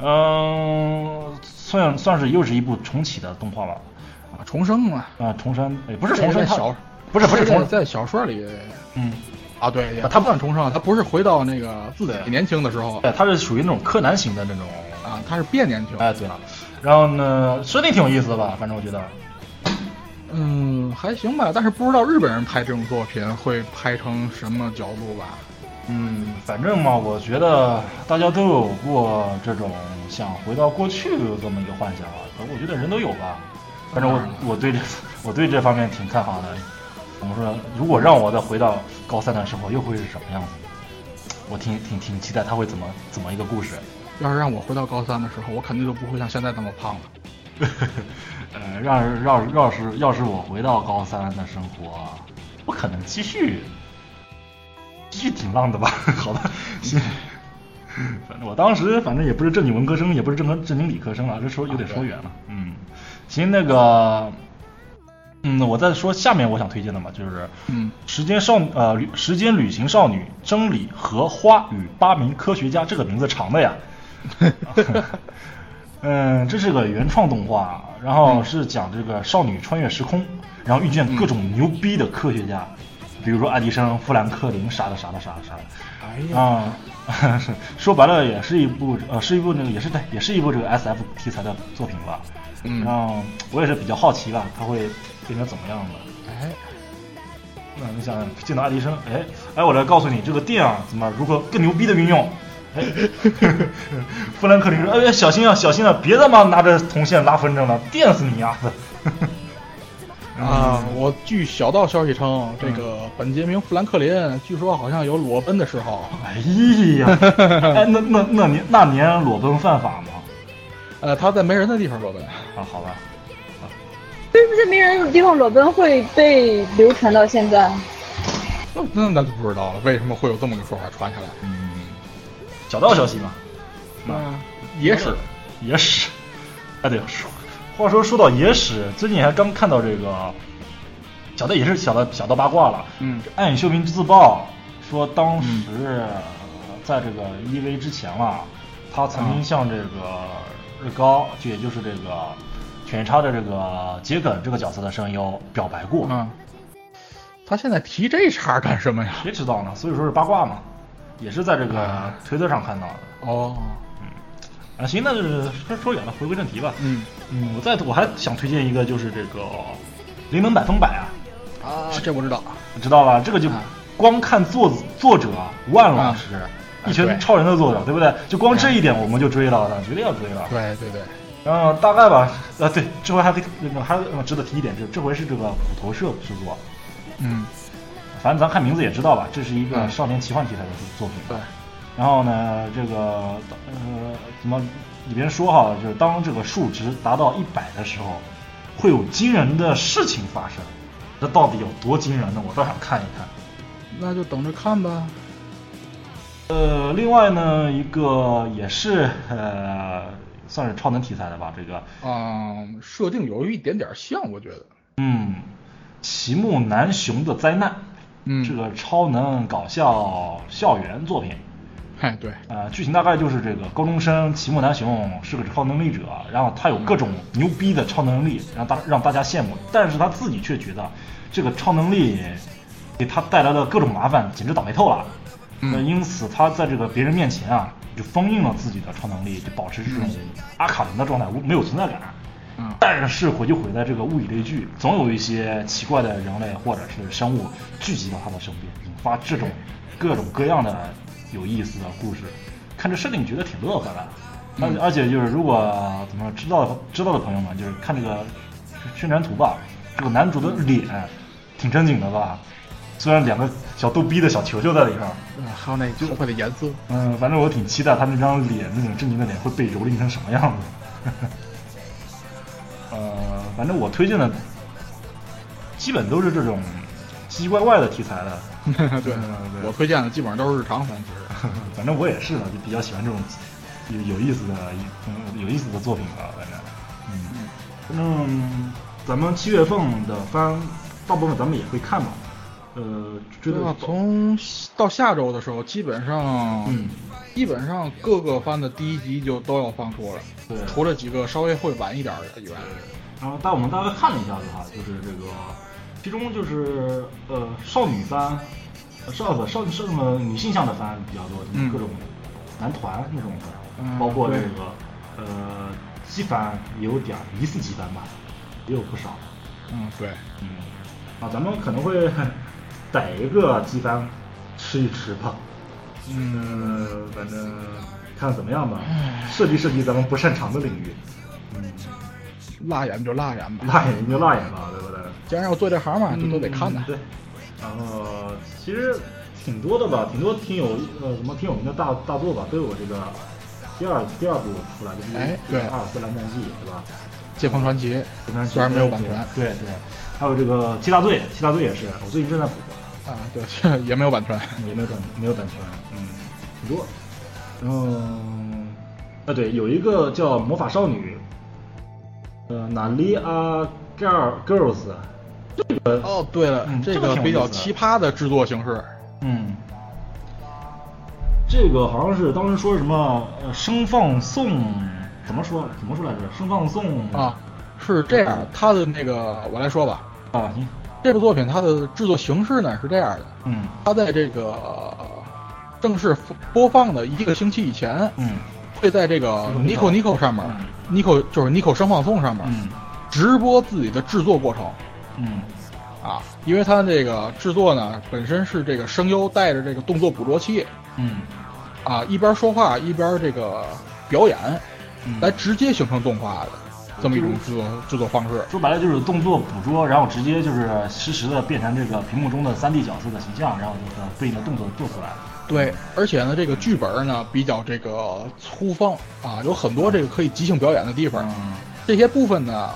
嗯、算算是又是一部重启的动画吧，
啊，重生嘛，
啊、重生，哎，不是
这
重
个
生，
在
它
小，
不是不是
这个
重生，
在小说里
嗯，
啊，对，也他不算重生，他不是回到那个自己年轻的时候
对，哎它是属于那种柯南型的那种，
啊，他是变年轻。
哎，对了，然后呢，设定挺有意思的吧，反正我觉得，
嗯，还行吧，但是不知道日本人拍这种作品会拍成什么角度吧？
嗯，反正嘛，我觉得大家都有过这种想回到过去的这么一个幻想啊，可我觉得人都有吧。反正我
当然了
我对这 *laughs* 我对这方面挺看好的。怎么说？如果让我再回到高三的时候，又会是什么样子？我挺挺挺期待他会怎么怎么一个故事。
要是让我回到高三的时候，我肯定就不会像现在那么胖了。
*laughs* 呃，让让要是要是我回到高三的生活，我可能继续继续挺浪的吧？ *laughs* 好吧，行。反正我当时反正也不是正经文科生，也不是正科正经理科生了，这说有点说远了。嗯，行，那个，嗯，我再说下面我想推荐的嘛，就是
嗯，
时间少呃，旅时间旅行少女真理和花与八名科学家，这个名字长
*laughs*
的呀。嗯，这是个原创动画，然后是讲这个少女穿越时空，然后遇见各种牛逼的科学家，比如说爱迪生、富兰克林啥的啥的啥的啥的
哎呀，
啊、 *laughs* 是说白了也是一部呃是一部那个也是对也是一部这个 S F 题材的作品吧。
嗯
然后我也是比较好奇吧，它会变成怎么样的。
哎，
那你想见到爱迪生，哎哎，我来告诉你这个电啊，怎么如何更牛逼的运用。哎， *laughs* 富兰克林说：“哎，小心啊，小心啊，别他妈拿着铜线拉风筝了，电死你丫的！”
啊，我据小道消息称，这个本杰明·富兰克林据说好像有裸奔的嗜好。
哎呀，哎，那那那年那年裸奔犯法吗？
呃，他在没人的地方裸奔。
啊，好吧，
为什么在没人的地方裸奔会被流传到现在？
啊
那那那就不知道了，为什么会有这么个说法传下来？
嗯，小道消息嘛，
啊，野史，
野史。哎，对，说话说说到野史，最近还刚看到这个，小道也是小道小道八卦了。
嗯
这暗影秀明自曝说，当时、呃在这个 EV 之前了，他曾
啊
经向这个日高，就也就是这个犬夜叉的这个桔梗这个角色的声优表白过。
啊，他现在提这茬干什么呀？
谁知道呢？所以说是八卦嘛，也是在这
啊
个推特上看到的。
哦，
啊，行，那就是说说远了，回归正题吧。
嗯
嗯，我再我还想推荐一个，就是这个《灵能百分百》啊，
啊，这我知道。
知道吧？这个就
啊
光看作作者万老
啊
师，
啊
一拳
对啊
超人的作者，对不对？就光这一点我们就追了，绝对要追了。
对对对，
然后大概吧，啊
嗯
对，这回还可以那个还呃值得提一点，就这回是这个虎头社制作，
嗯，
反正咱看名字也知道吧，这是一个
嗯
少年奇幻题材的作品。
对，
然后呢，这个呃，怎么里边说哈，就是当这个数值达到一百的时候，会有惊人的事情发生。这到底有多惊人呢？我倒想看一看。
那就等着看吧。
呃，另外呢，一个也是呃，算是超能题材的吧，这个
嗯，设定有一点点像，我觉得。
嗯，齐木楠雄的灾难，
嗯
这个超能搞笑校园作品。
*laughs* 哎，对，
呃，剧情大概就是这个高中生齐木楠雄是个超能力者，然后他有各种牛逼的超能力，让大让大家羡慕，但是他自己却觉得这个超能力给他带来了各种麻烦，简直倒霉透了。
嗯
那因此他在这个别人面前啊，就封印了自己的超能力，就保持这种阿卡林的状态，无没有存在感。
嗯
但是毁就毁在这个物以类聚，总有一些奇怪的人类或者是生物聚集到他的身边，引发这种各种各样的有意思的故事。看这设定觉得挺乐呵的，而、而且就是如果怎么知道知道的朋友们，就是看这个宣传图吧，这个男主的脸挺正经的吧，虽然两个小逗逼的小球球在里边儿，
呃还有那头发的颜
*laughs*
色。
嗯，反正我挺期待他那张脸，那种狰狞的脸会被蹂躏成什么样子。 *laughs* 呃，反正我推荐的基本都是这种奇奇怪怪的题材的。
对
对
我推荐的基本上都是日常啊番，其实。
嗯反正我也是的，就比较喜欢这种有有意思的、嗯有意思的作品吧。反正，嗯，反正咱们七月份的番，大部分咱们也会看嘛。呃，追的
那从西到下周的时候，基本上，
嗯，
基本上各个番的第一集就都要放出了，
对
除了几个稍微会晚一点儿的以外，
然后，但我们大概看了一下子哈，就是这个，其中就是呃少女番，呃少不少少呃女性向的番比较多，就是
嗯
各种男团那种的，
嗯
包括这
对
个呃机番也有点儿疑似机番吧，也有不少。
嗯，对，
嗯，啊，咱们可能会逮一个机番吃一吃吧。嗯，反正看怎么样吧，
嗯
涉及涉及咱们不擅长的领域，嗯
辣眼就辣眼吧，
辣眼就辣眼吧，对不对？
既然要做这行嘛，就都得看的
嗯。对，然后其实挺多的吧，挺多挺有呃什么挺有名的大大作吧，都有这个第二第二部出来，就是
哎
这个
对
阿尔斯兰战记对吧？
剑锋传奇
这边》
虽然没有版权
对对，还有这个七大罪，七大罪也是，我最近正在补，
啊，对， *laughs* 也没有版权。
也没有版没有版权，嗯，挺多。然后啊对，有一个叫魔法少女，呃，哪里啊 girl girls，这个
哦，对了
嗯，这
这
个
个
挺有
比
意
较
思的
奇葩的制作形式，
嗯，这个好像是当时说什么呃生放送，怎么说
啊
怎么说来着？生放送
啊，是这样，他的那个我来说吧，
啊，行，
这部作品它的制作形式呢是这样的，
嗯
它在这个呃正式播放的一个星期以前，
嗯
会在这个 Nico
Nico
Nico 上面，Nico 就是 Nico 声放送上面
嗯
直播自己的制作过程
嗯
啊，因为它这个制作呢本身是这个声优带着这个动作捕捉器
嗯
啊，一边说话一边这个表演，
嗯，
来直接形成动画的这么一种制作制作方式。
说白了就是动作捕捉，然后直接就是实时的变成这个屏幕中的三 D 角色的形象，然后这个对应的动作做出来。
对，而且呢，这个剧本呢比较这个粗放啊，有很多这个可以即兴表演的地方。
嗯
这些部分呢，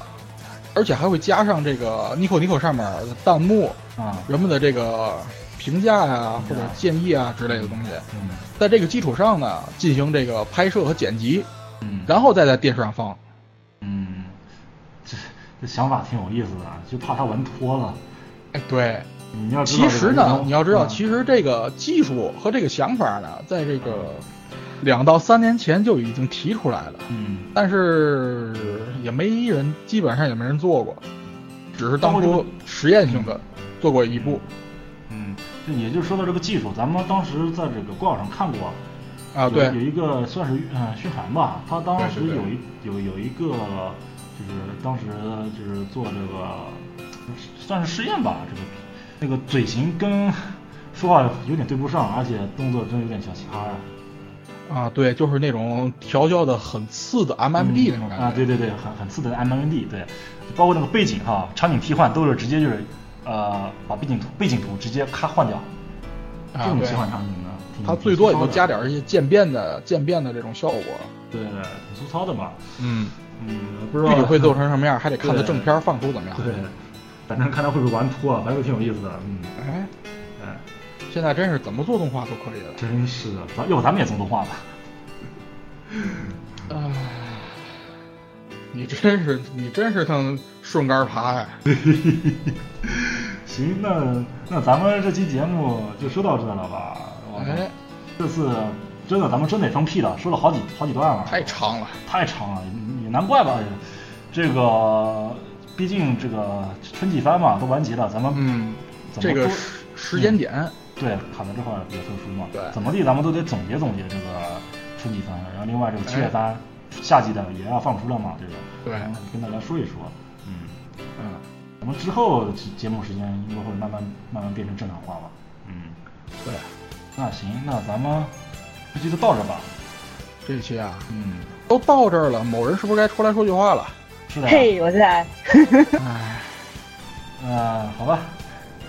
而且还会加上这个 Nico Nico 上面的弹幕、
啊
人们的这个评价呀、或者建议啊之类的东西，
嗯
在这个基础上呢进行这个拍摄和剪辑，
嗯
然后再在电视上放。
嗯，这这想法挺有意思的，啊就怕它玩脱了。
哎，对，
你要知道
其
这个
实呢，
能
你要知道，
嗯
其实这个技术和这个想法呢，在这个两到三年前就已经提出来了，
嗯，
但是也没人，基本上也没人做过，只是当初实验性的做过一步
嗯，就也就是说到这个技术，咱们当时在这个官网上看过
啊。
有有
对，
一个算是嗯宣传吧，他当时
对对对
有一有有一个就是当时就是做这个算是试验吧，这个那个嘴型跟说话有点对不上，而且动作真有点小奇葩呀、
啊，对，就是那种调教的很次的 MMD 那种感觉
啊，对对对，很很次的 MMD，对，包括那个背景哈、场景替换都是直接就是呃把背景图背景图直接咔换掉，这
啊，
种
对
切，换场景呢，挺
它最多也就
挺粗糙的
加。点儿一些渐变的渐变的这种效果。
对，挺粗糙的嘛。
嗯，
嗯，不知
具
道
体会做成什么样，还得看它
对
正片放出怎么样。
对，反正看他会不会玩脱，反正挺有意思的。嗯，
哎，
哎，
现在真是怎么做动画都可以了。
真是的，咱要不咱们也做动画吧？ *laughs*
啊，你真是你真是趟顺杆爬呀！
行，那那咱们这期节目就说到这了吧？我们
哎，
这次真的咱们真得放屁了，说了好几好几段了，
太长了。
太长了，也难怪吧？这个毕竟这个春季番嘛都完结了，咱们
嗯，
怎么
这个
都
时时间点，
对卡在这块儿比较特殊嘛，
对
怎么地咱们都得总结总结这个春季番，然后另外这个七月番、夏季的也要放出了嘛，这个
哎对
然后跟大家说一说，嗯，
嗯，
我们之后的节目时间应该会慢慢慢慢变成正常化吧，嗯，
对，
那行，那咱们这期就到这吧，
嗯这期啊
嗯，
都到这儿了，某人是不是该出来说句话了？
是的，
嘿，我在。
哎，
呃，好吧，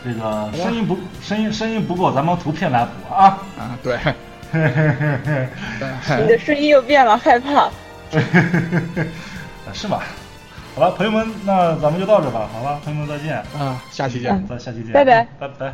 这个声音不声音声音不够，咱们图片来补啊。
*laughs* 啊，对，哎
你的声音又变了，害怕。
*laughs* 是吗？好吧，朋友们，那咱们就到这吧，好吧，朋友们再见，
啊，下期见。
咱下期见，
拜拜，
拜拜。